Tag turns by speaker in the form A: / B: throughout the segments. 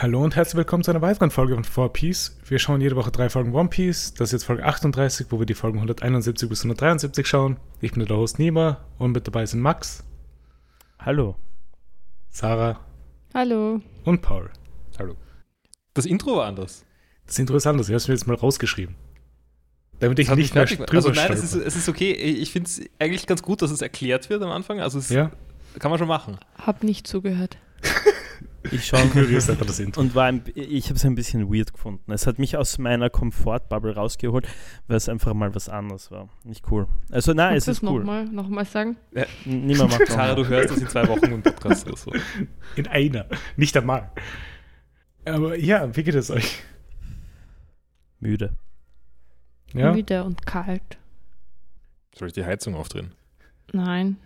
A: Hallo und herzlich willkommen zu einer weiteren Folge von 4 Piece. Wir schauen jede Woche drei Folgen One Piece. Das ist jetzt Folge 38, wo wir die Folgen 171 bis 173 schauen. Ich bin der Host Nima und mit dabei sind Max,
B: Hallo.
A: Sarah
C: Hallo.
A: und Paul.
D: Hallo. Das Intro war anders.
A: Das Intro ist anders, ich habe es mir jetzt mal rausgeschrieben. Damit ich
D: hat mich
A: nicht mehr
D: fertig gemacht.
A: drüber
D: Also nein, es
A: stolper.
D: ist, es ist okay. Ich finde es eigentlich ganz gut, dass es erklärt wird am Anfang. Also es
A: Ja,
D: kann man schon machen.
C: Hab nicht zugehört.
B: Ich schaue
A: ignoriere einfach das Intro.
B: und war ein, ich habe es ein bisschen weird gefunden. Es hat mich aus meiner Komfortbubble rausgeholt, weil es einfach mal was anderes war. Nicht cool. Also nein,
C: Kannst
B: es
C: du
B: ist
C: es
B: cool.
C: nochmal nochmal sagen?
B: N- Nimmer macht
D: Sarah, du
B: nochmal.
D: hörst das in zwei Wochen im Podcast oder so.
A: In einer, nicht einmal. Aber ja, wie geht es euch?
B: Müde.
A: Ja,
C: Müde und kalt.
D: Soll ich die Heizung aufdrehen?
C: Nein.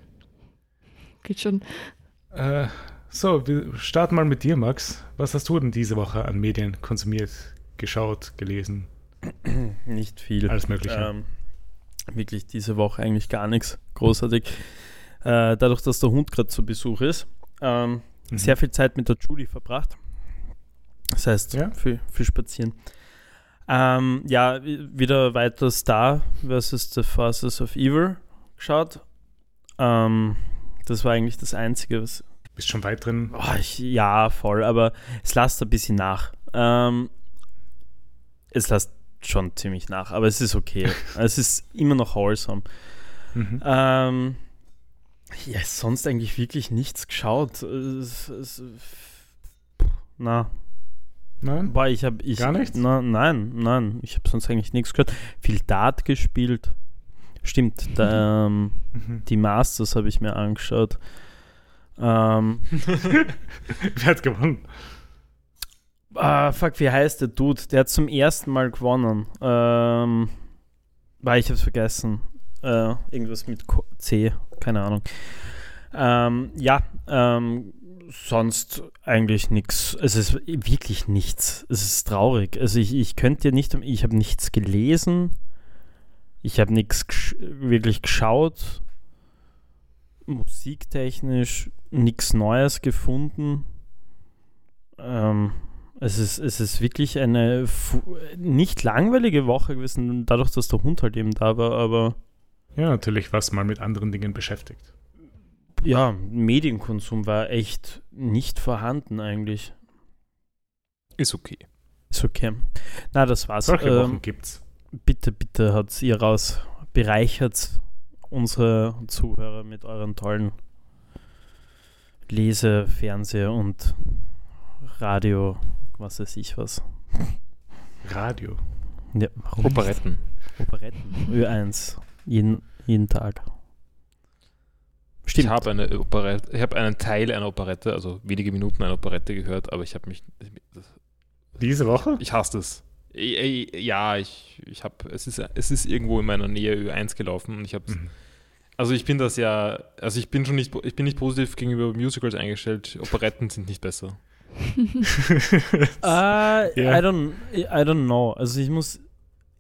C: Geht schon.
A: äh, so, wir starten mal mit dir, Max. Was hast du denn diese Woche an Medien konsumiert, geschaut, gelesen,
B: Nicht viel.
A: alles Mögliche?
B: Ähm, wirklich diese Woche eigentlich gar nichts. Großartig. Äh, dadurch, dass der Hund gerade zu Besuch ist, ähm,
A: Mhm.
B: sehr viel Zeit mit der Julie verbracht. Das heißt,
A: Ja.
B: viel, viel spazieren. Ähm, ja, wi- wieder weiter Star versus The Forces of Evil geschaut. Ähm, das war eigentlich das Einzige, was.
A: Bist schon weit drin.
B: Oh, ich, ja, voll, aber es lasst ein bisschen nach. Ähm, es lasst schon ziemlich nach, aber es ist okay. es ist immer noch wholesome.
A: Mhm.
B: Ähm, ja, sonst eigentlich wirklich nichts geschaut. Es, es, na,
A: Nein?
B: boah, ich habe ich
A: Gar nichts?
B: Na, nein, nein, ich habe sonst eigentlich nichts gehört. Viel Dart gespielt. Stimmt, da, ähm,
A: Mhm.
B: die Masters habe ich mir angeschaut. Ähm,
A: Wer hat gewonnen?
B: ah, fuck, wie heißt der Dude? Der hat zum ersten Mal gewonnen. Ähm, weil ich habe es vergessen. Äh, irgendwas mit Ko- C, keine Ahnung. Ähm, ja, ähm, sonst eigentlich nichts. Es ist wirklich nichts. Es ist traurig. Also ich, ich könnte dir nicht, ich habe nichts gelesen. Ich habe nichts gesch wirklich geschaut. Musiktechnisch nichts Neues gefunden. Ähm, es ist, es ist wirklich eine fu- nicht langweilige Woche gewesen, dadurch, dass der Hund halt eben da war, aber
A: Ja, natürlich warst du mal mit anderen Dingen beschäftigt.
B: ja, Medienkonsum war echt nicht vorhanden eigentlich.
D: Ist okay.
B: Ist okay. Na, das war's.
A: Solche
B: Ähm,
A: Wochen gibt's.
B: bitte, bitte hat's ihr raus. Bereichert unsere Zuhörer mit euren tollen Lese-, Fernseh- und Radio, was weiß ich was.
A: Radio.
B: Ja, warum nicht?
D: Operetten.
B: Operetten. Ö1. Jeden, jeden Tag.
D: Ich habe eine Operette, ich habe einen Teil einer Operette, also wenige Minuten einer Operette gehört, aber ich habe mich,
A: Diese Woche?
D: ich hasse das. Ich- ich- Ja, ich, ich habe, es ist, es ist irgendwo in meiner Nähe Ö1 gelaufen und ich habe es
A: Mhm.
D: Also ich bin das ja, also ich bin schon nicht, ich bin nicht positiv gegenüber Musicals eingestellt. Operetten sind nicht besser.
B: Ah,
A: Ja.
B: I, don't, I don't know. Also ich muss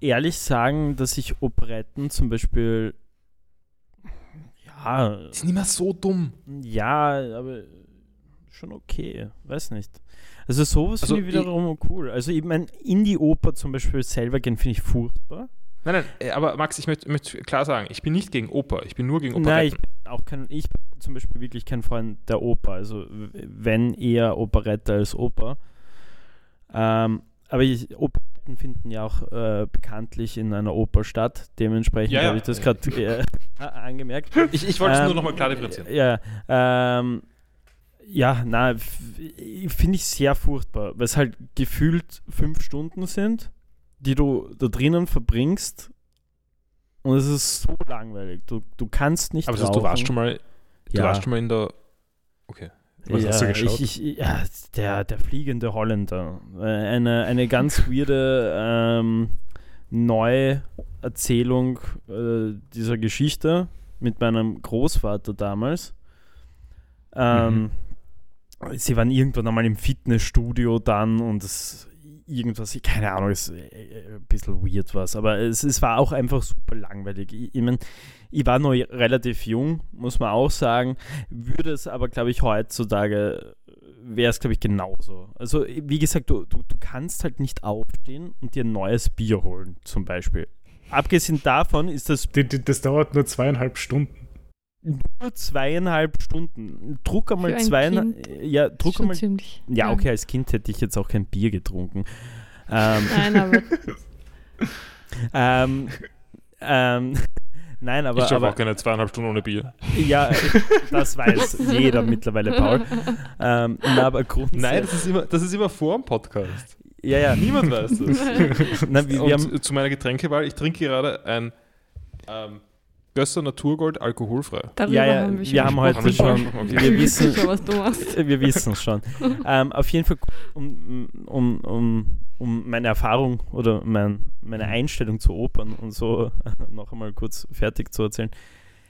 B: ehrlich sagen, dass ich Operetten zum Beispiel ja,
D: Die sind immer so dumm.
B: ja, aber schon okay. Weiß nicht. Also sowas
D: Also
B: finde ich wiederum cool. Also ich meine, in die Oper zum Beispiel selber gehen finde ich furchtbar.
D: Nein, nein, äh, aber Max, ich möchte möchte klar sagen, ich bin nicht gegen Oper, ich bin nur gegen
B: Nein, ich
D: Operetten.
B: bin auch kein, ich bin zum Beispiel wirklich kein Freund der Oper. Also w- wenn eher Operette als Oper. Ähm, aber ich, Operetten finden ja auch äh, bekanntlich in einer Oper statt. Dementsprechend
D: Ja, ja.
B: habe ich das gerade äh, angemerkt.
D: Ich, äh, ich, wollte es
B: Ähm,
D: nur nochmal klar differenzieren.
B: Ja, ähm, ja, na, finde ich sehr furchtbar, weil es halt gefühlt fünf Stunden sind, die du da drinnen verbringst. Und es ist so langweilig. Du, du kannst nicht.
D: aber das heißt, du warst schon mal, du
B: Ja.
D: warst schon mal in der, okay.
A: Was
B: ja,
A: hast du geschaut?
B: Ich, ich, ja, der, der fliegende Holländer. Äh, Eine, eine ganz weirde ähm, Neuerzählung äh, dieser Geschichte mit meinem Großvater damals. Ähm, Sie waren irgendwann einmal im Fitnessstudio dann und es irgendwas, ich- keine Ahnung, es äh, äh, ein bisschen weird war es, aber es, es war auch einfach super langweilig. Ich, ich mein, ich war noch relativ jung, muss man auch sagen würde es aber, glaube ich, heutzutage wäre es, glaube ich, genauso. Also, wie gesagt, du, du, du kannst halt nicht aufstehen und dir ein neues Bier holen, zum Beispiel. Abgesehen davon ist das
A: Die, die, das dauert nur zweieinhalb Stunden.
B: nur zweieinhalb Stunden. Druck einmal
C: ein
B: zweieinhalb. Ja, druck
C: Schon
B: einmal.
C: ziemlich.
B: Ja,
C: lang.
B: okay, als Kind hätte ich jetzt auch kein Bier getrunken. Ähm,
C: Nein, aber
B: ähm, ähm, nein, aber.
D: ich schaffe
B: aber,
D: auch keine zweieinhalb Stunden ohne Bier.
B: Ja, das weiß jeder mittlerweile, Paul. Ähm, na, aber grundsätzlich.
D: Nein, das ist immer, das ist immer vor dem Podcast.
B: ja, ja.
D: Niemand weiß das.
B: Na, wir,
D: Und
B: wir haben,
D: zu meiner Getränkewahl, ich trinke gerade ein ähm, Gösser Naturgold alkoholfrei.
C: darüber
B: ja, ja,
C: haben wir schon
B: wir haben heute
C: gesprochen.
B: schon.
D: Okay.
B: Wir wissen,
C: schon, was du machst.
B: wir wissen es schon. Ähm, auf jeden Fall, um, um, um, um meine Erfahrung oder mein,
D: Mhm.
B: meine Einstellung zu Opern und so noch einmal kurz fertig zu erzählen,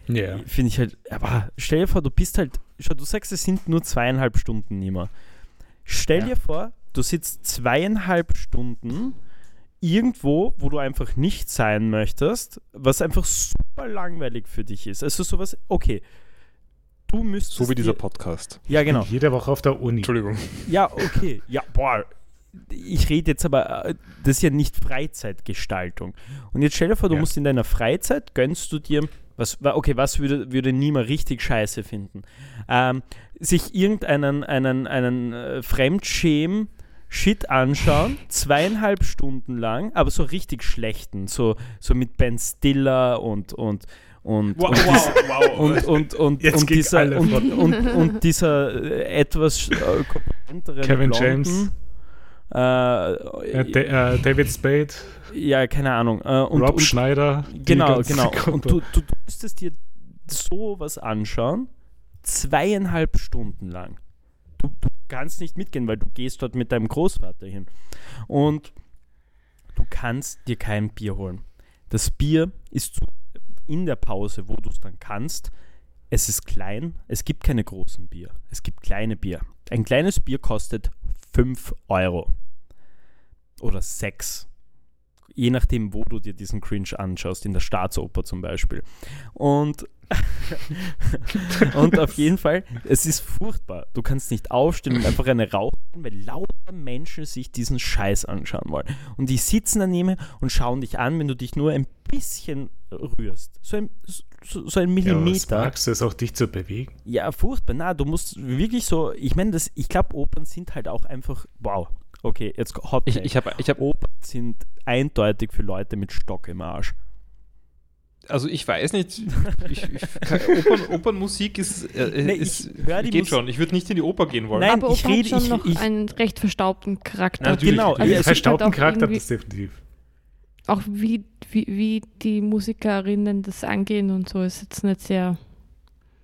A: Ja.
B: finde ich halt, aber stell dir vor, du bist halt, schau, du sagst, es sind nur zweieinhalb Stunden immer. Stell
A: Ja.
B: dir vor, du sitzt zweieinhalb Stunden irgendwo, wo du einfach nicht sein möchtest, was einfach super langweilig für dich ist. Also sowas, okay, du müsstest...
D: So wie dieser
B: dir-
D: Podcast.
B: Ja, genau.
A: Jede Woche auf der Uni.
D: Entschuldigung.
B: Ja, okay. Ja, boah. Ich rede jetzt aber, äh, das ist ja nicht Freizeitgestaltung. Und jetzt stell dir vor, du
A: Ja.
B: musst in deiner Freizeit, gönnst du dir, was, wa- okay, was würde, würde niemand richtig scheiße finden? Ähm, sich irgendeinen einen, einen äh, Fremdschämen Shit anschauen, zweieinhalb Stunden lang, aber so richtig schlechten, so, so mit Ben Stiller und, und, und, und
D: wow.
B: und, und, und,
A: Jetzt
B: und,
A: ging's
B: dieser,
A: alle
B: und,
A: von-
B: und, und dieser äh, etwas äh, kompetentere
A: Kevin
B: Blonden,
A: Äh,
B: Äh,
A: Da- äh, David Spade,
B: ja, keine Ahnung. Äh, und,
A: Rob
B: und,
A: Schneider. die
B: genau,
A: ganze
B: genau. Und
A: Gruppe.
B: du, du, du müsstest dir sowas anschauen, zweieinhalb Stunden lang. Du, du kannst nicht mitgehen, weil du gehst dort mit deinem Großvater hin. Und du kannst dir kein Bier holen. Das Bier ist zu, in der Pause, wo du es dann kannst. Es ist klein, es gibt keine großen Bier. Es gibt kleine Bier. Ein kleines Bier kostet 5 Euro. Oder 6. Je nachdem, wo du dir diesen Cringe anschaust, in der Staatsoper zum Beispiel. Und, und auf jeden Fall, es ist furchtbar. Du kannst nicht aufstehen und einfach eine rauchen, weil lauter Menschen sich diesen Scheiß anschauen wollen. Und die sitzen daneben und schauen dich an, wenn du dich nur ein bisschen rührst. So ein, so, so ein
A: Ja, aber
B: Millimeter.
A: was magst du es auch dich zu bewegen?
B: Ja, furchtbar. Na, du musst wirklich so, ich meine, das, ich glaube, Opern sind halt auch einfach, wow. Okay, jetzt hot.
D: Ich,
B: Take.
D: ich habe, ich hab,
B: Opern sind eindeutig für Leute mit Stock im Arsch.
D: also ich weiß nicht, ich, ich, kann- Opern, Opernmusik ist, äh,
B: Nee,
D: ist
B: ich hör die
D: geht
B: Mus-
D: schon. Ich würde nicht in die Oper gehen wollen.
B: Nein,
C: aber
B: ich
C: Opa hat
B: rede-
C: schon
B: ich-
C: noch
B: ich-
C: einen recht verstaubten Charakter.
D: Natürlich,
B: genau,
D: natürlich.
B: ja, es-
C: ist halt
A: Verstaubten
C: auch
A: Charakter hat
C: irgendwie-
A: das also definitiv.
C: Auch wie, wie, wie die Musikerinnen das angehen und so, ist jetzt nicht sehr.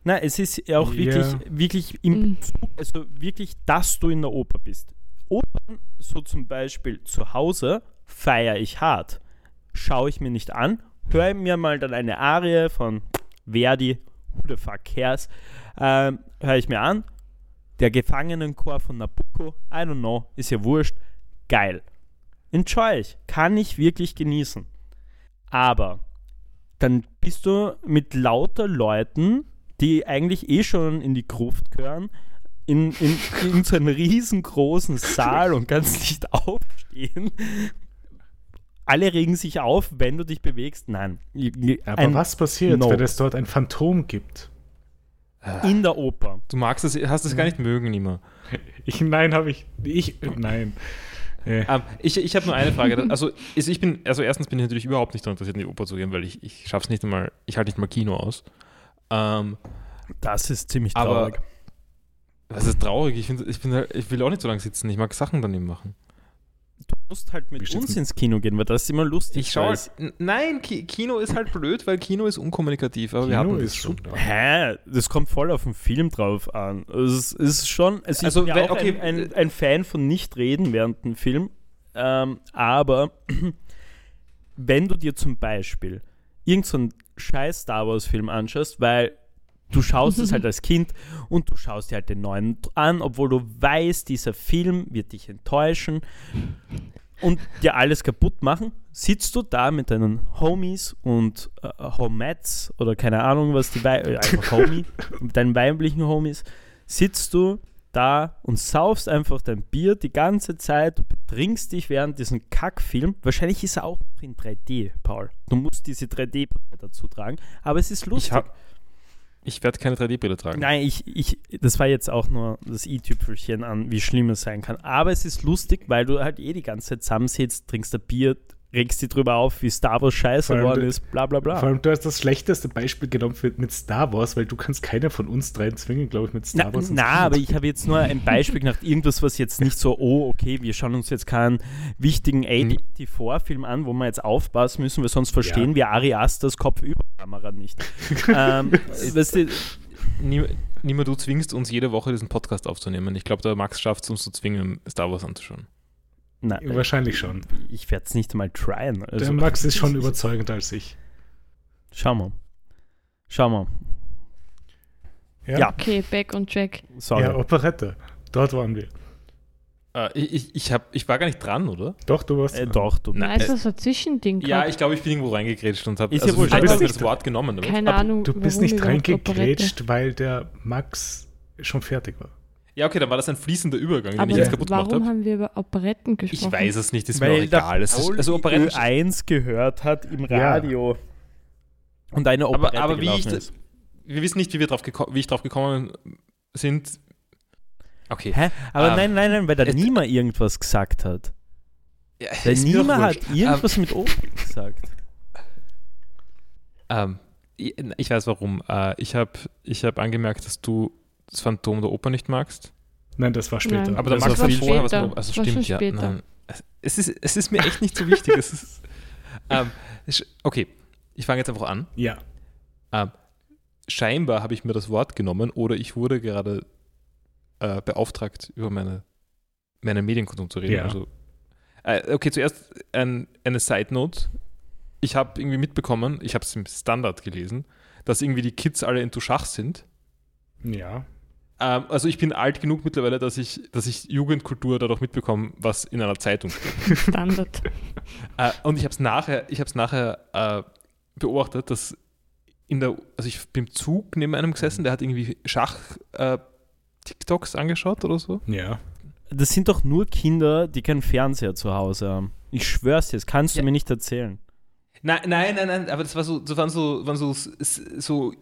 B: Na, es ist ja auch
A: Ja.
B: wirklich, wirklich im
C: Mhm.
B: Bezug, also wirklich, dass du in der Oper bist. Opern, so zum Beispiel zu Hause, feiere ich hart. Schaue ich mir nicht an, höre mir mal dann eine Arie von Verdi, who the fuck cares, ähm, höre ich mir an. Der Gefangenenchor von Nabucco, I don't know, ist ja wurscht, geil. Enjoy ich, kann ich wirklich genießen. Aber dann bist du mit lauter Leuten, die eigentlich eh schon in die Gruft gehören, in, in, in so einen riesengroßen Saal und kannst nicht aufstehen. Alle regen sich auf, wenn du dich bewegst. Nein.
A: Aber
B: ein,
A: was passiert,
B: No.
A: wenn es dort ein Phantom gibt?
B: In der Oper.
D: Du magst es, hast es gar nicht mögen, Nima.
A: Ich, nein, habe ich. Ich, nein. Äh,
D: Ähm, ich ich habe nur eine Frage. Also, ist, ich bin, also erstens bin ich natürlich überhaupt nicht daran interessiert, in die Oper zu gehen, weil ich, ich schaff's nicht einmal, ich halte nicht mal Kino aus. Ähm,
B: Das ist ziemlich
D: aber
B: traurig.
D: das ist traurig. Ich, find, ich, bin, halt- ich will auch nicht so lange sitzen. Ich mag Sachen daneben machen.
B: du musst halt mit
A: Wie steht's
B: uns
A: mit-
B: ins Kino gehen, weil das ist immer lustig.
D: Ich schaue.
B: weil-
D: Nein, Ki- Kino ist halt blöd, weil Kino ist unkommunikativ. Aber wir
A: Kino
D: hatten das
A: ist
D: schon.
A: super.
B: Hä? Das kommt voll auf den Film drauf an. Also Es ist schon. Es also,
D: Also,
B: ich bin
D: wenn-
B: ja auch ein,
D: okay,
B: ein,
D: äh,
B: ein Fan von nicht reden während dem Film. Ähm, aber wenn du dir zum Beispiel irgendeinen scheiß Star Wars-Film anschaust, weil du schaust es
D: Mhm.
B: halt als Kind und du schaust dir halt den neuen an, obwohl du weißt, dieser Film wird dich enttäuschen und dir alles kaputt machen, sitzt du da mit deinen Homies und äh, Homettes oder keine Ahnung was, die Wei äh, einfach Homie, mit deinen weiblichen Homies, sitzt du da und saufst einfach dein Bier die ganze Zeit und betrinkst dich während diesem Kackfilm. Wahrscheinlich ist er auch noch in 3D, Paul. Du musst diese 3D-Brille dazu tragen, aber es ist lustig.
D: Ich, hab- ich werde keine 3D-Brille tragen.
B: Nein, ich, ich, das war jetzt auch nur das i-Tüpfelchen an, wie schlimm es sein kann. Aber es ist lustig, weil du halt eh die ganze Zeit zusammensitzt, trinkst ein Bier, regst dich drüber auf, wie Star Wars scheiße
A: Vor allem
B: geworden
A: du-
B: ist, bla bla
A: Vor
B: bla.
A: allem, du hast das schlechteste Beispiel genommen für, mit Star Wars, weil du kannst keiner von uns dreien zwingen, glaube ich, mit Star
B: Na,
A: Wars. ins
B: na,
A: Kino
B: aber
A: zu
B: ich habe jetzt nur ein Beispiel gemacht, irgendwas, was jetzt nicht so, oh, okay, wir schauen uns jetzt keinen
A: Mhm.
B: wichtigen A24-Film an, wo wir jetzt aufpassen müssen, weil sonst verstehen wir Ari Asters Kopf über Kamera nicht. ähm, weißt du,
D: Nie- Nima, du zwingst uns jede Woche diesen Podcast aufzunehmen. Ich glaube, der Max schafft es uns zu zwingen, Star Wars anzuschauen.
B: na,
A: gehen. Wahrscheinlich schon.
B: ich werde es nicht mal tryen. Also,
A: Der Max ist schon überzeugender als ich.
B: Schauen wir. Schauen wir. Ja.
C: Okay, back on track.
B: Sorry.
A: Ja, Operette. Dort waren wir.
D: Äh, ich, ich, ich, hab, ich war gar nicht dran, oder?
A: Doch, du warst.
B: äh, doch, du.
D: Na,
C: Weißt
D: äh,
C: du, so ein Zwischending
D: Ja,
C: gehabt?
D: ich glaube, ich bin irgendwo reingegrätscht und habe
B: Ist ja wohl
D: vielleicht
A: scheiße.
D: hab also ich das Wort genommen. oder?
C: Keine Ahnung.
A: Du bist
C: warum
A: nicht
C: überhaupt Operette.
A: reingegrätscht, weil der Max schon fertig war.
D: Ja, okay, dann war das ein fließender Übergang, den
C: Aber
D: ich jetzt kaputt gemacht
C: warum
D: habe.
C: haben wir über Operetten gesprochen?
D: Ich weiß es nicht, ist mir auch
B: Weil der
D: egal. Es ist,
B: Paul
D: also Operetten,
B: Ö1 gehört hat im
A: Ja.
B: Radio. Und eine Operette
D: aber wie
B: gelaufen
D: ich-
B: ist.
D: wir wissen nicht, wie, wir drauf geko- wie ich drauf gekommen sind. Okay.
B: Hä? Aber
D: Ähm,
B: nein, nein, nein, weil der
D: es-
B: Nima irgendwas gesagt hat.
D: Ja,
B: Der
D: ist mir doch
B: Nima hat
D: wurscht.
B: irgendwas mit Open gesagt.
D: Ähm, ich ich weiß warum. Äh, ich habe ich hab angemerkt, dass du das Phantom der Oper nicht magst.
A: Nein, das war später.
C: Nein.
D: Aber der
C: Das
D: Max
C: war
D: hat
C: später.
D: vorher was mit der Oper- Also
C: Das war
D: stimmt,
C: schon
D: ja.
C: später.
D: Nein. Es, ist, es ist mir echt nicht so wichtig. es ist, ähm, sch- okay, ich fange jetzt einfach an.
A: Ja.
D: scheinbar habe ich mir das Wort genommen oder ich wurde gerade äh, beauftragt, über meine, meinen Medienkonsum zu reden.
A: Ja.
D: Also, äh, okay, zuerst ein, eine Side-Note. Ich habe irgendwie mitbekommen, ich habe es im Standard gelesen, dass irgendwie die Kids alle into Schach sind.
A: Ja.
D: Ähm, also ich bin alt genug mittlerweile, dass ich, dass ich Jugendkultur dadurch mitbekomme, was in einer Zeitung steht.
C: Standard.
D: Äh, und ich habe es nachher, ich hab's nachher äh, beobachtet, dass in der, also ich bin im Zug neben einem gesessen, der hat irgendwie Schach-TikToks angeschaut oder so.
A: Ja.
B: Das sind doch nur Kinder, die keinen Fernseher zu Hause haben. Ich schwör's dir, das kannst
D: Ja.
B: du mir nicht erzählen.
D: Nein, nein, nein, nein, aber das war so, das waren so, waren so, so,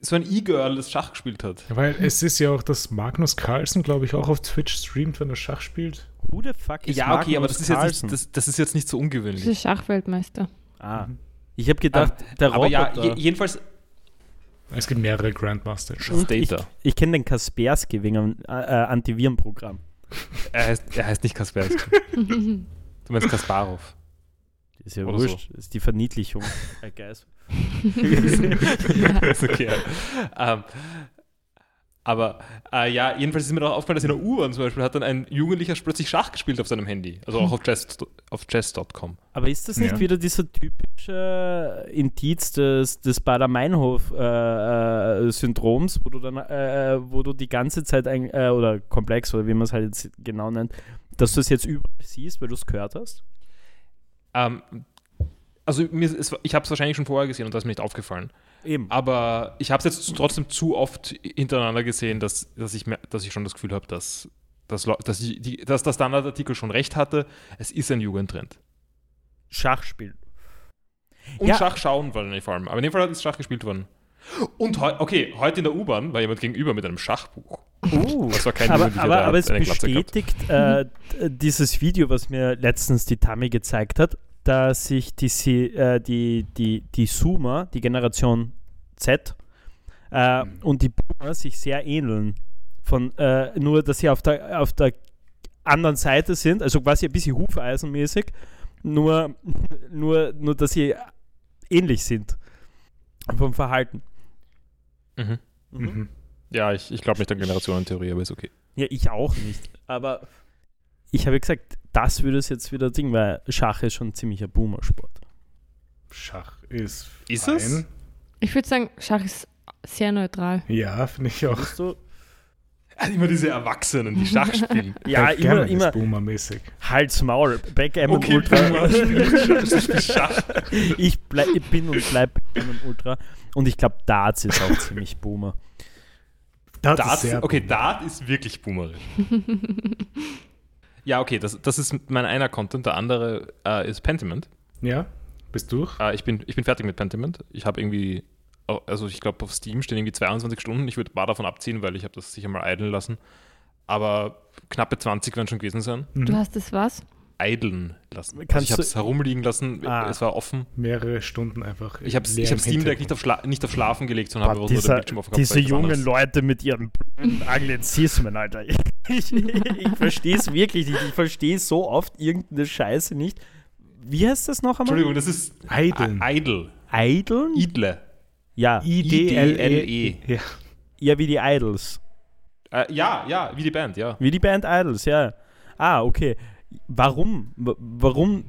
D: so ein E-Girl, das Schach gespielt hat.
A: Weil es ist ja auch, dass Magnus Carlsen, glaube ich, auch auf Twitch streamt, wenn er Schach spielt.
B: Who the fuck is
D: ja, okay, aber das
B: Magnus
D: ist, jetzt
B: Carlsen?
D: nicht, das, das ist jetzt nicht so
C: Das
D: ungewöhnlich.
C: ist Schachweltmeister.
B: Ah. Ich habe gedacht, der
D: Ähm, aber
B: Roboter.
D: ja, je, jedenfalls
A: Es gibt mehrere Grandmaster.
D: Und ich-
B: ich ich kenne den Kaspersky wegen einem äh, äh, Antivirenprogramm.
D: er heißt, er heißt nicht Kaspersky. du meinst Kasparov.
B: Ist ja
D: Oder
B: wurscht. Ist die Verniedlichung. I guess.
D: ist okay. ähm, aber äh, ja, jedenfalls ist mir doch aufgefallen, dass in der U-Bahn zum Beispiel hat dann ein Jugendlicher plötzlich Schach gespielt auf seinem Handy. Also auch auf Chess- auf chess.com.
B: Aber ist das nicht
A: Ja.
B: wieder dieser typische äh, Indiz des, des Bader-Meinhof-Syndroms, wo du dann, äh, wo du die ganze Zeit, ein, äh, oder komplex, oder wie man es halt jetzt genau nennt, dass du es jetzt überall siehst, weil du es gehört hast?
D: Ähm, also mir, ist- es, war- ich habe es wahrscheinlich schon vorher gesehen und das ist mir nicht aufgefallen.
B: Eben.
D: Aber ich habe es jetzt trotzdem zu oft hintereinander gesehen, dass, dass, ich, mer- dass ich schon das Gefühl habe, dass, dass, Leu- dass, die, die- dass der Standardartikel schon recht hatte. Es ist ein Jugendtrend.
B: Schachspiel.
D: Und
B: Ja.
D: Schach schauen wollen vor allem. Aber in dem Fall ist Schach gespielt worden. Und heu okay, heute in der U-Bahn war jemand gegenüber mit einem Schachbuch.
B: Oh.
D: Das war kein
B: aber,
D: Jugendlicher,
B: aber,
D: der
B: aber
D: hat
B: es
D: eine Glatze gehabt.
B: bestätigt äh, d- dieses Video, was mir letztens die Tami gezeigt hat, dass sich die, Si- äh, die, die, die Zoomer, die Generation Z äh,
D: Mhm.
B: und die Boomer sich sehr ähneln. Von, äh, nur, dass sie auf der, auf der anderen Seite sind, also quasi ein bisschen hufeisenmäßig, nur, nur, nur dass sie ähnlich sind vom Verhalten.
D: Mhm.
A: Mhm.
D: Ja, ich, ich glaube nicht an Generationentheorie, aber ist okay.
B: Ja, ich auch nicht. Aber ich habe gesagt, das würde es jetzt wieder Ding, weil Schach ist schon ein ziemlicher Boomer-Sport.
A: Schach ist.
D: Ist
A: fein.
D: es?
C: Ich würde sagen, Schach ist sehr neutral.
A: Ja, finde ich auch.
B: Weißt du?
D: Also immer diese Erwachsenen, die Schach spielen.
B: Ja,
A: Halt
B: immer,
A: gerne ist
B: immer.
A: Boomermäßig.
B: Halt's Maul, Backgammon Ultra.
D: Boomer spielt Schach- Schach.
B: Ich, bleib, ich bin und bleib Backgammon Ultra. Und ich glaube, Darts ist auch ziemlich Boomer.
A: Dart ist
D: Dart,
A: sehr
D: okay, Dart ist wirklich boomerisch. ja, okay, das, das ist mein einer Content. Der andere äh, ist Pentiment.
A: Ja, bist durch.
D: Äh, ich, bin, ich bin fertig mit Pentiment. Ich habe irgendwie, oh, also ich glaube, auf Steam stehen irgendwie 22 Stunden. Ich würde mal davon abziehen, weil ich habe das sicher mal idlen lassen. Aber knappe 20 werden schon gewesen sein.
C: Du hast es was?
D: Idlen lassen. Also
B: Hm. Kannst
D: ich habe
B: du-
D: es herumliegen lassen.
B: Ah.
D: Es war offen.
A: Mehrere Stunden einfach.
D: Ich habe
A: leer
D: ich
A: im
D: hab Steam Deck nicht
A: Hintergrund.
D: auf, Schla nicht auf Schlafen gelegt, sondern habe
B: Boah,
D: nur den
B: dieser,
D: Bildschirm aufgehabt.
B: diese
D: weil ich was
B: jungen
D: anderes-
B: Leute mit ihren blöden Anglizismen, Alter. Ich, ich, ich verstehe es wirklich nicht. Ich verstehe so oft irgendeine Scheiße nicht. Wie heißt das noch einmal?
D: Entschuldigung, das ist
A: Idlen.
D: I- Idle.
B: Ideln?
D: Idle.
B: ja. E.
D: E. eh.
A: I-D-L-E. Ja.
B: ja, wie die Idols.
D: Äh, ja, ja, wie die Band, ja.
B: Wie die Band Idols, ja. Ah, okay. Warum? W- Warum?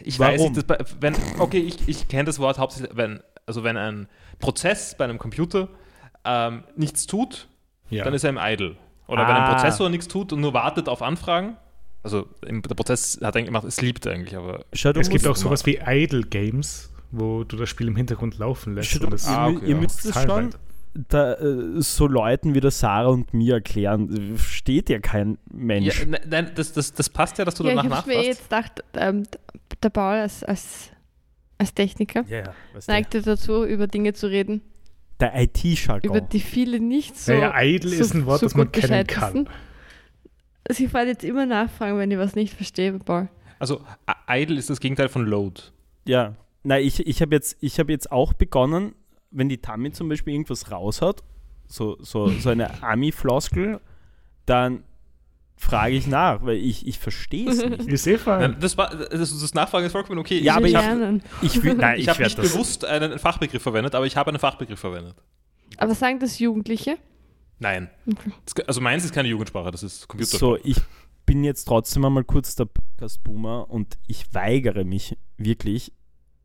D: Ich
B: Warum?
D: weiß nicht, dass bei, wenn, okay, ich, ich kenne das Wort hauptsächlich, wenn, also wenn ein Prozess bei einem Computer ähm, nichts tut,
A: Ja.
D: dann ist er im Idle. Oder wenn
B: Ah.
D: ein Prozessor nichts tut und nur wartet auf Anfragen, also im, der Prozess hat eigentlich, macht, es liebt eigentlich, aber
B: Schau, du
A: es gibt
B: musst-
A: auch sowas wie Idle Games, wo du das Spiel im Hintergrund laufen lässt.
B: Schau, du-
A: und das
D: Ah,
B: ihr,
D: okay,
B: ihr
D: ja.
B: müsst es schon
A: Zahlweit.
B: da, äh, so Leuten wie der Sarah und mir erklären. Versteht ja kein
D: ja,
B: Mensch.
D: ne- nein, das, das, das passt ja, dass du
C: ja, ich
D: danach
C: habe mir
D: nachfragst.
C: jetzt gedacht, ähm, der Paul als, als, als Techniker
B: Ja, ja. Weißt du,
C: neigt er dazu, über Dinge zu reden,
B: der
C: über
B: IT-Jargon.
C: die viele nicht so.
A: Naja, idle
C: so,
A: ist ein Wort,
C: so
A: das man
C: gut
A: kennen
C: Bescheid
A: kann.
C: wissen. Also ich werde jetzt immer nachfragen, wenn ich was nicht verstehe, Paul.
D: Also a- Idle ist das Gegenteil von Load.
B: Ja. Nein, ich, ich habe jetzt, ich hab jetzt auch begonnen, wenn die Tammy zum Beispiel irgendwas raus hat, so, so, so eine Ami-Floskel, dann frage ich nach, weil ich, ich verstehe es nicht.
A: Ist eh fein.
D: Nein, Ähm, das, war, das, das Nachfragen ist vollkommen okay.
B: Ah. Ja, aber
C: Wir
B: ich-
C: lernen.
B: Ich, will, nein,
D: ich,
B: ich,
D: habe
B: werd
D: nicht
B: das-
D: bewusst einen Fachbegriff verwendet, aber ich habe einen Fachbegriff verwendet.
C: Aber sagen das Jugendliche?
D: Nein. Das, also meins ist keine Jugendsprache, das ist Computer.
B: So, ich bin jetzt trotzdem einmal kurz der Podcast-Boomer und ich weigere mich wirklich,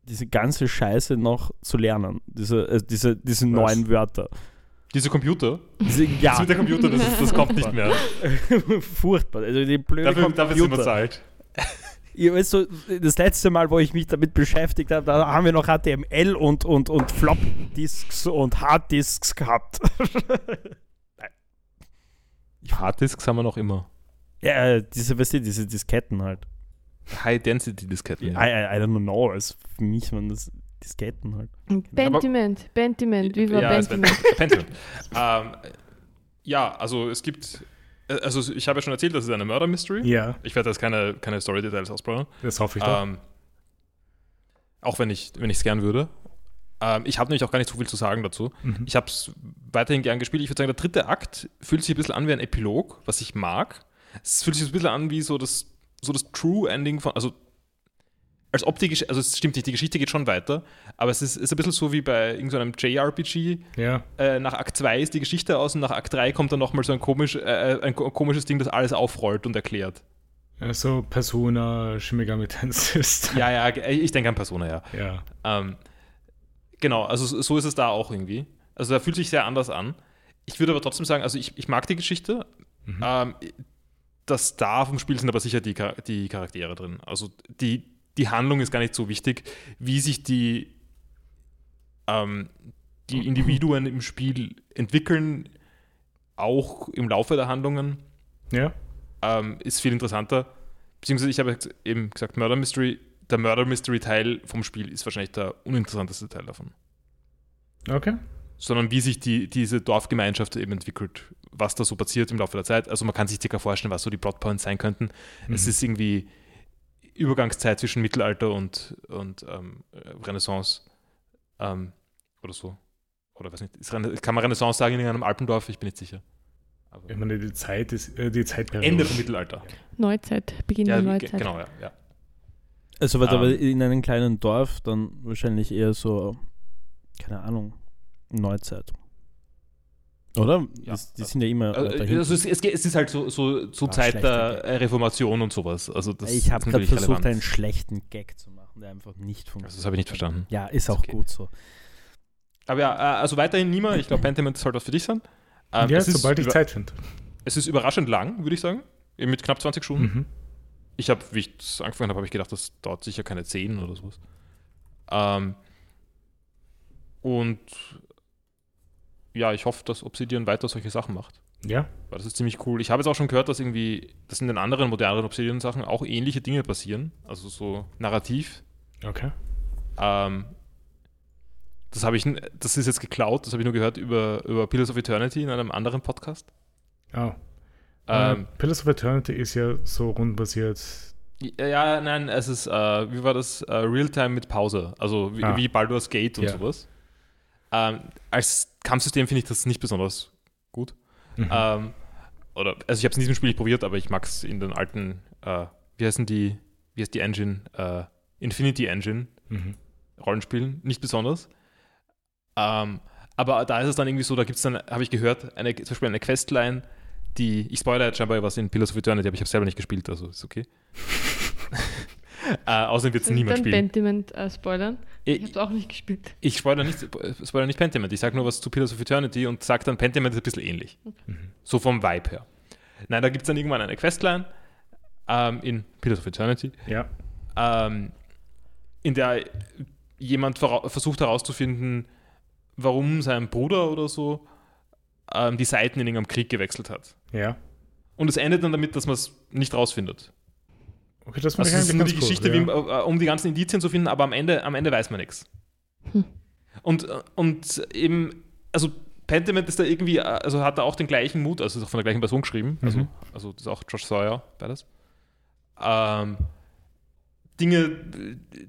B: diese ganze Scheiße noch zu lernen. Diese, äh, diese, diese
A: Was?
B: neuen Wörter.
D: Diese Computer,
B: Diese,
D: das
B: ja,
D: mit der Computer, das, ist, das kommt nicht mehr.
B: furchtbar. Also die blöde
D: Dafür, dafür sind wir
B: Computer.
D: zahlt.
B: Ihr wisst so, das letzte Mal, wo ich mich damit beschäftigt habe, da haben wir noch HTML und, und, und Flop-Disks und Harddisks gehabt.
D: Harddisks haben wir noch immer.
B: ja, äh, diese, weißt du, diese Disketten halt.
D: High-Density-Disketten.
B: I, I, I don't know, also für mich waren das Disketten halt.
C: Pentiment, Pentiment, wie war
D: ja, es
C: Pentiment?
D: wird- Pentiment. ähm, ja, also es gibt, äh, also ich habe ja schon erzählt, das ist eine Murder-Mystery.
A: Ja,
D: Ich werde jetzt keine, keine Story-Details ausbauen.
A: das hoffe ich doch.
D: Ähm, auch wenn ich es gern würde. Ähm, ich habe nämlich auch gar nicht so viel zu sagen dazu.
A: Mhm.
D: Ich habe es weiterhin gern gespielt. Ich würde sagen, der dritte Akt fühlt sich ein bisschen an wie ein Epilog, was ich mag. Es fühlt sich ein bisschen an wie so das, so das True Ending von, also als ob die, Gesch- also es stimmt nicht, die Geschichte geht schon weiter, aber es ist, ist ein bisschen so wie bei irgendeinem JRPG.
A: Ja,
D: Äh, nach Akt 2 ist die Geschichte aus und nach Akt 3 kommt dann nochmal so ein, komisch, äh, ein ko- komisches Ding, das alles aufrollt und erklärt.
A: so Persona, Shimigami Tensist.
D: Ja, ja, ge- ich denke an Persona, ja.
A: ja.
D: Ähm, genau, also so- so ist es da auch irgendwie. Also da fühlt sich sehr anders an. Ich würde aber trotzdem sagen, also ich, ich mag die Geschichte. Ähm, das Star vom Spiel sind aber sicher die, Char- die Charaktere drin. Also die, die Handlung ist gar nicht so wichtig, wie sich die, ähm, die Individuen im Spiel entwickeln, auch im Laufe der Handlungen
A: Ja.
D: ähm, ist viel interessanter. Beziehungsweise ich habe jetzt eben gesagt, Murder Mystery, der Murder Mystery Teil vom Spiel ist wahrscheinlich der uninteressanteste Teil davon.
A: Okay.
D: Sondern wie sich die, diese Dorfgemeinschaft eben entwickelt, was da so passiert im Laufe der Zeit. Also man kann sich circa vorstellen, was so die Plotpoints sein könnten. Es
A: Mhm.
D: ist irgendwie Übergangszeit zwischen Mittelalter und, und ähm, äh, Renaissance ähm, oder so. Oder weiß nicht, ist Rena- kann man Renaissance sagen in einem Alpendorf? Ich bin nicht sicher. Aber
A: Ich meine, die Zeit ist äh, die Zeitperiode.
D: Ende vom Mittelalter.
C: Neuzeit, Beginn
D: Ja,
C: der
D: ge-
C: Neuzeit.
D: genau, ja. ja.
B: Also wird
D: Ähm.
B: aber in einem kleinen Dorf dann wahrscheinlich eher so, keine Ahnung, Neuzeit. Oder?
D: Ja,
B: das, die
D: ja.
B: sind ja immer.
D: Also,
B: äh, dahinten.
D: also es, es, geht- es ist halt so, so zur
B: Ah,
D: Zeit
B: schlechter
D: der
B: Gag.
D: äh, Reformation und sowas. Also das
B: ich habe
D: ist
B: gerade
D: natürlich
B: versucht, einen
D: relevant.
B: schlechten Gag zu machen, der einfach nicht
D: also
B: funktioniert.
D: das habe ich nicht verstanden.
B: Ja, ist
D: Ist
B: auch
D: okay.
B: gut so.
D: Aber ja, äh, also weiterhin Nima, ich glaube, Pentiment sollte was für dich sein. Ähm,
A: ja,
D: es, ist
A: sobald ich
D: über-
A: Zeit finde.
D: es ist überraschend lang, würde ich sagen. Eben Mit knapp 20 Stunden.
B: Hm.
A: Mhm.
D: Ich habe, wie ich das angefangen habe, habe ich gedacht, das dauert sicher keine 10 oder sowas. Ähm, und ja, ich hoffe, dass Obsidian weiter solche Sachen macht.
A: Ja.
D: Weil das ist ziemlich cool. Ich habe jetzt auch schon gehört, dass irgendwie, dass in den anderen moderneren Obsidian-Sachen auch ähnliche Dinge passieren. Also so narrativ.
A: Okay.
D: Ähm, das habe ich, n- das ist jetzt geklaut, das habe ich nur gehört über, über Pillars of Eternity in einem anderen Podcast.
A: Oh.
D: Ähm,
A: Äh, Pillars of Eternity ist ja so rundbasiert.
D: ja, ja, nein, es ist, äh, wie war das? Äh, Realtime mit Pause. Also wie,
A: Ah.
D: wie Baldur's Gate und
A: Ja.
D: sowas. Ähm, als Kampfsystem finde ich das nicht besonders gut.
A: Mhm.
D: Ähm, oder, also ich habe es in diesem Spiel nicht probiert, aber ich mag es in den alten, äh, wie heißen die, wie heißt die Engine? Äh, Infinity Engine
A: Mhm.
D: Rollenspielen, nicht besonders. Ähm, aber da ist es dann irgendwie so, da gibt es dann, habe ich gehört, eine, zum Beispiel eine Questline, die, ich spoilere jetzt scheinbar was in Pillars of Eternity, aber ich habe selber nicht gespielt, also ist okay. äh, außerdem wird es
C: Soll ich
D: niemand
C: Also dann
D: spielen.
C: Pentiment äh, spoilern. Ich
D: Ich,
C: habe auch nicht gespielt.
D: ich spoilere nicht, spoilere nicht Pentiment. Ich sage nur was zu Pillars of Eternity und sage dann, Pentiment ist ein bisschen ähnlich. Mhm. So vom Vibe her. Nein, da gibt es dann irgendwann eine Questline ähm, in Pillars of Eternity,
A: Ja.
D: ähm, in der jemand vorau- versucht herauszufinden, warum sein Bruder oder so ähm, die Seiten in irgendeinem Krieg gewechselt hat.
A: Ja.
D: Und es endet dann damit, dass man es nicht rausfindet.
A: Okay, das
D: Also
A: finde ich
D: es ist
A: eigentlich
D: nur
A: ganz
D: die Geschichte,
A: cool,
D: wie,
A: ja.
D: äh, um die ganzen Indizien zu finden, aber am Ende, am Ende weiß man nichts.
C: Hm.
D: Und, äh, und eben, also Pentiment ist da irgendwie, äh, also hat da auch den gleichen Mut, also ist auch von der gleichen Person geschrieben, also,
A: Mhm.
D: also das ist auch Josh Sawyer, beides. Ähm, Dinge äh,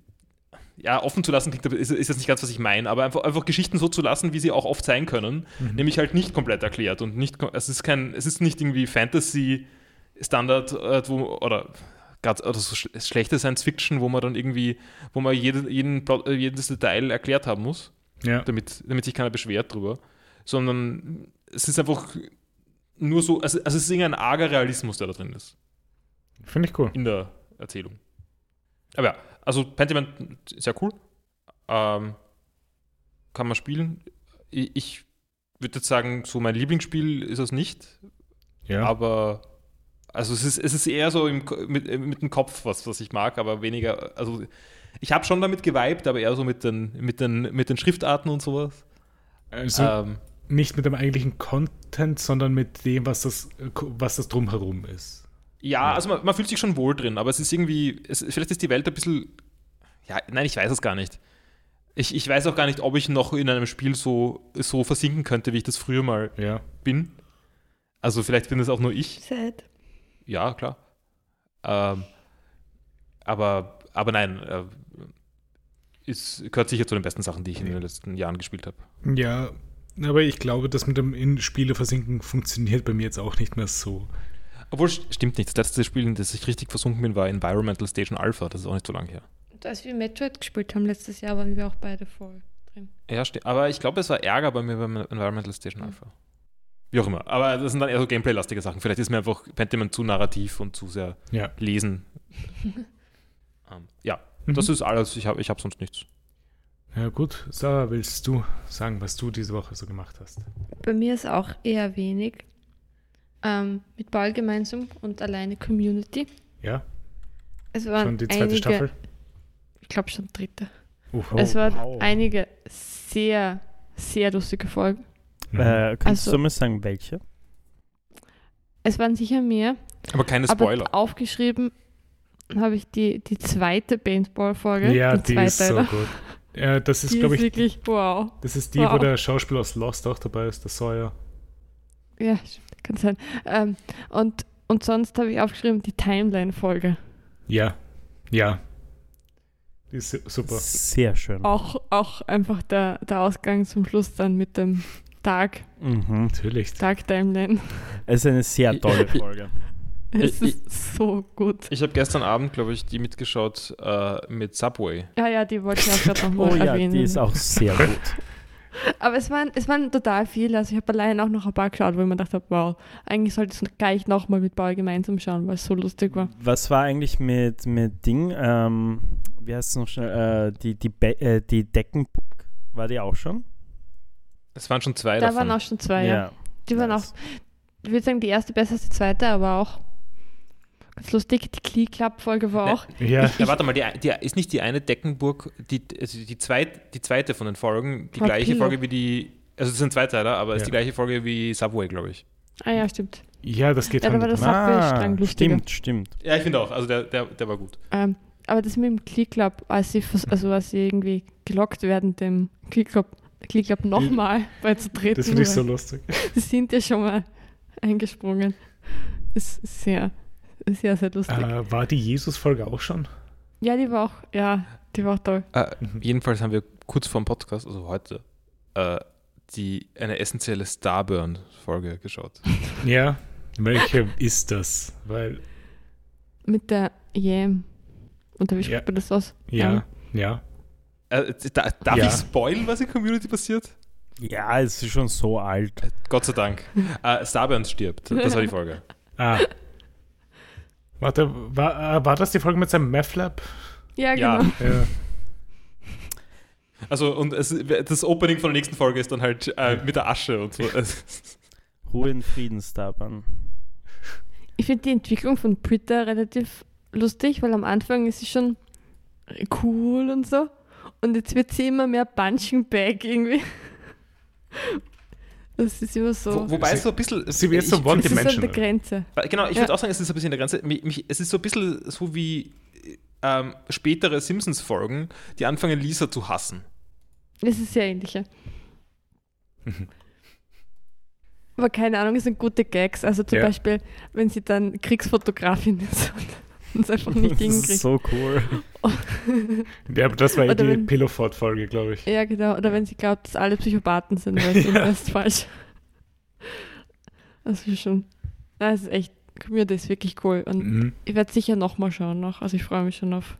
D: ja, offen zu lassen, klingt, ist, ist jetzt nicht ganz, was ich meine, aber einfach, einfach Geschichten so zu lassen, wie sie auch oft sein können,
A: Mhm.
D: nämlich halt nicht komplett erklärt und nicht, kom- es ist kein, es ist nicht irgendwie Fantasy Standard, äh, wo, oder grad, oder so sch schlechte Science Fiction, wo man dann irgendwie, wo man jede, jeden Plot, äh, jedes Detail erklärt haben muss,
A: ja.
D: damit, damit sich keiner beschwert drüber, sondern es ist einfach nur so, also, also es ist irgendein arger Realismus, der da drin ist
A: Finde ich cool.
D: in der Erzählung. Aber ja, also Pentiment sehr cool. Ähm, kann man spielen. I- Ich würde jetzt sagen, so mein Lieblingsspiel ist es nicht,
A: Ja.
D: aber also es ist, es ist eher so im, Ko- mit, äh, mit dem Kopf was, was ich mag, aber weniger, also ich habe schon damit geweibt, aber eher so mit den, mit den, mit den Schriftarten und sowas.
A: also
D: ähm,
A: nicht mit dem eigentlichen Content, sondern mit dem, was das, was das drumherum ist.
D: Ja, also man, man fühlt sich schon wohl drin, aber es ist irgendwie, es, vielleicht ist die Welt ein bisschen, ja, nein, ich weiß es gar nicht. Ich, ich weiß auch gar nicht, ob ich noch in einem Spiel so, so versinken könnte, wie ich das früher mal
A: Ja.
D: bin. Also vielleicht bin das auch nur ich.
C: Sad.
D: Ja, klar. Ähm, aber, aber nein, äh, es gehört sicher zu den besten Sachen, die ich in den letzten Jahren gespielt habe.
A: Ja, aber ich glaube, das mit dem in Spiele versinken funktioniert bei mir jetzt auch nicht mehr so.
D: Obwohl, st- stimmt nicht. Das letzte Spiel, in das ich richtig versunken bin, war Environmental Station Alpha. Das ist auch nicht so lange her.
C: Als wir Metroid gespielt haben letztes Jahr, waren wir auch beide voll drin.
D: Ja, ste- aber ich glaube, es war Ärger bei mir beim Environmental Station
C: Mhm.
D: Alpha. Wie auch immer. Aber das sind dann eher so Gameplay-lastige Sachen. Vielleicht ist mir einfach Pentiment zu narrativ und zu sehr
A: Ja.
D: lesen. ähm, ja,
C: Mhm.
D: das ist alles. Ich habe ich hab sonst nichts.
A: Mhm. Ja, gut. Sarah, willst du sagen, was du diese Woche so gemacht hast?
C: Bei mir ist auch eher wenig. Ähm, mit Ball gemeinsam und alleine Community.
A: Ja,
C: Es waren
A: schon die zweite
C: einige,
A: Staffel.
C: Ich glaube schon dritte.
A: Uff,
C: es
A: oh,
C: waren
A: wow.
C: einige sehr, sehr lustige Folgen.
A: Mhm.
B: Äh, kannst
C: Also-
B: du mir sagen, welche?
C: Es waren sicher mehr.
D: Aber
A: Äh,
D: keine
C: aber
D: Spoiler.
C: aufgeschrieben habe ich die, die zweite Paintball-Folge.
A: ja,
C: den
A: die ist so
C: Zweiteiler.
A: gut. Ja, das ist,
C: Die
A: glaube
C: ist
A: ich,
C: wirklich, wow.
A: das ist die, wo
C: Wow.
A: der Schauspieler aus Lost auch dabei ist, der Sawyer.
C: Ja, stimmt, kann sein. Ähm, und, und sonst habe ich aufgeschrieben die Timeline-Folge.
A: Ja, ja. Die ist su- super.
B: Sehr schön.
C: Auch, auch einfach der, der Ausgang zum Schluss dann mit dem Tag,
B: Mhm.
A: Natürlich.
C: Tag-Timeline.
B: Es ist eine sehr tolle
D: Ich-
B: Folge.
C: Es
D: Ich-
C: ist so gut.
D: Ich habe gestern Abend, glaube ich, die mitgeschaut äh, mit Subway.
C: Ja, ja, die wollte ich auch gerade nochmal
B: Oh ja,
C: erwähnen.
B: die ist auch sehr gut.
C: Aber es waren, es waren total viele. Also ich habe allein auch noch ein paar geschaut, wo ich mir gedacht habe, wow, eigentlich sollte ich es gleich nochmal mit Paul gemeinsam schauen, weil es so lustig war.
B: Was war eigentlich mit, mit Ding? Ähm, wie heißt es noch schnell? Äh, die, die, Be äh, die Decken war die auch schon?
D: Es waren schon zwei
C: da
D: davon.
C: waren auch schon zwei, ja. Die waren
B: nice.
C: auch, ich würde sagen, die erste besser als die zweite, aber auch ganz lustig. Die Klee Club-Folge war
D: Ne.
C: auch.
A: Ja,
D: ja, warte mal, die, ein- die, ist nicht die eine Deckenburg, die, also die, zweit, die zweite von den Folgen, die
C: Hot
D: gleiche
C: Pillow.
D: Folge wie die Also es sind Zweiteiler, aber es
A: Ja.
D: ist die gleiche Folge wie Subway, glaube ich.
C: Ah ja, stimmt.
A: Ja, das geht
C: Ja,
A: Hand
C: da war
A: in
C: das- Subway-Strang lustiger.
B: Ah, stimmt, stimmt.
D: Ja, ich finde auch. Also der, der, der war gut.
C: Ähm, aber das mit dem Click Club, als sie, vers- also als sie irgendwie gelockt werden, dem Click Club, Click Club nochmal beizutreten.
A: Hm. Das finde ich so
C: weil
A: lustig.
C: Sie sind ja schon mal eingesprungen. Ist sehr, sehr, sehr lustig.
A: Äh, war die Jesus-Folge auch schon?
C: Ja, die war auch, ja, die war auch toll.
D: Äh,
A: Mhm.
D: Jedenfalls haben wir kurz vor dem Podcast, also heute, äh, die, eine essentielle Starburn-Folge geschaut.
A: Ja. Welche ist das? Weil,
C: Mit der Yam. Oder wie spricht
A: Ja.
C: man das aus?
A: ja,
C: Ja.
A: ja.
D: Äh, da, darf
A: Ja.
D: ich spoilen, was in Community passiert?
B: Ja, es ist schon so alt.
D: Äh, Gott sei Dank. äh, Starburns stirbt. Das war die Folge.
A: Ah. Warte, war, äh, war das die Folge mit seinem Meth-Lab?
C: Ja,
D: Ja.
C: genau.
A: Ja.
D: Also, und es, das Opening von der nächsten Folge ist dann halt äh, mit der Asche und so. Es-
B: Ruhe in Frieden, Starban.
C: Ich finde die Entwicklung von Britta relativ lustig, weil am Anfang ist sie schon cool und so. Und jetzt wird sie immer mehr Punching Bag irgendwie. Das ist immer so.
D: Wo, wobei
A: Sie-
D: es so ein bisschen.
A: sie wird so
D: ich-
A: one-
C: das ist an der
A: Dimensional.
C: Grenze.
D: Genau, ich
C: Ja.
D: würde auch sagen, es ist ein bisschen der Grenze. Mich, mich, es ist so ein bisschen so wie ähm, spätere Simpsons-Folgen, die anfangen, Lisa zu hassen.
C: Es ist sehr ähnlich. ja.
A: Mhm.
C: Aber keine Ahnung, es sind gute Gags. Also zum
A: Ja.
C: Beispiel, wenn sie dann Kriegsfotografin ist und es einfach nicht
B: Das ist
C: hinkriegt.
B: so cool.
A: ja, aber das war eh
C: Oder
A: die
C: wenn-
A: Pillowfort-Folge, glaube ich.
C: Ja, genau. Oder wenn sie glaubt, dass alle Psychopathen sind, weil sie
A: Ja.
C: ja. ist falsch. Das ist schon. Nein, es ist echt. Community ist wirklich cool. Und
A: Mhm.
C: ich werde sicher nochmal schauen noch. Also ich freue mich schon auf.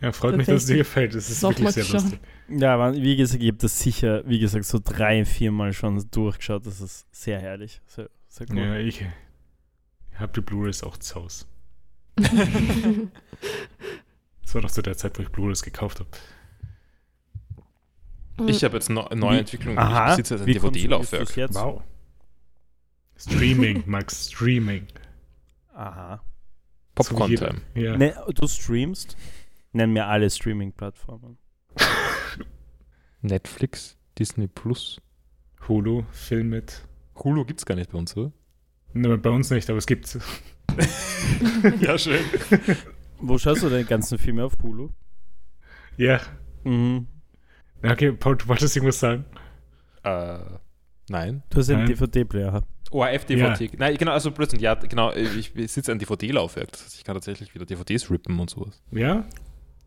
A: Ja, freut mich, dass es dir gefällt. Es ist wirklich
C: Nochmal
A: sehr
C: geschaut.
A: lustig.
B: Ja, aber wie gesagt, ich habe das sicher, wie gesagt, so drei, viermal schon durchgeschaut. Das ist sehr herrlich. Sehr, sehr cool.
A: Ja, ich habe die Blu-rays auch zu Hause. Das war doch zu der Zeit, wo ich Blu-rays gekauft habe.
C: Hm.
D: Ich habe jetzt ne
B: Wie-
D: neue Entwicklungen.
B: Aha.
D: Ich besitze jetzt ein
B: Wie konsumierst du's
D: DVD-Laufwerk.
B: jetzt?
A: Wow. Streaming, Max, Streaming.
B: Aha.
A: So wie jeder.
D: Popcorn-Time.
A: Ja.
B: Ne, du streamst? Nenn mir alle Streaming-Plattformen.
D: Netflix, Disney Plus.
A: Hulu, Film mit.
D: Hulu gibt's gar nicht bei uns, oder?
A: Ne, bei uns nicht, aber es gibt
D: ja, schön.
B: Wo schaust du deine ganzen Filme auf Hulu?
A: Ja.
B: Mhm.
A: Na, Okay, Paul, du wolltest irgendwas sagen.
D: äh, nein.
B: Du hast einen
A: Nein.
B: DVD-Player.
D: ORF-DVD. Nein, genau, also plötzlich, ja, genau, ich besitze ein DVD-Laufwerk. Das heißt, ich kann tatsächlich wieder DVDs rippen und sowas.
A: Ja?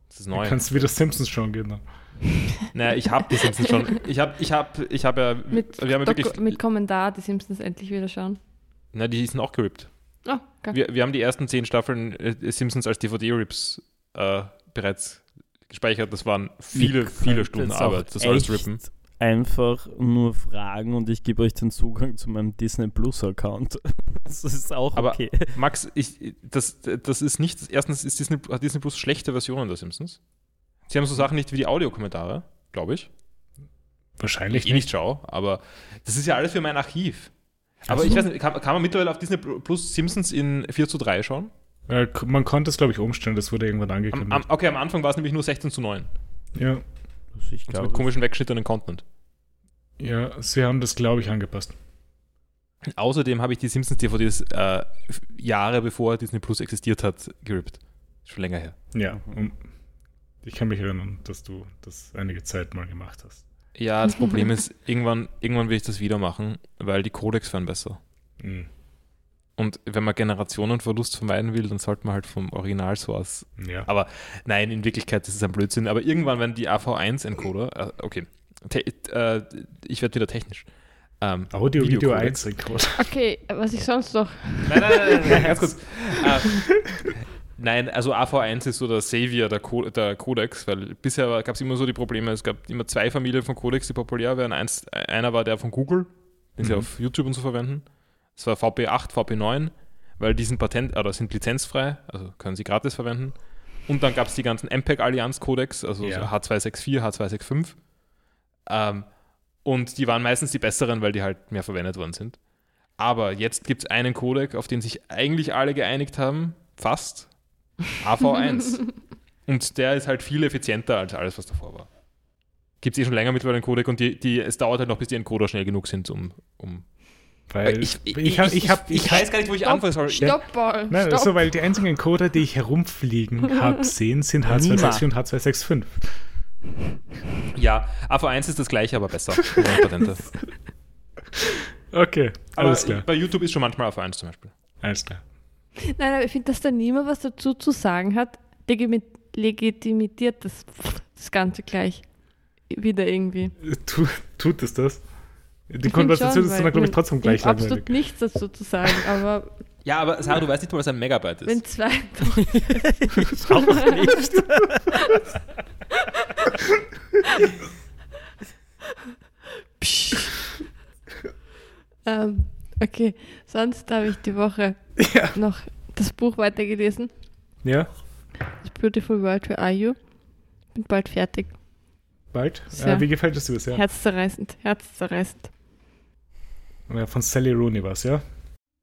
D: Das ist neu.
A: Kannst du wieder Simpsons schauen gehen dann.
D: Naja, ich habe die Simpsons schon. Ich habe, ich habe, ich habe ja,
A: äh,
C: mit,
D: wir haben ja
C: Doku-
D: wirklich,
C: mit Kommentar die Simpsons endlich wieder schauen.
D: na, die sind auch gerippt.
C: Oh, okay.
D: Wir, wir haben die ersten zehn Staffeln äh, Simpsons als DVD-Rips äh, bereits gespeichert. Das waren viele, viele Stunden
B: Das ist auch
D: Arbeit. Das alles
B: echt
D: rippen.
B: Einfach nur fragen und ich gebe euch den Zugang zu meinem Disney Plus-Account. Das ist auch
D: Aber-
B: okay.
D: Max, ich, das, das ist nicht, erstens ist Disney, hat Disney Plus schlechte Versionen der Simpsons. Sie haben so Sachen nicht wie die Audiokommentare, glaube ich.
A: Wahrscheinlich
D: ich eh nicht schaue, aber das ist ja alles für mein Archiv.
A: Ach
D: Aber
A: so.
D: ich weiß nicht, kann, kann man mittlerweile auf Disney Plus Simpsons in 4 zu 3 schauen?
A: Äh, k- man konnte es, glaube ich, umstellen, das wurde irgendwann angekündigt.
D: Am, am, okay, am Anfang war es nämlich nur 16 zu 9.
A: ja.
B: Also ich
D: Ja,
B: glaube,
D: mit komischen, weggeschnittenen Content.
A: ja, sie haben das, glaube ich, angepasst.
D: Außerdem habe ich die Simpsons DVDs äh, f- Jahre bevor Disney Plus existiert hat, gerippt. Schon länger her.
A: Ja. Und ich kann mich erinnern, dass du das einige Zeit mal gemacht hast.
D: Ja, das Problem ist, irgendwann, irgendwann will ich das wieder machen, weil die Codex werden besser.
A: Mhm.
D: Und wenn man Generationenverlust vermeiden will, dann sollte man halt vom Original-Source
A: Ja.
D: Aber nein, in Wirklichkeit ist es ein Blödsinn. Aber irgendwann, wenn die AV1-Encoder, äh, okay, Te äh, ich werde wieder technisch. Ähm,
A: Audio, Video,
D: Videocodex.
A: 1 Synchron.
C: Okay, was ich sonst noch.
D: Nein, nein, nein, nein, nein ganz kurz. Äh, nein, also AV1 ist so der Savior der, Co der Codex, weil bisher gab es immer so die Probleme, es gab immer zwei Familien von Codex, die populär waren. Eins, einer war der von Google, den sie
A: Mhm.
D: auf YouTube und so verwenden. Es war VP8, VP9, weil die sind patent äh, oder sind lizenzfrei, also können sie gratis verwenden. Und dann gab es die ganzen E MPEG-Allianz-Codex, also
A: Ja.
D: so H264, H265. Ähm, und die waren meistens die besseren, weil die halt mehr verwendet worden sind. Aber jetzt gibt es einen Codec, auf den sich eigentlich alle geeinigt haben, fast AV1. und der ist halt viel effizienter als alles, was davor war. gibt es eh schon länger mittlerweile einen Codec und die, die, es dauert halt noch, bis die Encoder schnell genug sind, um. um
A: Weil ich, ich, hab- ich, hab- ich,
D: weiß gar nicht, wo ich anfange. Sorry.
C: Stopp, Paul.
A: Nein,
C: stopp.
A: so, weil die einzigen Encoder, die ich herumfliegen habe sehen, sind H264 und H265.
D: Ja, A1 ist das gleiche, aber besser. Nur patenter.
A: Okay,
D: aber
A: alles klar.
D: bei YouTube ist schon manchmal A1 zum Beispiel.
A: Alles klar.
C: Nein, aber ich finde, dass da niemand was dazu zu sagen hat, legimi- legitimiert das, das Ganze gleich wieder irgendwie.
A: Tu, tut es das? Die
C: Ich find
A: Konversation
C: schon,
A: ist dann,
C: weil
A: glaube ich,
C: man-
A: trotzdem
C: ich
A: gleich
C: hab absolut
A: langweilig.
C: nichts dazu zu sagen, aber
D: Ja, aber Sarah, du weißt nicht, was ein Megabyte ist.
C: wenn zwei.
B: Auch nicht.
C: Ähm, okay, sonst habe ich die Woche
A: Ja.
C: noch das Buch weitergelesen,
A: ja,
C: The Beautiful World, Where Are You? Bin bald fertig.
A: bald.
C: Sehr.
A: Äh, wie gefällt es dir bisher?
C: Herzzerreißend, herzzerreißend.
A: Ja, von Sally Rooney war ja?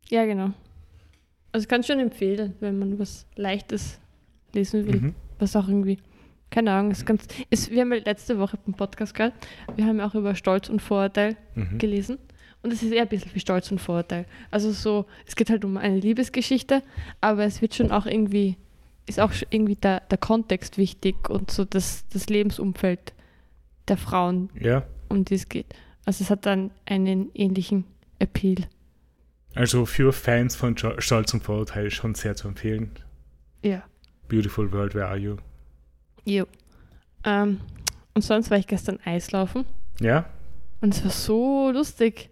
C: Ja, genau. Also kann schon empfehlen, wenn man was Leichtes lesen will.
A: Mhm.
C: was auch irgendwie, keine Ahnung, ist ganz, ist, wir haben ja letzte Woche im Podcast gehört, wir haben ja auch über Stolz und Vorurteil
A: Mhm.
C: gelesen und es ist eher ein bisschen wie Stolz und Vorurteil. Also so, es geht halt um eine Liebesgeschichte, aber es wird schon auch irgendwie, ist auch sch- irgendwie der, der Kontext wichtig und so das, das Lebensumfeld der Frauen,
A: Ja,
C: um die es geht. Also es hat dann einen ähnlichen Appeal.
A: also für Fans von Jo- Stolz und Vorurteil schon sehr zu empfehlen.
C: Ja.
A: Beautiful World, where are you?
C: Jo. Ähm, und sonst war ich gestern Eislaufen.
A: Ja,
C: Und es war so lustig.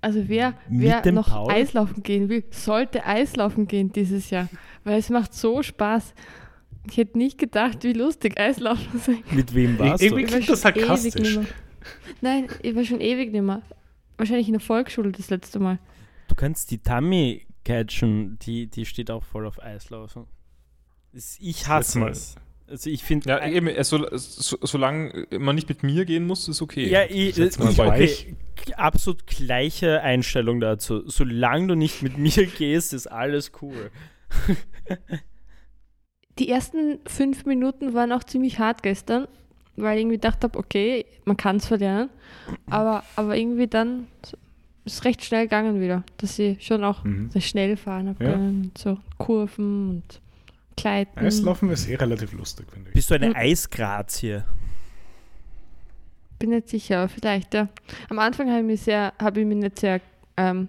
C: Also wer,
B: Mit
C: wer
B: dem
C: noch
B: Paul?
C: Eislaufen gehen will, sollte Eislaufen gehen dieses Jahr. Weil es macht so Spaß. Ich hätte nicht gedacht, wie lustig Eislaufen sein kann.
B: Mit wem warst
A: Irgendwie-
B: du?
A: klingt das
C: schon ewig
A: sarkastisch.
C: nimmer- Nein, ich war schon ewig nimmer. Wahrscheinlich in der Volksschule das letzte Mal.
B: Du kannst die Tammy catchen, die, die steht auch voll auf Eislaufen. Das- Ich hasse
A: Mal.
B: es. Also ich finde...
D: Ja, eben, äh, so, so, solange man nicht mit mir gehen muss, ist okay.
B: Ja, ich,
D: Das letzte eh. Mal
B: ich-
D: war
A: ich-
B: okay, k- absolut gleiche Einstellung dazu. Solange du nicht mit mir gehst, ist alles cool.
C: Die ersten fünf Minuten waren auch ziemlich hart gestern, weil ich irgendwie gedacht habe, okay, man kann es verlernen. Aber, aber irgendwie dann ist es recht schnell gegangen wieder, dass sie schon auch
A: Mhm.
C: sehr schnell fahren habe
A: Ja.
C: können. So Kurven und Gleiten.
A: Eislaufen ist eh relativ lustig, finde ich.
B: Bist du eine
D: Hm.
C: Mhm.
B: Eisgrazie?
C: Bin nicht sicher, aber vielleicht, ja. Am Anfang habe ich mich sehr, habe ich mich nicht sehr ähm,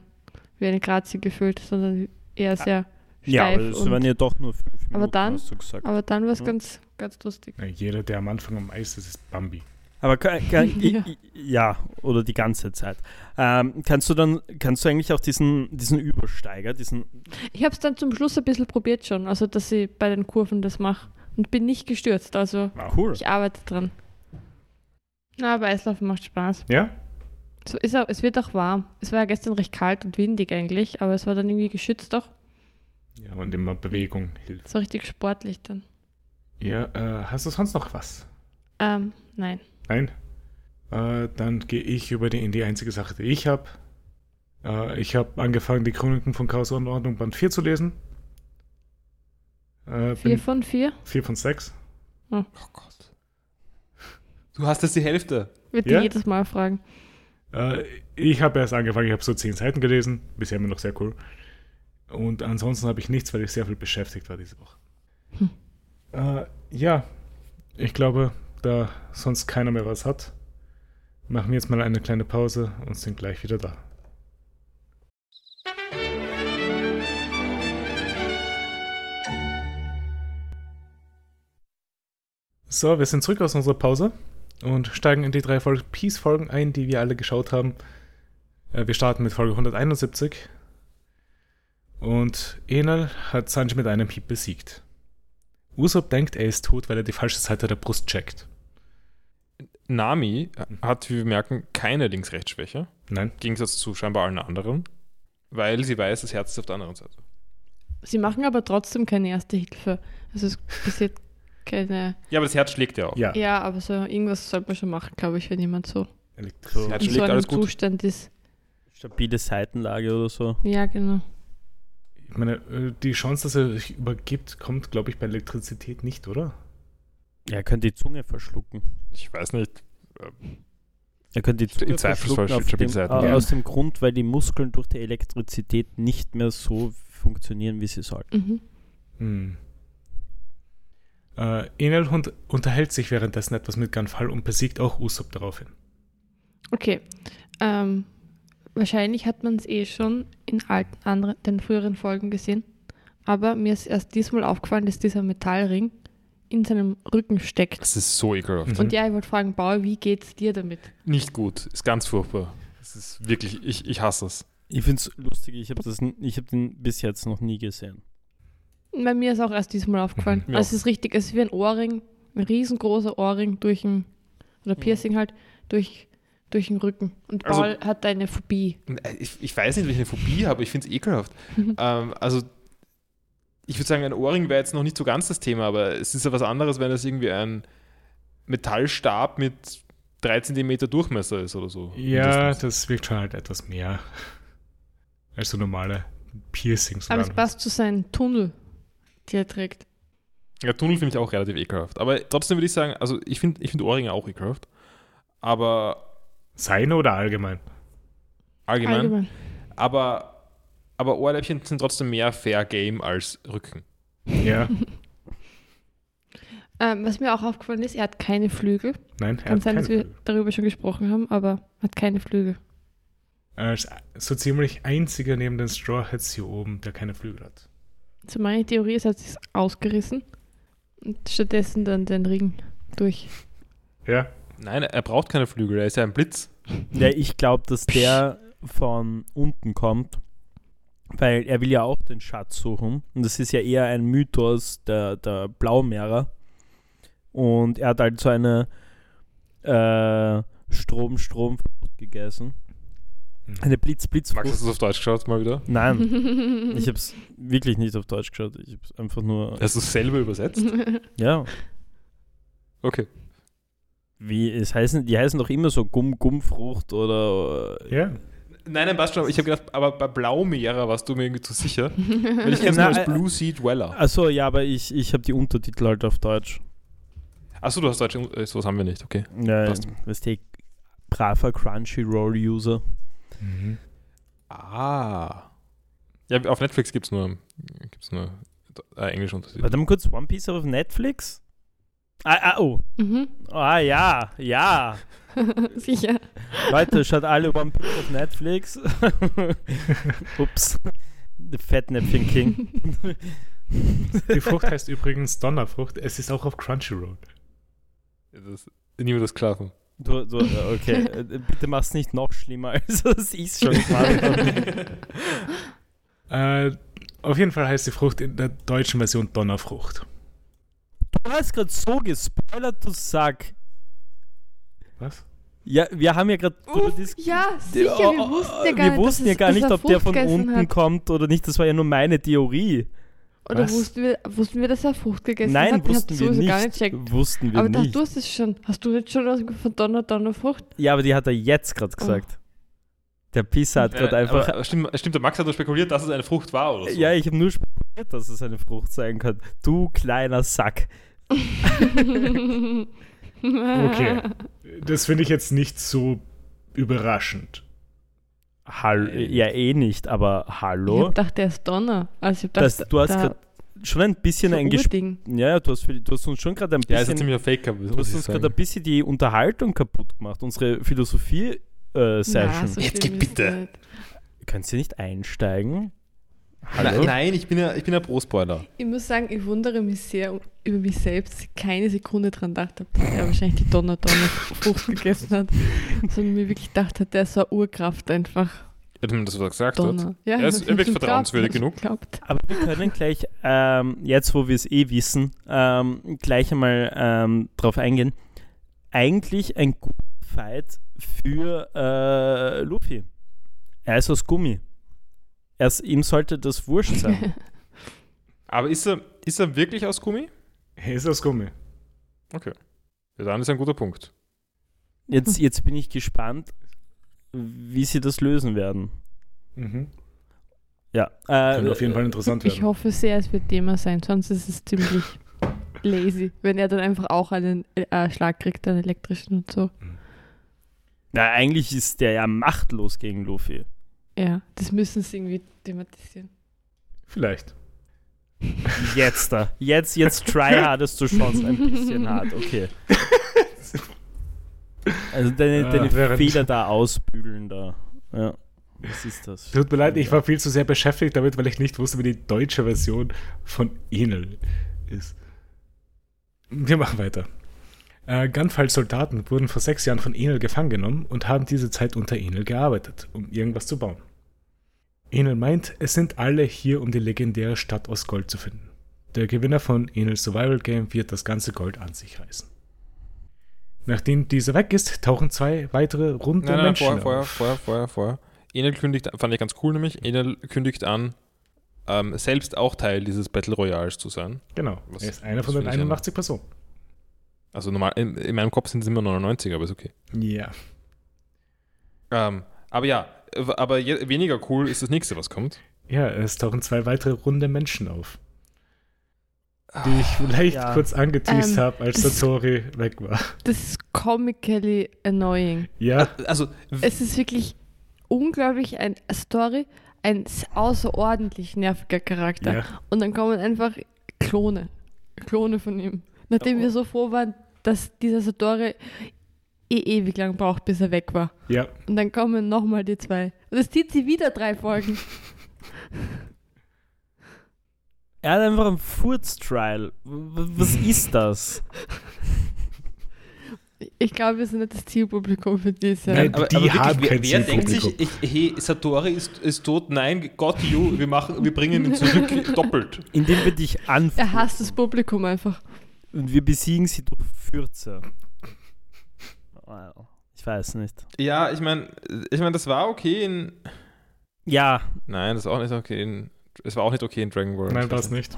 C: wie eine Grazie gefühlt, sondern eher sehr steif.
B: Ja, aber das
C: und,
B: waren ja doch nur fünf Minuten,
C: dann-
B: hast du gesagt.
C: aber dann war es
B: Ja.
C: ganz, ganz lustig.
A: Na, Jeder, der am Anfang am Eis ist, ist Bambi.
B: Aber kann, kann,
C: Ja.
B: ja. ja, oder die ganze Zeit. Ähm, kannst du dann, kannst du eigentlich auch diesen, diesen Übersteiger, diesen,
C: Ich habe es dann zum Schluss ein bisschen probiert schon, also dass ich bei den Kurven das mache und bin nicht gestürzt, also
A: Wow.
B: cool.
C: ich arbeite dran. Na, aber Eislaufen macht Spaß.
A: Ja?
C: So ist auch, es wird auch warm. Es war ja gestern recht kalt und windig eigentlich, aber es war dann irgendwie geschützt auch.
A: Ja, und immer Bewegung hilft.
C: Es war richtig sportlich dann.
A: Ja, äh, hast du sonst noch was?
C: Ähm, nein.
A: Nein. Äh, dann gehe ich über die, in die einzige Sache, die ich habe. Äh, ich habe angefangen, die Chroniken von Chaos und Ordnung Band 4 zu lesen. Äh,
C: Vier
A: bin
C: von vier?
A: 4 von 6.
D: Oh Gott. Du hast jetzt die Hälfte.
C: Wird
A: Ja?
C: die jedes Mal fragen.
A: Äh, ich habe erst angefangen, ich habe so 10 Seiten gelesen. Bisher immer noch sehr cool. Und ansonsten habe ich nichts, weil ich sehr viel beschäftigt war diese Woche.
C: Hm.
A: Äh, ja, ich glaube, da sonst keiner mehr was hat, machen wir jetzt mal eine kleine Pause und sind gleich wieder da. So, wir sind zurück aus unserer Pause und steigen in die drei Folge Peace-Folgen ein, die wir alle geschaut haben. Äh, wir starten mit Folge 171. Und Enel hat Sanji mit einem Hieb besiegt. Usopp denkt, er ist tot, weil er die falsche Seite der Brust checkt.
D: Nami hat, wie wir merken, keine Links-Rechts-Schwäche.
A: Nein.
D: Im Gegensatz zu scheinbar allen anderen. Weil sie weiß, das Herz ist auf der anderen Seite.
C: Sie machen aber trotzdem keine erste Hilfe. Also es passiert keine.
D: Ja, aber das Herz schlägt ja auch.
A: Ja.
C: Ja, aber so irgendwas sollte man schon machen, glaube ich, wenn jemand so
A: Elektro-
D: Ja,
C: in
D: schlägt
C: so einem
D: alles gut.
C: Zustand ist.
B: stabile Seitenlage oder so?
C: Ja, genau.
A: Ich meine, äh, die Chance, dass er sich übergibt, kommt, glaube ich, bei Elektrizität nicht, oder?
B: Er könnte die Zunge verschlucken.
D: Ich weiß nicht. äh,
B: Er könnte die Zunge
D: Im Zweifelsfall
B: verschlucken auf
D: steht schon
B: dem,
D: die Seiten,
B: äh,
D: ja.
B: aus dem Grund, weil die Muskeln durch die Elektrizität nicht mehr so funktionieren, wie sie sollten.
C: Mhm.
A: Hm. Äh, Enel hund- unterhält sich währenddessen etwas mit Ganfall und besiegt auch Usopp daraufhin.
C: Okay. Ähm, wahrscheinlich hat man es eh schon in alten, anderen, den früheren Folgen gesehen. Aber mir ist erst diesmal aufgefallen, dass dieser Metallring in seinem Rücken steckt.
D: Das ist so ekelhaft.
A: Mhm.
C: Und ja, ich wollte fragen, Paul, wie geht's dir damit?
D: Nicht gut. Ist ganz furchtbar. Es ist wirklich, ich, ich hasse es.
B: Ich finde es lustig, ich habe hab den bis jetzt noch nie gesehen.
C: Bei mir ist auch erst diesmal aufgefallen.
D: Mhm, ja.
C: Also es ist richtig, es ist wie ein Ohrring, ein riesengroßer Ohrring durch ein, oder Piercing halt, durch, durch den Rücken. Und
D: Also-
C: Paul hat eine Phobie.
D: Äh, Ich, ich weiß nicht, welche Phobie habe, ich finde es ekelhaft. ähm, also, ich würde sagen, ein Ohrring wäre jetzt noch nicht so ganz das Thema, aber es ist ja was anderes, wenn das irgendwie ein Metallstab mit 3 cm Durchmesser ist oder so.
A: Ja,
D: Mindestens.
A: das wirkt schon halt etwas mehr als so normale Piercings.
C: Aber
A: oder
C: es passt zu seinem Tunnel, die er trägt.
D: ja Tunnel finde ich auch relativ ekelhaft. Aber trotzdem würde ich sagen, also ich finde ich find Ohrringe auch ekelhaft. Aber
A: Seine oder allgemein?
D: allgemein. Aber, aber Ohrläppchen sind trotzdem mehr Fair Game als Rücken.
A: Ja,
C: Ähm, was mir auch aufgefallen ist, er hat keine Flügel.
A: nein, er
C: Kann
A: hat
C: sein,
A: keine
C: dass wir
A: Flügel.
C: darüber schon gesprochen haben, aber hat keine Flügel.
A: Er ist so ziemlich einziger neben den Straw Hats hier oben, der keine Flügel hat.
C: So meine Theorie ist, er hat sich ausgerissen und stattdessen dann den Ring durch.
A: Ja,
D: Nein, er braucht keine Flügel, er ist ja ein Blitz.
B: Ja, ich glaube, dass der von unten kommt, weil er will ja auch den Schatz suchen. Und das ist ja eher ein Mythos der, der Blaumeerer. Und er hat halt so eine äh, Strom, Strom gegessen.
A: Mhm.
B: Eine Blitz, Blitz.
D: Max, hast du es auf Deutsch geschaut mal wieder?
B: Nein, ich
C: ich
B: habe es wirklich nicht auf Deutsch geschaut. Ich habe es einfach nur.
D: Hast du es selber
C: Mhm.
D: übersetzt?
B: Ja.
D: Okay.
B: Wie es heißen, die heißen doch immer so Gumm, Gummfrucht oder.
A: Mhm. ja.
D: Nein, nein, passt schon. aber Ich habe gedacht, aber bei Blaumeerer warst du mir irgendwie zu sicher. Weil ich kenne es
B: Na,
D: nur als
B: äh,
D: Blue Sea Dweller.
B: Achso, ja, aber ich, ich habe die Untertitel halt auf Deutsch.
D: Achso, du hast Deutsch. äh, Sowas haben wir nicht, okay.
B: Ja,
D: Passt.
B: weißt du, braver Crunchyroll-User.
A: Mhm.
D: Ah. Ja, auf Netflix gibt es nur, gibt's nur äh, englische Untertitel.
B: Warte mal kurz, One Piece auf Netflix? Ah, ah, oh.
C: mhm.
B: Ah, ja, ja.
C: Sicher.
B: Leute, schaut alle One Piece auf Netflix. Ups. The Fettnäpfchen King.
A: Die Frucht heißt übrigens Donnerfrucht. Es ist auch auf Crunchyroll.
D: Das, niemand das klar.
B: Du, du, äh, okay, äh, bitte mach's nicht noch schlimmer, als es ist schon gemacht habe.
A: Äh, auf jeden Fall heißt die Frucht in der deutschen Version Donnerfrucht.
B: Du hast gerade so gespoilert, du Sack.
A: Was?
B: Ja, wir haben ja gerade
C: Uff, ja, sicher, wir wussten ja
B: oh,
C: gar
B: wir
C: nicht,
B: wussten
C: dass
B: ja
C: es-
B: gar
C: dass
B: nicht,
C: er
B: ob der
C: Frucht
B: von
C: gegessen
B: unten
C: hat.
B: kommt oder nicht. Das war ja nur meine Theorie.
C: Oder
A: Was?
C: wussten wir, wussten wir, dass er Frucht gegessen
B: Nein,
C: hat? Ich
B: wussten
C: hab's
B: wir
C: sowieso
B: nicht.
C: gar nicht gecheckt.
B: Wussten wir
C: Aber da,
B: nicht.
C: du hast es schon. Hast du nicht schon was von Donner, Donnerfrucht?
B: ja, aber die hat er jetzt
C: Oh.
B: gerade gesagt. Der Pisser hat gerade einfach.
D: Äh, Aber, stimmt, stimmt, der Max hat nur spekuliert, dass es eine Frucht war oder so.
B: ja, ich habe nur spekuliert, dass es eine Frucht sein kann. Du kleiner Sack.
A: Okay. Das finde ich jetzt nicht so überraschend.
B: Hall
D: Nein.
B: ja, eh nicht, aber
C: Ich
B: hallo.
C: hab gedacht, der ist Donner. Also ich hab
B: Das,
C: gedacht,
B: du hast genau
C: da-
B: gerade schon ein bisschen
C: so
B: ein Gespräch.
C: Urding.
B: Ja, ja, du hast, viel- du hast uns schon gerade ein
D: Ja, ist ein
B: bisschen.
D: ziemlicher Faker.
B: du hast uns gerade ein bisschen die Unterhaltung kaputt gemacht. Unsere äh, Philosophie-Session.
C: Na, so
D: Jetzt
C: schlimm
D: geh
C: ist
D: bitte.
C: nicht.
B: Kannst du nicht einsteigen?
D: Na, nein, ich bin ja, ich bin ja Pro-Spoiler.
C: Ich muss sagen, ich wundere mich sehr über mich selbst, dass ich keine Sekunde dran gedacht habe, dass er wahrscheinlich die Donner-Donner-Frucht gegessen hat. Sondern mir wirklich gedacht hat, der ist so eine Urkraft einfach.
D: Hätte man das was gesagt hat.
C: Donner. Ja,
D: Er ist
C: das hab
D: wirklich
C: ich geglaubt,
D: vertrauenswürdig
C: hab ich
D: genug.
C: geglaubt.
B: Aber wir können gleich, ähm, jetzt wo wir es eh wissen, ähm, gleich einmal ähm, drauf eingehen. Eigentlich ein guter Fight für äh, Luffy. Er ist aus Gummi. Er ist, ihm sollte das wurscht sein.
D: Aber ist er, ist er wirklich aus Gummi?
A: Er ist aus Gummi.
D: Ja, dann ist ein guter Punkt.
B: Jetzt, jetzt bin ich gespannt, wie sie das lösen werden.
A: Mhm.
B: Ja. Äh,
A: Könnte auf jeden Fall interessant
C: Also, äh, Ich
A: werden.
C: hoffe sehr, es wird Thema sein, sonst ist es ziemlich lazy, wenn er dann einfach auch einen äh, Schlag kriegt, einen elektrischen und so.
B: Na, eigentlich ist der ja machtlos gegen Luffy.
C: Ja, das müssen sie irgendwie thematisieren.
A: Vielleicht.
B: Jetzt da. Jetzt, jetzt tryhardest du schon ein bisschen hart. Okay. Also deine,
A: Ah,
B: deine
A: während-
B: Fehler da ausbügeln da. Ja. Was ist das?
A: Tut mir leid, ich war viel zu sehr beschäftigt damit, weil ich nicht wusste, wie die deutsche Version von Enel ist. Wir machen weiter. Äh, Gunfall-Soldaten wurden vor sechs Jahren von Enel gefangen genommen und haben diese Zeit unter Enel gearbeitet, um irgendwas zu bauen. Enel meint, es sind alle hier, um die legendäre Stadt aus Gold zu finden. Der Gewinner von Enels Survival Game wird das ganze Gold an sich reißen. Nachdem dieser weg ist, tauchen zwei weitere runde
D: Nein, nein,
A: Menschen
D: vorher, vorher,
A: auf.
D: vorher, vorher, vorher. Enel kündigt, fand ich ganz cool nämlich, Enel kündigt an, ähm, selbst auch Teil dieses Battle Royals zu sein.
A: Genau,
D: Was-
A: er ist einer
D: was
A: von den
D: finde ich ja-
A: 81 Personen.
D: Also normal, in, in meinem Kopf sind es immer 99, aber ist okay.
A: Ja.
D: Ähm, aber ja, w- aber je, weniger cool ist das nächste, was kommt.
A: Ja, es tauchen zwei weitere runde Menschen auf,
D: Ah,
A: die ich vielleicht
B: Ja.
A: kurz angeteased
C: Ähm,
A: habe, als der
C: das-
A: Tori weg war.
C: Das ist comically annoying.
A: Ja,
D: Also, w-
C: Es ist wirklich unglaublich ein eine Story, ein außerordentlich nerviger Charakter.
A: ja.
C: Und dann kommen einfach Klone. Klone von ihm. Nachdem
A: Oh.
C: wir so froh waren, dass dieser Satori eh ewig lang braucht, bis er weg war.
A: ja.
C: Und dann kommen nochmal die zwei. Und es zieht sie wieder drei Folgen.
B: Er hat einfach einen Furz-Trial. W- w- Was ist das?
C: Ich glaube, wir sind nicht das Zielpublikum für diese.
A: Nein.
D: Äh, aber,
A: äh, die
D: aber wirklich,
A: haben
D: wer,
A: kein
D: wer denkt sich,
A: Zielpublikum.
D: ich, hey, Satori ist, ist tot, nein, Gott, you, wir, machen, wir bringen ihn zurück doppelt.
B: Indem wir dich anfangen.
C: Er hasst das Publikum einfach.
B: Und wir besiegen sie durch Fürze. Wow. Ich weiß nicht.
D: Ja, ich meine, ich meine, das war okay in.
B: Ja,
D: Nein, das ist auch nicht okay in. Es war auch nicht okay in Dragon Ball.
A: Nein, war es nicht.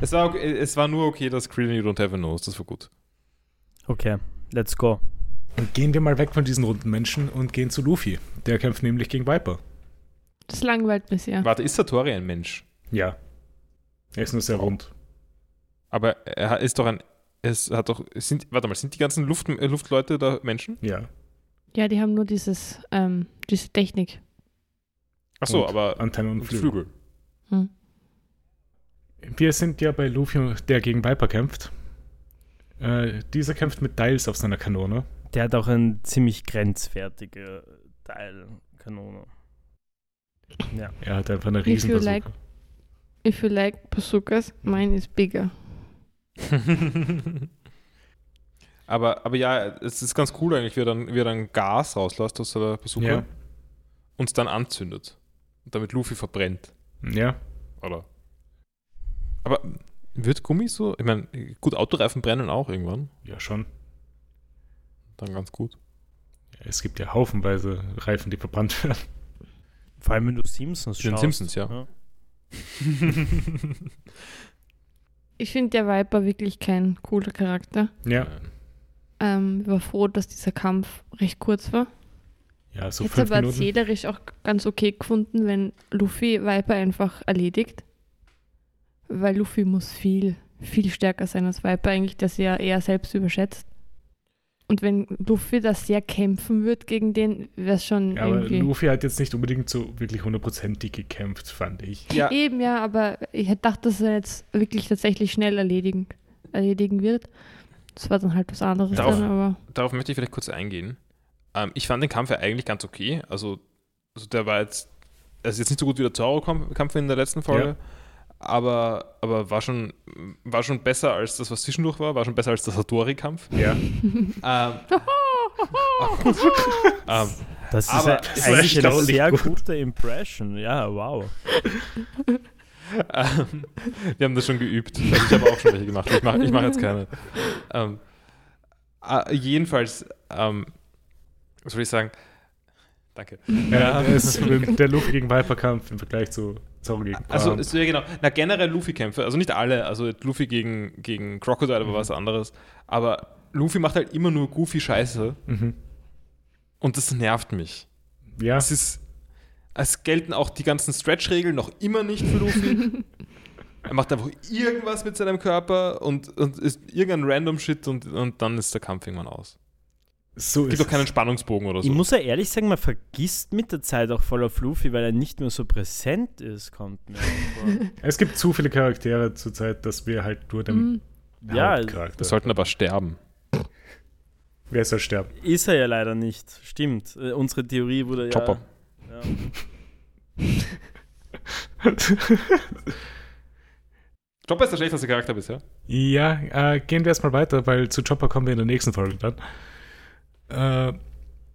D: Es war, okay, es war nur okay, dass Krillin You Don't Have a Nose, das war gut.
B: okay. Let's go.
A: Und gehen wir mal weg von diesen runden Menschen und gehen zu Luffy. Der kämpft nämlich gegen Viper.
C: Das langweilt mich sehr.
D: Warte, ist Satori ein Mensch?
A: Ja. Er ist nur sehr rund.
D: Aber er hat- ist doch ein. Es hat doch. es Sind, warte mal, sind die ganzen Luft, äh, Luftleute da Menschen?
A: Ja.
C: Ja, die haben nur dieses, ähm, diese Technik.
D: Achso,
A: Und
D: aber.
A: Antennen und
D: und
A: Flügel.
C: Hm.
A: Wir sind ja bei Luffy, der gegen Viper kämpft. Äh, dieser kämpft mit Dials auf seiner Kanone.
B: Der hat auch einen ziemlich grenzwertige Teilkanone.
A: Er hat einfach eine
C: If you
A: Riesenbazooka.
C: like- If you like bazookas, mine is bigger.
D: aber, aber ja, es ist ganz cool eigentlich, wie er dann, wie er dann Gas rauslässt aus der Bazooka
A: Ja.
D: und es dann anzündet. Und damit Luffy verbrennt.
A: Ja.
D: Oder? Aber wird Gummi so? Ich meine, gut, Autoreifen brennen auch irgendwann.
A: Ja, schon.
D: Dann ganz gut.
A: Es gibt ja haufenweise Reifen, die verbrannt werden.
B: Vor allem, wenn du Simpsons
D: Den
B: schaust. ne?
D: Simpsons, ja.
C: Ich finde der Viper wirklich kein cooler Charakter.
A: Ja.
C: Ähm, ich war froh, dass dieser Kampf recht kurz war.
A: Ja, so
C: Hätte
A: fünf
C: aber
A: Minuten.
C: erzählerisch auch ganz okay gefunden, wenn Luffy Viper einfach erledigt. Weil Luffy muss viel, viel stärker sein als Viper, eigentlich, dass er eher selbst überschätzt. Und wenn Luffy das sehr kämpfen wird gegen den, wäre es schon
A: Ja, aber
C: irgendwie.
A: Luffy hat jetzt nicht unbedingt so wirklich hundertprozentig gekämpft, fand ich.
D: Ja,
C: Eben, ja, aber ich hätte gedacht, dass er jetzt wirklich tatsächlich schnell erledigen, erledigen wird. Das war dann halt was anderes
A: Darauf-
C: dann, aber
D: darauf möchte ich vielleicht kurz eingehen. Ähm, ich fand den Kampf ja eigentlich ganz okay. Also, also der war jetzt, also jetzt nicht so gut wie der Zorro-Kampf in der letzten Folge, aber, aber war, schon, war schon besser als das, was zwischendurch war, war schon besser als der Satori-Kampf.
A: Ja.
D: Ähm, ähm,
B: Das ist
D: Aber
B: ja
D: es war
B: eigentlich eine
A: erstaunlich
B: sehr
A: gut.
B: gute Impression. Ja, wow.
D: Also Ähm, wir haben das schon geübt. Also ich habe auch schon welche gemacht. Ich mache ich mach jetzt keine. Ähm, äh, jedenfalls, ähm, was soll ich sagen? Danke.
A: ja. Es ist mit der Luffy gegen Viper-Kampf im Vergleich zu Zorro gegen
D: Also,
A: Kram.
D: ist, ja, genau. Na, generell Luffy-Kämpfe. Also nicht alle. Also Luffy gegen, gegen Crocodile aber was anderes. Aber Luffy macht halt immer nur goofy Scheiße.
A: mhm.
D: Und das nervt mich.
A: Ja,
D: Es ist. Es gelten auch die ganzen Stretch-Regeln noch immer nicht für Luffy. Er macht einfach irgendwas mit seinem Körper und, und ist irgendein random Shit und, und dann ist der Kampf irgendwann aus.
A: So
D: Es
A: ist
D: gibt doch keinen
A: es.
D: Spannungsbogen oder so.
B: Ich muss ja ehrlich sagen, man vergisst mit der Zeit auch voller Fluffy, weil er nicht mehr so präsent ist, kommt mir vor.
A: es gibt zu viele Charaktere zurzeit, dass wir halt nur dem
C: Mhm.
B: Ja,
D: Wir
A: Hauptcharakter.
D: sollten aber sterben.
A: Wer soll sterben?
B: Ist er ja leider nicht. Stimmt. Äh, unsere Theorie wurde ja.
D: Chopper.
B: Ja.
D: Chopper ist der schlechteste Charakter bisher.
A: Ja, äh, gehen wir erstmal weiter, weil zu Chopper kommen wir in der nächsten Folge dann. Äh,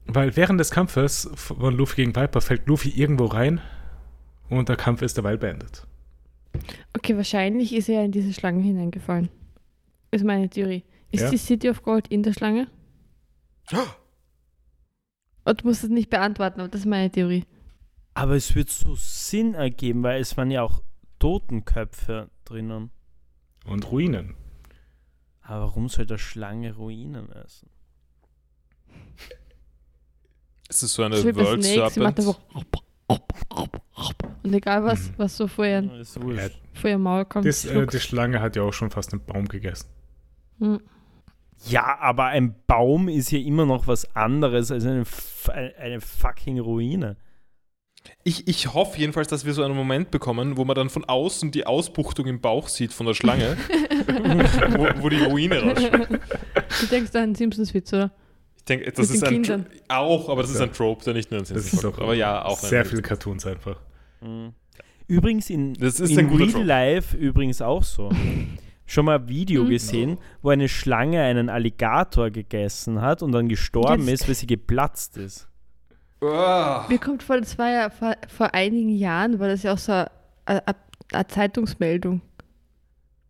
A: weil während des Kampfes von Luffy gegen Viper fällt Luffy irgendwo rein und der Kampf ist derweil beendet.
C: Okay, wahrscheinlich ist er ja in diese Schlange hineingefallen. Ist meine Theorie. Ist
A: Ja.
C: die City of Gold in der Schlange? Und du musst es nicht beantworten, aber das ist meine Theorie.
B: Aber es wird so Sinn ergeben, weil es waren ja auch Totenköpfe drinnen.
A: Und Ruinen.
B: Aber warum soll der Schlange Ruinen essen?
D: Es ist so eine
C: Triple
D: World
C: Snakes, sie macht
D: Serpent.
C: einfach und egal was, was so vor ihr,
B: Ja, ist wurscht.
C: vor ihr Maul kommt.
A: Mhm. Das, äh,
C: schluckt's.
A: die Schlange hat ja auch schon fast einen Baum gegessen.
C: Hm.
B: Ja, aber ein Baum ist ja immer noch was anderes als eine, f- eine fucking Ruine.
D: Ich, ich hoffe jedenfalls, dass wir so einen Moment bekommen, wo man dann von außen die Ausbuchtung im Bauch sieht von der Schlange, wo, wo die Ruine rausspringt.
C: Du denkst an Simpsons-Witz, oder?
D: Ich denke, das
C: Mit
D: ist
C: den
D: ein
C: Kindern.
D: Tro- auch, aber das ist
A: Ja.
D: ein Trope, der nicht nur in
A: Das
D: Simpsons
A: ist
D: vorkommt.
A: doch
D: Aber ja, auch ein
A: sehr
D: Witz.
A: viele Cartoons einfach.
B: Übrigens in,
D: Das ist
B: in
D: ein guter
B: Real
D: Job.
B: Life übrigens auch so. Schon mal ein Video
C: Mhm.
B: gesehen, wo eine Schlange einen Alligator gegessen hat und dann gestorben
C: Jetzt-
B: ist, weil sie geplatzt ist.
D: Ah,
C: Mir kommt vor, das war ja vor, vor einigen Jahren, war das ja auch so eine, eine, eine Zeitungsmeldung.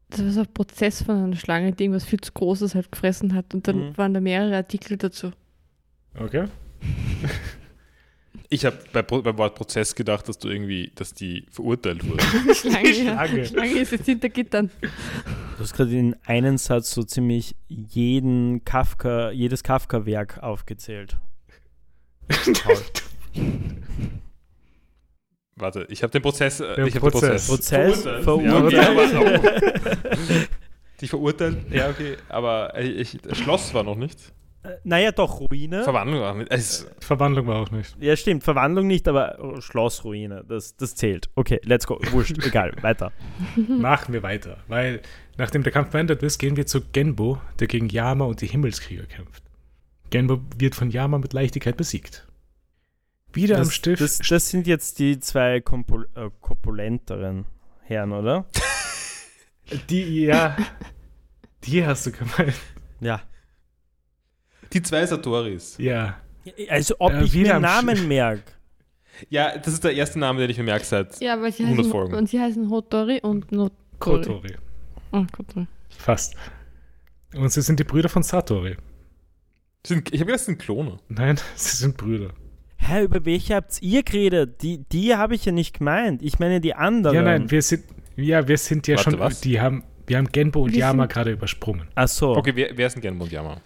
C: Das war so ein Prozess von einer Schlange, die irgendwas viel zu Großes halt gefressen hat. Und dann
B: Mhm.
C: waren da mehrere Artikel dazu.
A: Okay?
D: Ich habe bei, Pro- beim Wort Prozess gedacht, dass du irgendwie, dass die verurteilt wurde.
C: Schlange,
A: Schlange.
C: Ja. Schlange ist jetzt hinter Gittern.
B: Du hast gerade in einem Satz so ziemlich jeden Kafka, jedes Kafka-Werk aufgezählt.
D: Warte, ich habe den Prozess. Äh,
A: Der
D: ich habe den
A: Prozess.
D: Prozess.
B: Prozess
D: Ja,
B: verurteilt.
D: ja, aber- die verurteilt, ja, okay, aber äh, ich, das Schloss war noch nicht.
B: Äh, Naja, doch, Ruine.
D: Verwandlung war mit. Es,
A: Verwandlung war auch nicht.
B: ja, stimmt, Verwandlung nicht, aber oh, Schlossruine, das, das zählt. Okay, let's go. Wurscht, egal, weiter.
A: Machen wir weiter, weil nachdem der Kampf beendet ist, gehen wir zu Genbo, der gegen Yama und die Himmelskrieger kämpft. Genbo wird von Yama mit Leichtigkeit besiegt. Wieder am
B: Das,
A: Stift.
B: das, das sind jetzt die zwei kompul äh, korpulenteren Herren, oder?
A: die, ja. Die hast du gemeint.
B: Ja.
D: die zwei Satoris.
A: Ja.
B: Also ob
A: Äh,
B: ich
A: wieder
B: mir
A: am
B: Namen
A: Sch-
B: merke.
D: Ja, das ist der erste Name, den ich mir merke seit.
C: Ja, aber sie
D: 100
C: heißen,
D: Folgen.
C: und sie heißen Hotori und Notori.
A: Kotori.
C: Oh, Kotori.
A: Fast. Und sie sind die Brüder von Satori.
D: Sind, ich habe gedacht, das sind Klone.
A: Nein, sie sind Brüder.
B: Hä, über welche habt ihr geredet? Die, die habe ich ja nicht gemeint. Ich meine die anderen.
A: Ja, nein, wir sind. Ja, wir sind ja
D: Warte,
A: schon.
D: was?
A: Die haben, wir haben Genbo und
C: Wir
A: Yama
C: sind-
A: gerade übersprungen.
B: Ach so.
D: Okay, wer, wer ist denn Genbo und Yama?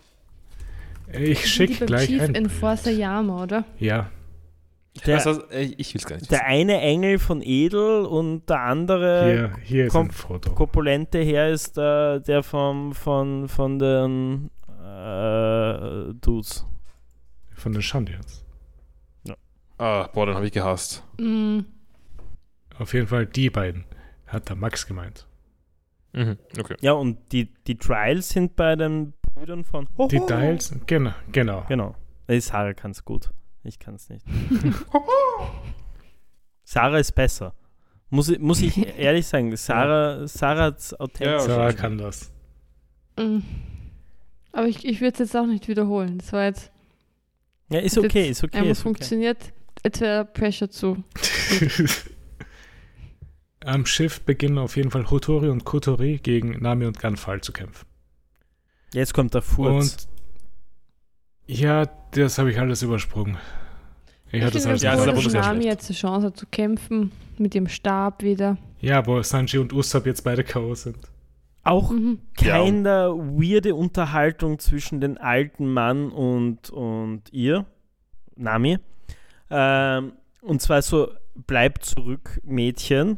A: Ich
C: die
A: schicke
C: beim
A: gleich
C: Chief
A: ein.
C: Enforcer Yama, oder?
A: Ja.
B: Der,
D: Also, äh, ich will es gar nicht.
B: der eine Engel von Edel und der
D: Äh,
B: andere
A: Hier, hier ist
B: komm-
A: ein Foto.
B: korpulente Herr ist äh, der vom, von, von den äh, Dudes.
A: Von den Shandians.
D: wissen. Ah, boah, dann habe ich gehasst.
C: Mm,
A: Auf jeden Fall die beiden, hat der Max gemeint.
D: Mhm, okay.
B: Ja, und die, die Trials sind bei den Brüdern von Oh, Hoho.
A: Die Dials, genau, genau.
B: Genau. Nee, Sarah kann es gut. Ich kann es nicht. Sarah ist besser. Muss, ich- muss ich ehrlich sagen, Sarah, Sarah hat's authentisch.
D: Ja,
A: Sarah
D: schon.
A: kann das.
C: mm. Aber ich, ich würde es jetzt auch nicht wiederholen. Das war jetzt
B: Ja, ist okay, ist okay.
C: einmal
B: Ist okay.
C: funktioniert. Jetzt wäre Pressure zu.
A: Am Schiff beginnen auf jeden Fall Hotori und Kotori gegen Nami und Ganfal zu kämpfen.
B: Jetzt kommt der
A: Und
B: Furz.
A: ja, das habe ich alles übersprungen. Ich hatte das
C: bin
A: alles
D: Ja,
C: mir froh, dass
D: es ist aber
A: übersprungen.
D: wunderschön.
C: Nami jetzt eine Chance hat zu kämpfen mit ihrem Stab wieder.
A: Ja, wo Sanji und Usopp jetzt beide K.O. sind.
B: Auch
C: Mhm.
B: keine weirde Unterhaltung zwischen den alten Mann und, und ihr, Nami. Ähm, und zwar so, bleib zurück, Mädchen.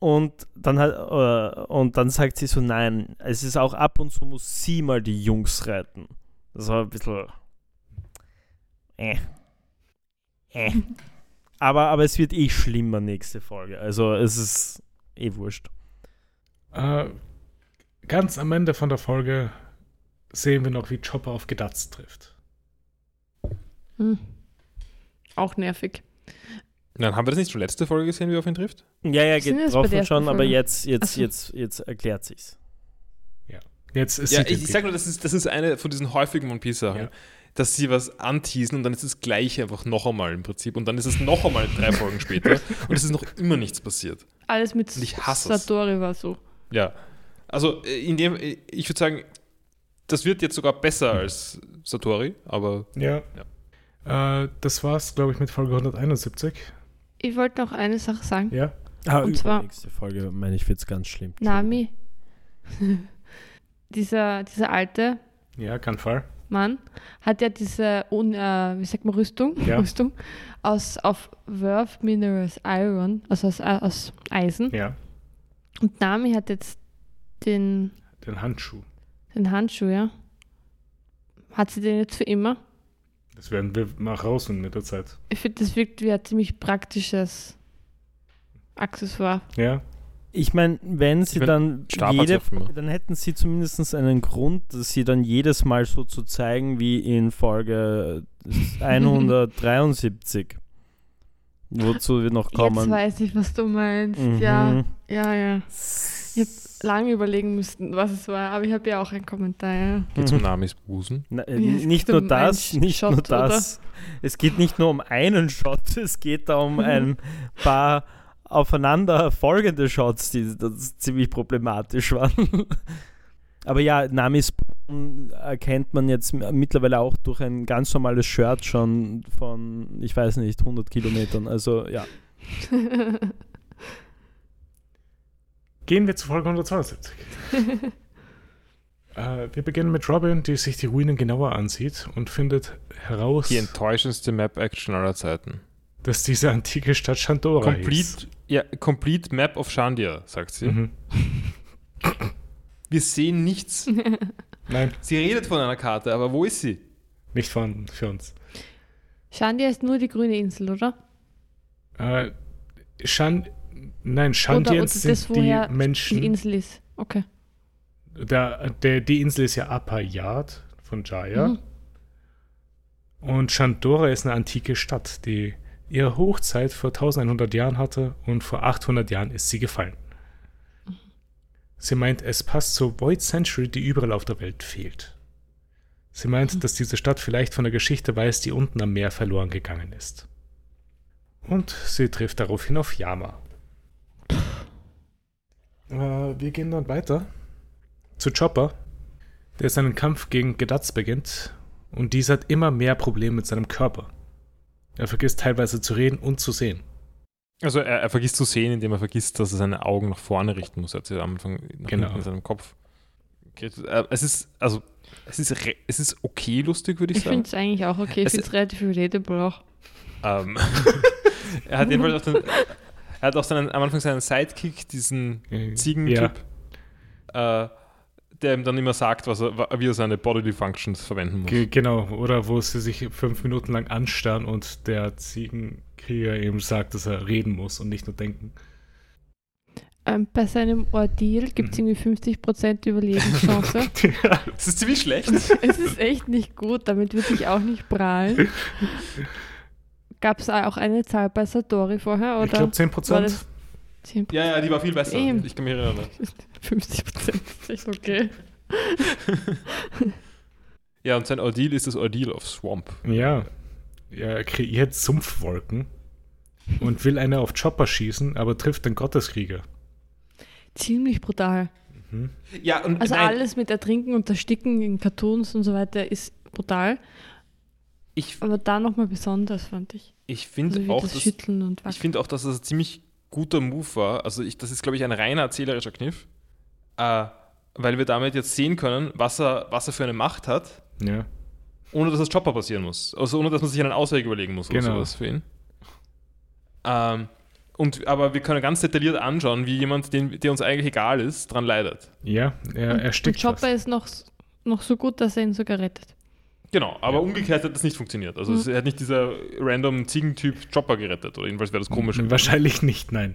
B: Und dann, hat, äh, und dann sagt sie so, nein, es ist auch ab und zu muss sie mal die Jungs reiten. Das war ein bisschen... Äh. Äh. Aber, aber es wird eh schlimmer nächste Folge. Also es ist eh wurscht.
A: Äh, ganz am Ende von der Folge sehen wir noch, wie Chopper auf Gedatz trifft.
C: Hm. Auch nervig.
D: Dann haben wir das nicht schon letzte Folge gesehen, wie er auf ihn trifft?
B: Ja, ja,
C: Was sind
B: geht
C: das bei
B: drauf
C: der
B: und schon,
C: ersten
B: aber
C: Folge?
B: jetzt, jetzt,
C: Ach so.
B: jetzt, jetzt erklärt sich's.
A: Jetzt ist
D: Ja,
A: sie
D: ich, ich sag nur, das ist, das ist eine von diesen häufigen One Piece-Sachen,
A: Ja.
D: dass sie was anteasen und dann ist das Gleiche einfach noch einmal im Prinzip und dann ist es noch einmal drei Folgen später und es ist noch immer nichts passiert.
C: Alles mit
D: Und ich hasse es.
C: Satori war so.
D: Ja. Also, äh, in dem, äh, ich würde sagen, das wird jetzt sogar besser als Satori, aber
A: Ja. Äh, das war's, glaube ich, mit Folge 171.
C: Ich wollte noch eine Sache sagen.
A: Ja.
B: Ah,
C: Und zwar-
B: übernächste Folge, meine ich, wird's ganz schlimm.
C: Nami, dieser, dieser alte
A: Ja, kein Fall.
C: Mann hat ja diese un, äh, wie sagt man, Rüstung,
A: Ja.
C: Rüstung aus auf Worth Minerals Iron, also aus, aus Eisen.
A: Ja.
C: Und Nami hat jetzt den,
A: Den Handschuh.
C: den Handschuh, ja. Hat sie den jetzt für immer?
A: Das werden wir mal rausfinden mit der Zeit.
C: Ich finde, das wirkt wie ein ziemlich praktisches Accessoire.
A: Ja.
B: Ich meine, wenn sie
D: Ich mein,
B: dann
D: Stab hat's
B: jede,
D: auch immer.
B: dann hätten sie zumindest einen Grund, dass sie dann jedes Mal so zu zeigen wie in Folge 173. Wozu wir noch kommen.
C: Jetzt weiß ich, was du meinst.
B: Mhm.
C: Ja, ja, ja. Ich habe lange überlegen müssen, was es war, aber ich habe ja auch einen Kommentar. Ja.
D: geht zum um Namis Busen.
B: Na, äh,
C: Ja, es
B: nicht
C: geht
B: nur
C: um
B: das,
C: einen
B: nicht
C: Shot,
B: nur das. Es geht nicht nur um einen Shot, es geht da um
C: Mhm.
B: ein paar aufeinander folgende Shots, die das ziemlich problematisch waren. Aber ja, Namis Busen erkennt man jetzt m- mittlerweile auch durch ein ganz normales Shirt schon von, ich weiß nicht, 100 Kilometern. Also ja.
A: Gehen wir zu Folge 172. äh, wir beginnen mit Robin, die sich die Ruinen genauer ansieht und findet heraus,
D: Die enttäuschendste Map-Action aller Zeiten.
A: dass diese antike Stadt Shandora hieß.
D: Complete, ja, complete Map of Shandia, sagt sie.
A: Mhm.
D: Wir sehen nichts.
A: Nein,
D: Sie redet von einer Karte, aber wo ist sie?
A: nicht vorhanden für uns.
C: Shandia ist nur die grüne Insel, oder?
A: Äh, Shan Nein,
C: oder, oder
A: Shandians
C: das,
A: sind die
C: woher
A: Menschen.
C: die Insel ist. Okay.
A: der, der, die Insel ist ja Upper Yard von Jaya.
C: Mhm.
A: Und Shandora ist eine antike Stadt, die ihre Hochzeit vor 1100 Jahren hatte und vor 800 Jahren ist sie gefallen. Sie meint, es passt zur Void Century, die überall auf der Welt fehlt. Sie meint, dass diese Stadt vielleicht von der Geschichte weiß, die unten am Meer verloren gegangen ist. Und sie trifft daraufhin auf Yama. Äh, wir gehen dann weiter zu Chopper, der seinen Kampf gegen Gedatz beginnt und dieser hat immer mehr Probleme mit seinem Körper. Er vergisst teilweise zu reden und zu sehen.
D: Also er, er vergisst zu sehen, indem er vergisst, dass er seine Augen nach vorne richten muss. Er hat sie am Anfang nach
A: Genau.
D: hinten in seinem Kopf. Okay, äh, es ist, also, es ist, re- es ist okay lustig, würde ich,
C: Ich
D: sagen.
C: finde es eigentlich auch okay. Ich
D: Es-
C: finde es relativ relatable auch.
D: Ähm, er hat jedenfalls auch, den, er hat auch seinen, am Anfang seinen Sidekick, diesen Ziegentyp, äh, der ihm dann immer sagt, was er, wa- wie er seine Bodily Functions verwenden muss.
A: Ge genau, oder wo sie sich fünf Minuten lang anstarren und der Ziegenkrieger eben sagt, dass er reden muss und nicht nur denken.
C: Ähm, bei seinem Ordeal gibt es
A: Mhm.
C: irgendwie 50% Überlebenschance.
D: Das ist ziemlich schlecht.
C: es ist echt nicht gut, damit würde ich auch nicht prahlen. Gab es auch eine Zahl bei Satori vorher
A: ich
C: oder
A: glaube 10
C: war
A: Prozent.
C: das 10%?
D: Ja, ja, die war viel besser.
C: Eben.
D: Ich kann mich erinnern.
C: 50% ist echt okay.
D: Ja, und sein Ordeal ist das Ordeal of Swamp.
A: Ja. Er kreiert Sumpfwolken und will eine auf Chopper schießen, aber trifft den Gotteskrieger.
C: Ziemlich brutal.
D: Ja, und
C: Also
D: nein,
C: alles mit Ertrinken und Ersticken in Cartoons und so weiter ist brutal.
D: ich,
C: Aber da nochmal besonders, fand ich.
D: ich finde
C: Also wie
D: auch,
C: das
D: dass,
C: Schütteln und
D: ich
C: Wackeln.
D: finde auch, dass das ein ziemlich guter Move war. Also ich, das ist, glaube ich, ein reiner erzählerischer Kniff, äh, weil wir damit jetzt sehen können, was er, was er für eine Macht hat,
A: Ja.
D: ohne dass das Chopper Genau. passieren muss. Also ohne, dass man sich einen Ausweg überlegen muss
A: Genau.
D: oder sowas für ihn. Ähm, Und, aber wir können ganz detailliert anschauen, wie jemand, den, der uns eigentlich egal ist, dran leidet.
A: Ja, er, er
C: Und
A: stickt.
C: Chopper
A: Fast.
C: ist noch, s- noch so gut, dass er ihn sogar rettet.
D: Genau, aber umgekehrt hat das nicht funktioniert. Also es hat nicht dieser random Ziegentyp Chopper gerettet. Oder jedenfalls wäre das komisch.
A: Wahrscheinlich nicht, nein.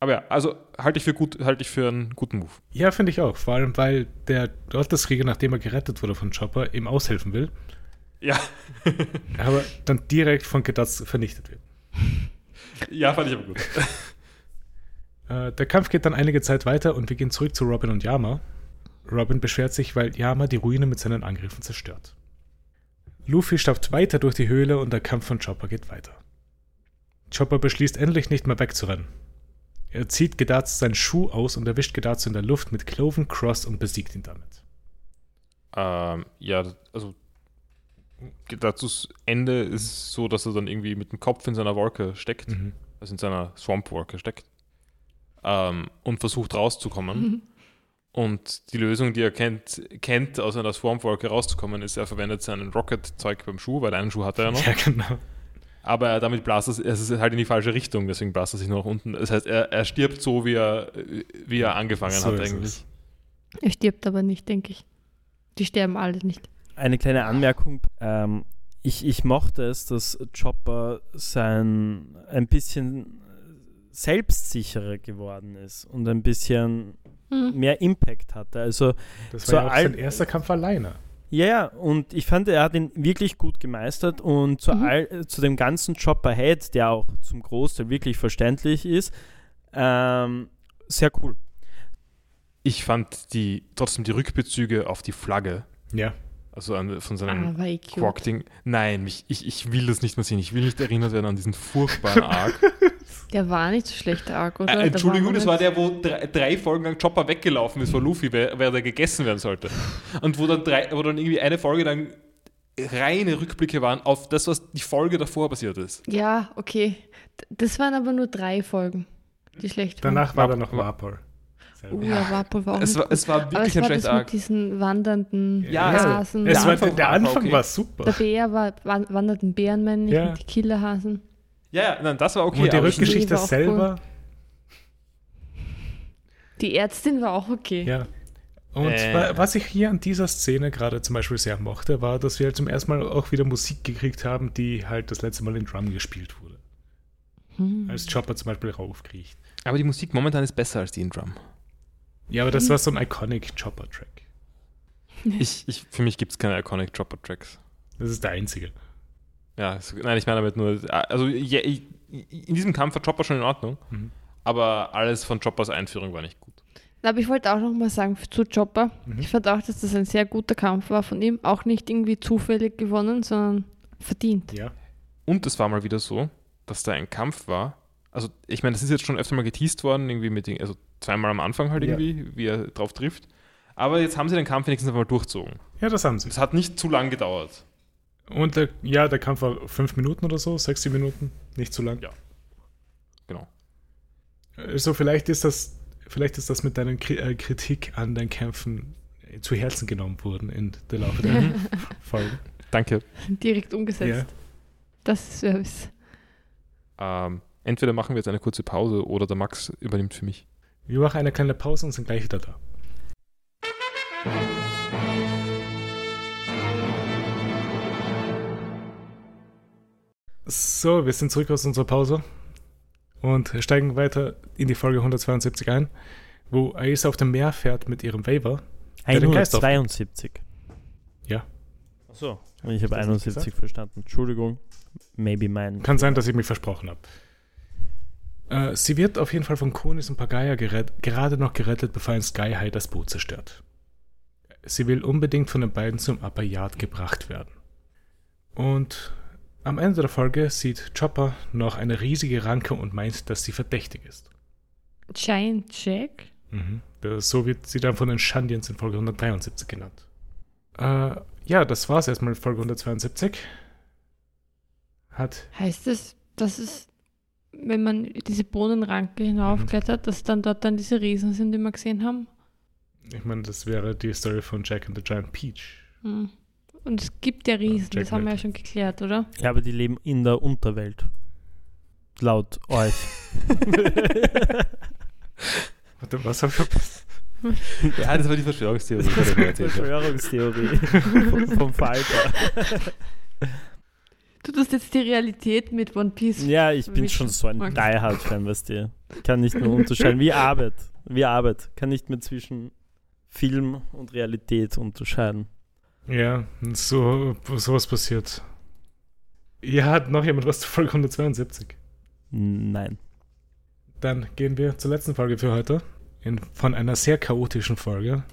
D: Aber ja, also halte ich für gut, halte ich für einen guten Move.
A: Ja, finde ich auch. Vor allem, weil der Gotteskrieger, nachdem er gerettet wurde von Chopper, ihm aushelfen will,
D: Ja.
A: aber dann direkt von Gedatz vernichtet wird.
D: ja, fand ich aber gut.
A: Äh, der Kampf geht dann einige Zeit weiter und wir gehen zurück zu Robin und Yama. Robin beschwert sich, weil Yama die Ruine mit seinen Angriffen zerstört. Luffy stapft weiter durch die Höhle und der Kampf von Chopper geht weiter. Chopper beschließt endlich nicht mehr wegzurennen. Er zieht Gedatz seinen Schuh aus und erwischt Gedatz in der Luft mit Cloven Cross und besiegt ihn damit.
D: ähm, ja, also dazus Ende ist so, dass er dann irgendwie mit dem Kopf in seiner Wolke steckt.
A: Mhm.
D: also in seiner Swamp-Wolke steckt ähm, und versucht rauszukommen. Und die Lösung, die er kennt, kennt aus einer Swamp-Wolke rauszukommen, ist, er verwendet seinen Rocket-Zeug beim Schuh, weil einen Schuh hat er ja noch.
A: Ja, genau.
D: Aber er damit blast es, es ist halt in die falsche Richtung, deswegen blast er sich nur nach unten. Das heißt, er, er stirbt so, wie er, wie er angefangen
A: So
D: hat
A: ist
D: Genau, eigentlich.
A: es.
C: Er stirbt aber nicht, denke ich. Die sterben alle nicht.
B: Eine kleine Anmerkung. Ähm, ich, ich mochte es, dass Chopper sein ein bisschen selbstsicherer geworden ist und ein bisschen
C: Hm.
B: mehr Impact hatte. Also
A: Das
B: Zur
A: war ja auch sein
B: Al-
A: erster Kampf alleine.
B: ja, ja, und ich fand, er hat ihn wirklich gut gemeistert und zu,
C: Mhm.
B: all, äh, zu dem ganzen Chopper-Head, der auch zum Großteil wirklich verständlich ist, ähm, sehr cool.
D: Ich fand die, trotzdem die Rückbezüge auf die Flagge,
A: Ja.
D: also an, von seinem
C: Aber eh cute.
D: Quark-Ding. Nein, mich, ich, ich will das nicht mehr sehen. Ich will nicht erinnert werden an diesen furchtbaren Arc.
C: Der war nicht so schlecht, der Arc, oder?
D: Äh,
C: Da
D: Entschuldigung,
C: man
D: das war
C: nicht-
D: der, wo drei, drei Folgen lang Chopper weggelaufen ist vor Luffy, wer, wer da gegessen werden sollte. Und wo dann, drei, wo dann irgendwie eine Folge lang reine Rückblicke waren auf das, was die Folge davor passiert ist.
C: Ja, okay. D- Das waren aber nur drei Folgen, die schlecht waren.
A: Danach war da noch Vapor.
C: Oh, ja, Warpol war auch
D: Es
C: nicht
D: war,
C: gut.
D: es war
C: Aber es
D: wirklich ein
C: war
D: schlechter
C: das mit
D: Arc.
C: diesen wandernden
D: Ja,
A: es-
C: Hasen.
A: Es
D: Der
A: war,
D: Anfang
A: der
D: war
A: Anfang
D: okay.
A: war super.
C: der Bär war, wan- wanderten Bären, meine ich,
A: Ja.
C: mit den Killerhasen.
D: Ja, ja, nein, das war okay.
A: Und die
D: aber ich-
C: Rückgesch-
A: Rückgeschichte
C: war auch cool.
A: selber,
C: Die Ärztin war auch okay.
A: ja. Und
D: Äh.
A: wa- was ich hier an dieser Szene gerade zum Beispiel sehr mochte, war, dass wir halt zum ersten Mal auch wieder Musik gekriegt haben, die halt das letzte Mal in Drum gespielt wurde.
C: Hm.
A: Als Chopper zum Beispiel raufkriecht.
D: aber die Musik momentan ist besser als die in Drum.
A: Ja, aber das war so ein iconic Chopper-Track.
D: Ich, ich, für mich gibt es keine Iconic Chopper Tracks.
A: Das ist der einzige.
D: Ja, es- nein, ich meine damit nur, also ja, ich- in diesem Kampf war Chopper schon in Ordnung,
A: Mhm.
D: aber alles von Choppers Einführung war nicht gut.
C: Aber ich wollte auch noch mal sagen zu Chopper.
A: Mhm.
C: Ich fand auch, dass das ein sehr guter Kampf war von ihm. Auch nicht irgendwie zufällig gewonnen, sondern verdient.
A: Ja.
D: Und es war mal wieder so, dass da ein Kampf war. Also, ich meine, das ist jetzt schon öfter mal geteased worden, irgendwie mit den, also zweimal am Anfang halt
A: Ja.
D: irgendwie, wie er drauf trifft. Aber jetzt haben sie den Kampf wenigstens einfach mal durchzogen.
A: Ja, das haben sie.
D: Es hat nicht zu lang gedauert.
A: Und der, ja, der Kampf war fünf Minuten oder so, 60 Minuten, nicht zu lang.
D: Ja. Genau.
A: Also vielleicht ist das, vielleicht ist das mit deiner Kri äh, Kritik an den Kämpfen äh, zu Herzen genommen worden in der Laufe der
D: Mhm.
A: Folgen.
D: Danke.
C: Direkt umgesetzt. Das ist Service.
D: Ähm, entweder machen wir jetzt eine kurze Pause oder der Max übernimmt für mich.
A: Wir machen eine kleine Pause und sind gleich wieder da. So, wir sind zurück aus unserer Pause und steigen weiter in die Folge 172 ein, wo Ace auf dem Meer fährt mit ihrem Waiver. Der den Geist
B: 172.
A: Ja.
B: Achso. Ich habe
A: das nicht
B: 71 verstanden. Entschuldigung. Maybe mein.
A: Kann sein, dass ich mich versprochen habe. Äh, sie wird auf jeden Fall von Konis und Pagaya gerett, gerade noch gerettet, bevor ein Sky High das Boot zerstört. Sie will unbedingt von den beiden zum Upper Yard gebracht werden. Und am Ende der Folge sieht Chopper noch eine riesige Ranke und meint, dass sie verdächtig ist.
C: Giant Jack?
A: Mhm. Das- So wird sie dann von den Shandians in Folge 173 genannt. Äh, ja, das war's erstmal mit Folge 172. Hat
C: Heißt es, dass es, wenn man diese Bohnenranke hinaufklettert, dass dann dort dann diese Riesen sind, die wir gesehen haben?
A: Ich meine, das wäre die Story von Jack and the Giant Peach.
C: Hm. Und es gibt ja Riesen,
A: Jack
C: das haben wir ja
A: Knight.
C: schon geklärt, oder?
B: Ja, aber die leben in der Unterwelt. laut euch.
A: Warte, was hab ich verpasst?
D: Ja, das war die Verschwörungstheorie. die ich erzählt habe.
B: Verschwörungstheorie vom, vom Falter.
C: Du tust jetzt die Realität mit One Piece.
B: Ja, ich bin schon so ein
C: Max.
B: Diehard-Fan, weißt du. Ich kann nicht mehr unterscheiden. Wie Arbeit. Wie Arbeit. Kann nicht mehr zwischen Film und Realität unterscheiden.
A: Ja, so, sowas passiert. Ja, hat noch jemand was zu Folge 172?
B: Nein.
A: Dann gehen wir zur letzten Folge für heute. In, von einer sehr chaotischen Folge.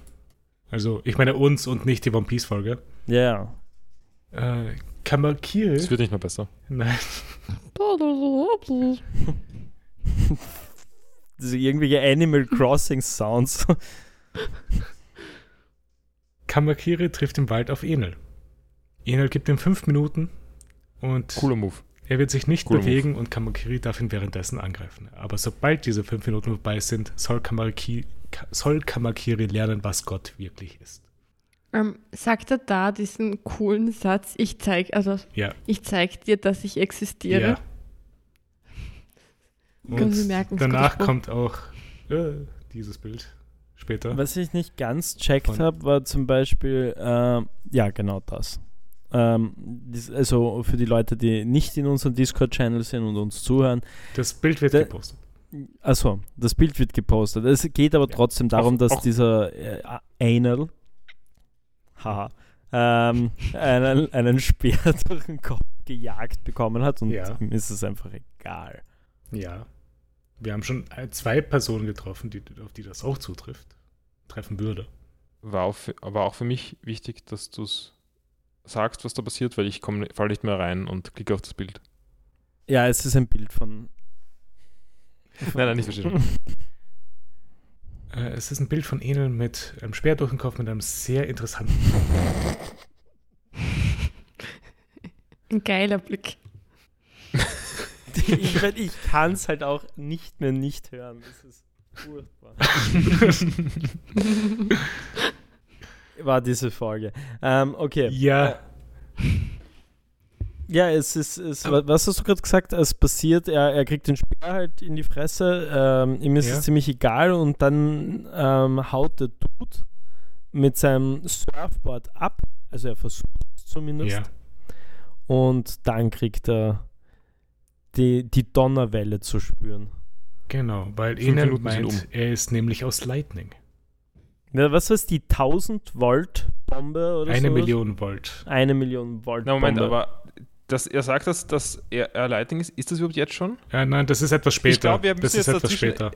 A: Also, ich meine uns und nicht die One Piece-Folge.
B: Ja, ja.
A: Äh, Kamakiri.
D: Es wird nicht mehr besser.
A: Nein.
B: Diese irgendwelche Animal Crossing Sounds.
A: Kamakiri trifft im Wald auf Enel. Enel gibt ihm fünf Minuten und
D: Cooler Move.
A: er wird sich nicht
D: Cooler
A: bewegen und Kamakiri darf ihn währenddessen angreifen. Aber sobald diese fünf Minuten vorbei sind, soll Kamakiri, soll Kamakiri lernen, was Gott wirklich ist.
C: Ähm, sagt er da diesen coolen Satz, ich zeig, also
A: Ja.
C: ich zeig dir, dass ich existiere.
A: ja.
C: Können Sie merken, es
A: danach
C: kommt-
A: kommt auch äh, dieses Bild später.
B: Was ich nicht ganz checkt
A: Von-
B: habe, war zum Beispiel, ähm, ja, genau das. Ähm, dies, also für die Leute, die nicht in unserem Discord-Channel sind und uns zuhören.
A: Das Bild wird
B: Da-
A: gepostet.
B: Achso, das Bild wird gepostet. Es geht aber
A: Ja.
B: trotzdem darum,
D: Auch-
B: dass
D: auch-
B: dieser äh, Anal, haha, ähm, einen, einen Speer durch den Kopf gejagt bekommen hat und
A: Ja.
B: ihm ist es einfach egal.
A: Ja. Wir haben schon äh, zwei Personen getroffen, die, auf die das auch zutrifft. Treffen würde.
D: War auch, für, war auch für mich wichtig, dass du es sagst, was da passiert, weil ich komm, fall nicht mehr rein und klicke auf das Bild.
B: Ja, es ist ein Bild von.
D: Nein, nein, ich verstehe schon.
A: Äh, es ist ein Bild von Enel mit einem Speer durch den Kopf, mit einem sehr interessanten.
C: Ein geiler Blick.
B: ich mein, ich kann es halt auch nicht mehr nicht hören. Das ist furchtbar. War diese Folge. Ähm, okay.
A: ja,
B: Ja, es ist. Es, wa- was hast du gerade gesagt? Es passiert, er, er kriegt den Speer halt in die Fresse. Ähm, ihm ist
A: Ja.
B: es ziemlich egal und dann ähm, haut der Dude mit seinem Surfboard ab. Also er versucht es zumindest.
A: ja.
B: Und dann kriegt er die, die Donnerwelle zu spüren.
A: Genau, weil
D: Fünf
A: Enel
D: Minuten sind um.
A: meint, er ist nämlich aus Lightning.
B: Na, was ist die 1000 Volt Bombe oder
A: Eine
B: sowas?
A: Million Volt.
B: Eine Million Volt
D: Na, Moment,
B: Bombe.
D: aber dass er sagt, dass, dass er, er Lightning ist, ist das überhaupt jetzt schon?
A: Äh, nein, das ist etwas später.
D: glaub, wir
A: das
D: müssen
A: ist
D: jetzt
A: etwas
D: dazwischen-
A: später.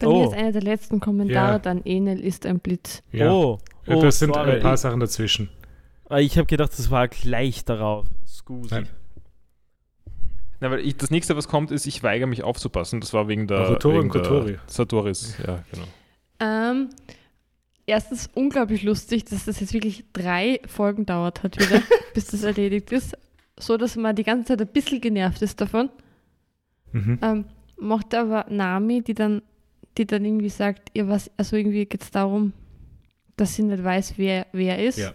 C: Bei
B: Oh.
C: mir ist einer der letzten Kommentare
A: Ja.
C: dann, Enel ist ein Blitz.
A: Ja.
B: Oh,
A: Äh,
B: oh,
A: das sind
B: sorry.
A: ein paar Sachen dazwischen.
B: Ah, Ich habe gedacht, das war gleich darauf. Scusi.
A: Nein.
D: Na, weil ich, das nächste, was kommt, ist, ich weigere mich aufzupassen. Das war wegen der.
A: Kotori
D: wegen
A: und Kotori.
D: Der Satoris. Ja, genau.
C: Ähm, erstens unglaublich lustig, dass das jetzt wirklich drei Folgen dauert hat wieder, bis das erledigt ist. So, dass man die ganze Zeit ein bisschen genervt ist davon.
A: Mhm.
C: Ähm, mochte aber Nami, die dann, die dann irgendwie sagt, ihr was, also irgendwie geht es darum, dass sie nicht weiß, wer wer ist.
A: Ja.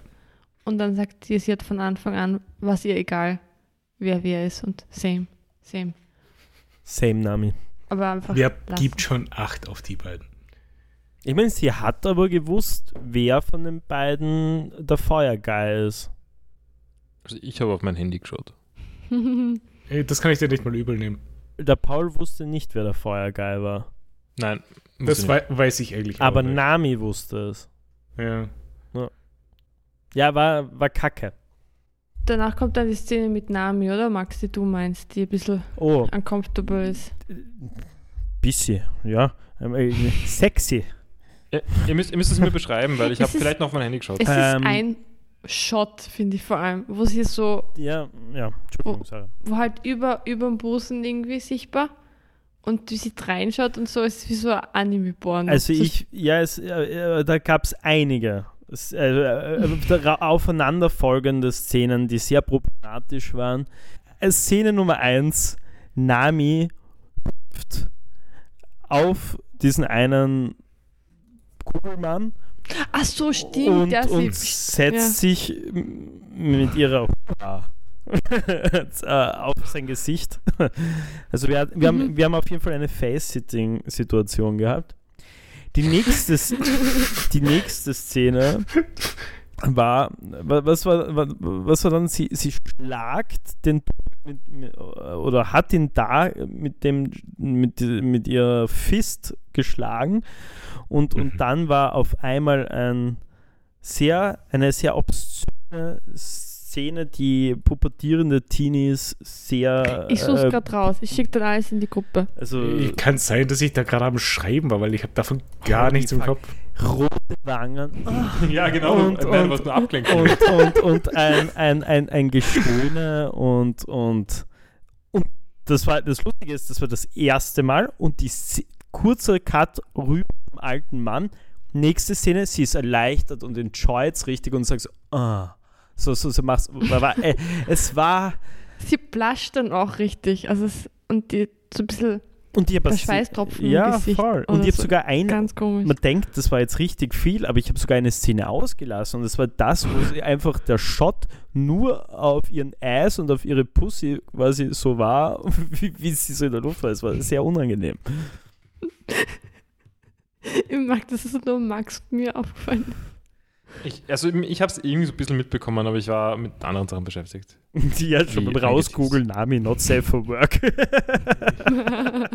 C: Und dann sagt sie, sie hat von Anfang an, was ihr egal, wer wer ist. Und same, same.
B: Same Nami.
C: Aber einfach.
A: Wer
C: lassen.
A: gibt schon acht auf die beiden?
B: Ich meine, sie hat aber gewusst, wer von den beiden der Feuergeil ist.
D: Also ich habe auf mein Handy geschaut.
A: Ey, Äh, Das kann ich dir nicht mal übel nehmen.
B: Der Paul wusste nicht, wer der Feuergeil war.
D: Nein. muss
A: Das
D: ich
A: wei weiß ich eigentlich
B: Aber
A: auch nicht.
B: Nami wusste es.
A: Ja.
B: Ja, war, war kacke.
C: Danach kommt dann die Szene mit Nami, oder Max, die du meinst, die ein bisschen
B: Oh,
C: uncomfortable ist.
B: bisschen, ja. Ähm, äh, Sexy.
D: nicht. Ihr, ihr, müsst, ihr müsst es mir beschreiben, weil ich habe
C: Es ist-
D: vielleicht noch auf mein Handy geschaut.
C: Es
B: Ähm.
C: ist ein Shot, finde ich vor allem, wo sie so,
B: Ja, ja. Entschuldigung, Sarah.
C: wo halt über, über dem Busen irgendwie sichtbar und wie sie reinschaut und so, es ist wie so ein Anime-Born.
B: Also ich, ja, es, äh, äh, da gab es einige es, äh, äh, dara- aufeinanderfolgende Szenen, die sehr problematisch waren. Äh, Szene Nummer 1, Nami hüpft auf diesen einen Kugelmann
C: Ach so, stimmt,
B: und,
C: ja, sie,
B: und setzt sich m- mit ihrer äh, auf sein Gesicht. Also wir, wir,
C: Mhm.
B: haben, wir haben auf jeden Fall eine Face-Sitting-Situation gehabt. Die nächste, die nächste Szene war, wa- was war, wa- was war dann, sie, sie schlagt den mit, mit, oder hat ihn da mit dem mit, mit ihrer Fist geschlagen und, und dann war auf einmal ein sehr, eine sehr obszöne Szene, die pubertierende Teenies sehr
C: Ich suche
B: äh,
C: es gerade raus. Ich schicke dann alles in die Gruppe.
B: also
A: Äh, Kann sein, dass ich da gerade am Schreiben war, weil ich habe davon gar
B: Holy
A: nichts im
D: fuck.
A: Kopf.
B: rote Wangen
D: ja, genau.
B: Und-
D: Nein,
B: und-
D: was nur abgelenkt.
B: und, und, und ein, ein, ein, ein Geschöne und, und, und das war das Lustige ist, das war das erste Mal und die Si- kurze Cut rüber zum alten Mann. Nächste Szene, sie ist erleichtert und enjoyt's richtig und sagt so, ah. So, so, so machst war, war, äh, Es war.
C: Sie plascht dann auch richtig. Also es, und die so ein bisschen
B: Und ich hab
C: der
B: was-
C: Schweißtropfen im
B: Ja,
C: Gesicht.
B: voll. Und
C: oder
B: ich habe
C: so.
B: sogar eine
C: Ganz komisch.
B: Man denkt, das war jetzt richtig viel, aber ich habe sogar eine Szene ausgelassen und es war das, wo sie einfach der Shot nur auf ihren Eis und auf ihre Pussy quasi so war, wie, wie sie so in der Luft war. Es war sehr unangenehm.
C: Ich mag, das ist nur Max mir aufgefallen.
D: Ich, also ich habe es irgendwie so ein bisschen mitbekommen, aber ich war mit anderen Sachen beschäftigt.
B: Die hat schon
D: Wie
B: beim Rausgoogeln Nami not safe for work.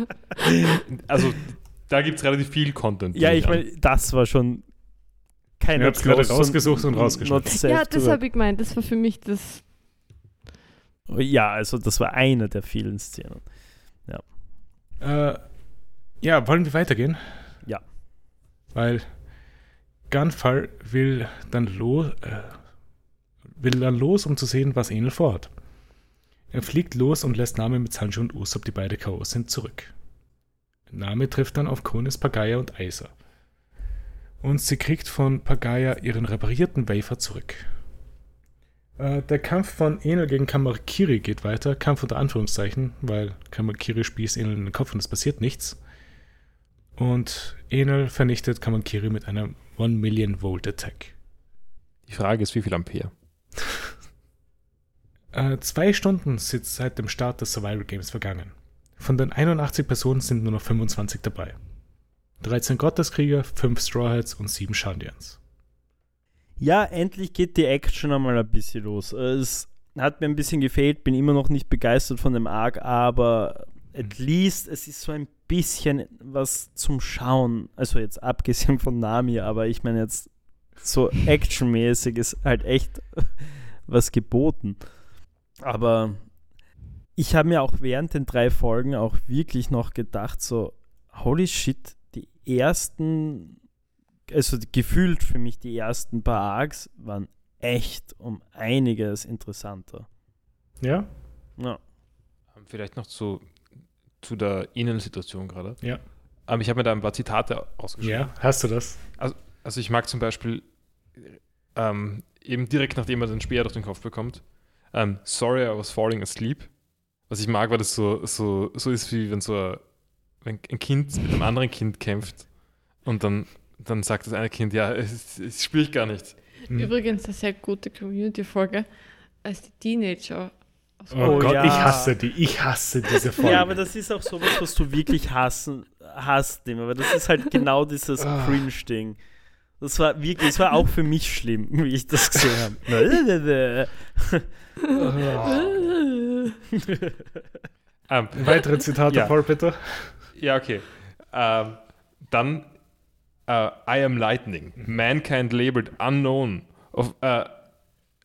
D: Also da gibt es relativ viel Content.
B: ja,
D: nehme
B: ich
D: an.
B: meine, das war schon keine
A: Ich hab's gerade
B: Close-
A: rausgesucht und rausgeschnitten.
B: not safe
C: ja,
B: to
C: das
B: work.
C: habe ich gemeint. Das war für mich das.
B: ja, also das war eine der vielen Szenen.
A: Äh, ja, wollen wir weitergehen?
B: Ja.
A: Weil Gunfall will dann los, äh, will dann los, um zu sehen, was Enel vorhat. Er fliegt los und lässt Name mit Sanji und Usopp, die beide K.O. sind, zurück. Name trifft dann auf Konis, Pagaya und Aisa. Und sie kriegt von Pagaya ihren reparierten Wafer zurück. Äh, der Kampf von Enel gegen Kamakiri geht weiter. Kampf unter Anführungszeichen, weil Kamakiri spießt Enel in den Kopf und es passiert nichts. Und Enel vernichtet Kamakiri mit einer 1 Million Volt Attack.
D: Die Frage ist, wie viel Ampere?
A: Äh, zwei Stunden sind seit dem Start des Survival Games vergangen. Von den 81 Personen sind nur noch 25 dabei. 13 Gotteskrieger, 5 Straw Hats und 7 Shandians.
B: Ja, endlich geht die Action einmal ein bisschen los. Es hat mir ein bisschen gefehlt, bin immer noch nicht begeistert von dem Arc, aber at least es ist so ein bisschen was zum Schauen. Also jetzt abgesehen von Nami, aber ich meine jetzt so actionmäßig ist halt echt was geboten. Aber ich habe mir auch während den drei Folgen auch wirklich noch gedacht, so, holy shit, die ersten also die- gefühlt für mich die ersten paar Arcs waren echt um einiges interessanter.
A: Ja?
B: Ja.
D: Ähm, Vielleicht noch zu, zu der Innensituation gerade.
A: Ja.
D: Ähm, ich habe mir da ein paar Zitate ausgeschrieben.
A: Ja, hast du das?
D: Also ich mag zum Beispiel ähm, eben direkt nachdem er den Speer durch den Kopf bekommt, ähm, sorry I was falling asleep. Was ich mag, weil das so, so, so ist, wie wenn so ein, wenn ein Kind mit einem anderen Kind kämpft und dann, dann sagt das eine Kind, ja, es, es spüre ich gar nicht.
A: Mhm.
C: Übrigens eine sehr gute Community-Folge, als die Teenager. aufs
A: Oh,
B: Oh
A: Gott,
B: ja.
A: ich hasse die. Ich hasse diese Folge.
B: ja, aber das ist auch sowas, was du wirklich hassen, hasst, Tim, aber das ist halt genau dieses
A: Ah.
B: Cringe-Ding. Das war wirklich, das war auch für mich schlimm, wie ich das gesehen habe.
C: Äh,
D: Ähm,
A: Weitere Zitate,
D: Ja.
A: Paul, bitte.
D: Ja, okay. Ähm, dann äh, I am Lightning. Mankind labeled unknown. Of, äh,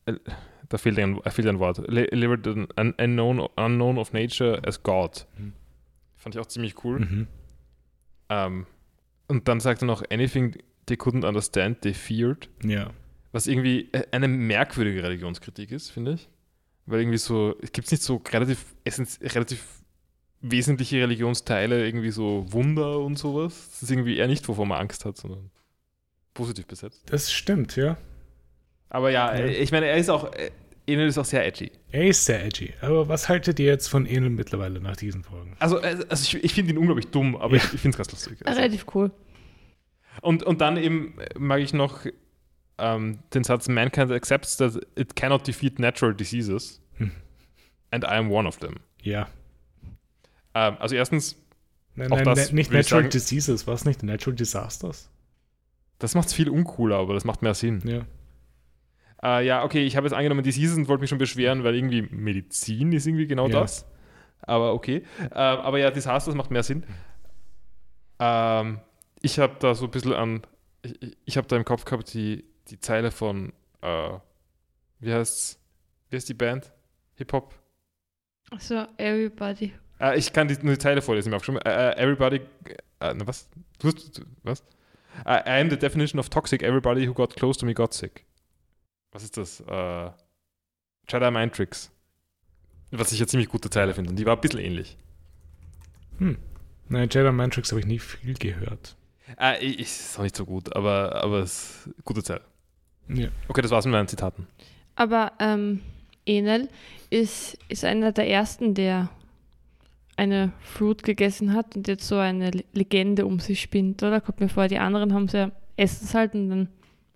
D: äh, da fehlt ein, äh, fehlt ein Wort. La- Labeled an, an unknown, unknown of nature as God.
A: Mhm.
D: Fand ich auch ziemlich cool.
A: Mhm.
D: Ähm, und dann sagt er noch anything they couldn't understand, they feared.
A: Ja.
D: Was irgendwie äh, eine merkwürdige Religionskritik ist, finde ich. Weil irgendwie so, es gibt nicht so relativ, essenz- relativ wesentliche Religionsteile, irgendwie so Wunder und sowas. Das ist irgendwie eher nicht, wovor man Angst hat, sondern positiv besetzt.
A: Das stimmt, ja.
D: Aber ja,
A: Ja.
D: äh, ich meine, er ist auch, äh, Enel ist auch sehr edgy.
A: Er ist sehr edgy. Aber was haltet ihr jetzt von Enel mittlerweile nach diesen Folgen?
D: Also, äh, also ich, ich finde ihn unglaublich dumm, aber
A: Ja.
D: ich, ich finde es ganz lustig. Also.
C: Relativ cool.
D: Und, und dann eben äh, mag ich noch ähm, den Satz, Mankind accepts that it cannot defeat natural diseases.
A: Hm.
D: and I am one of them.
A: Ja.
D: Ähm, also erstens,
A: Nein,
D: Auch
A: nein,
D: das
A: na- nicht
D: würde ich
A: Natural
D: sagen-
A: Diseases, was nicht? Natural Disasters.
D: das macht es viel uncooler, aber das macht mehr Sinn.
A: Ja.
D: Äh, ja, okay, ich habe jetzt angenommen Diseases und wollte mich schon beschweren, weil irgendwie Medizin ist irgendwie genau
A: Ja.
D: das. Aber okay. Ähm, aber ja, Disasters macht mehr Sinn. Ähm, ich habe da so ein bisschen an, ich, ich- ich habe da im Kopf gehabt die, die Zeile von, äh, wie heißt's, wie heißt die Band? Hip-Hop?
C: Also, everybody.
D: Äh, ich kann die, nur die Zeile vorlesen, ich hab schon äh, äh, Everybody, äh, na was? Du, hast- du, was? Äh, I am the definition of toxic, everybody who got close to me got sick. Was ist das? Äh, Jedi Mind Tricks. Was ich ja ziemlich gute Zeile finde und die war ein bisschen ähnlich.
A: Hm. Nein, Jedi Mind Tricks habe ich nie viel gehört.
D: Äh, ich, ich- ist auch nicht so gut, aber, aber es ist gute Zeile.
A: Ja.
D: Okay, das war's mit meinen Zitaten.
C: Aber ähm, Enel ist, ist einer der ersten, der eine Fruit gegessen hat und jetzt so eine Le- Legende um sich spinnt, oder? Kommt mir vor, die anderen haben es ja, essen es halt und dann,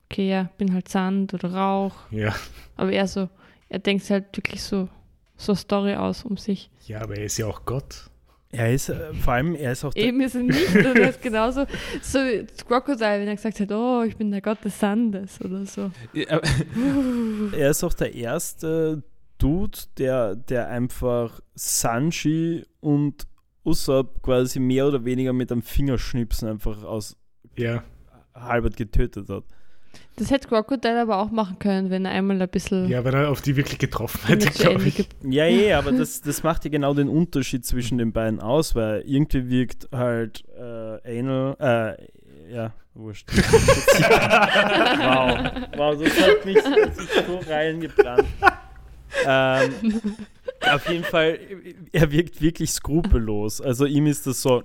C: okay, ja, bin halt Sand oder Rauch.
A: Ja.
C: Aber er so, er denkt halt wirklich so, so Story aus um sich.
A: Ja, aber er ist ja auch Gott.
B: Er ist, äh, vor allem, er ist auch der,
C: Eben ist er nicht. Und das ist genauso so Crocodile, wenn er gesagt hat, oh, ich bin der Gott des Sandes oder so.
D: Ja, äh,
B: er ist auch der erste Dude, der, der einfach Sanji und Usopp quasi mehr oder weniger mit einem Fingerschnipsen einfach aus
A: Ja.
B: Halbert getötet hat.
C: Das hätte Crocodile aber auch machen können, wenn er einmal ein
B: Mhm.
C: bisschen
A: Ja, wenn er auf die wirklich getroffen
C: Dinge
A: hätte,
C: zu
A: glaube
C: Ende
A: ich.
C: gibt.
B: Ja, ja, aber das, das macht ja genau den Unterschied zwischen den beiden aus, weil irgendwie wirkt halt äh, Anal, äh, ja, wurscht. wow, wow, das hat mich das ist so reingebrannt. Ähm, auf jeden Fall, er wirkt wirklich skrupellos. Also ihm ist das so,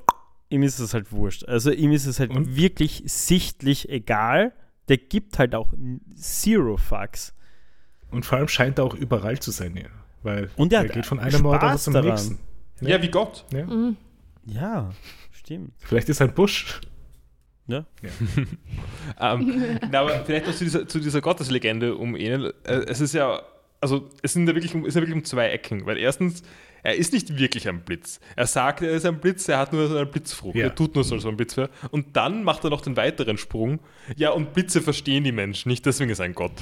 B: ihm ist das halt wurscht. Also ihm ist es halt
A: Und?
B: wirklich sichtlich egal. Der gibt halt auch zero fucks.
A: Und vor allem scheint er auch überall zu sein, ja. Weil
B: Und er
A: er
B: hat
A: geht von
B: Spaß
A: einem Mord zum
B: daran.
A: nächsten.
D: ja, wie Gott.
C: Mhm.
B: Ja, stimmt.
A: Vielleicht ist er ein Busch.
B: Ne?
D: Ähm, na, aber vielleicht noch zu dieser, zu dieser Gotteslegende um Enel. Äh, es ist ja, also es sind ja wirklich, um- es ist ja wirklich um zwei Ecken, weil erstens, er ist nicht wirklich ein Blitz. Er sagt, er ist ein Blitz, er hat nur so einen Blitzflug.
A: Ja.
D: Er tut nur so so einen Blitz. für. Und dann macht er noch den weiteren Sprung. Ja, und Blitze verstehen die Menschen nicht, deswegen ist er ein Gott.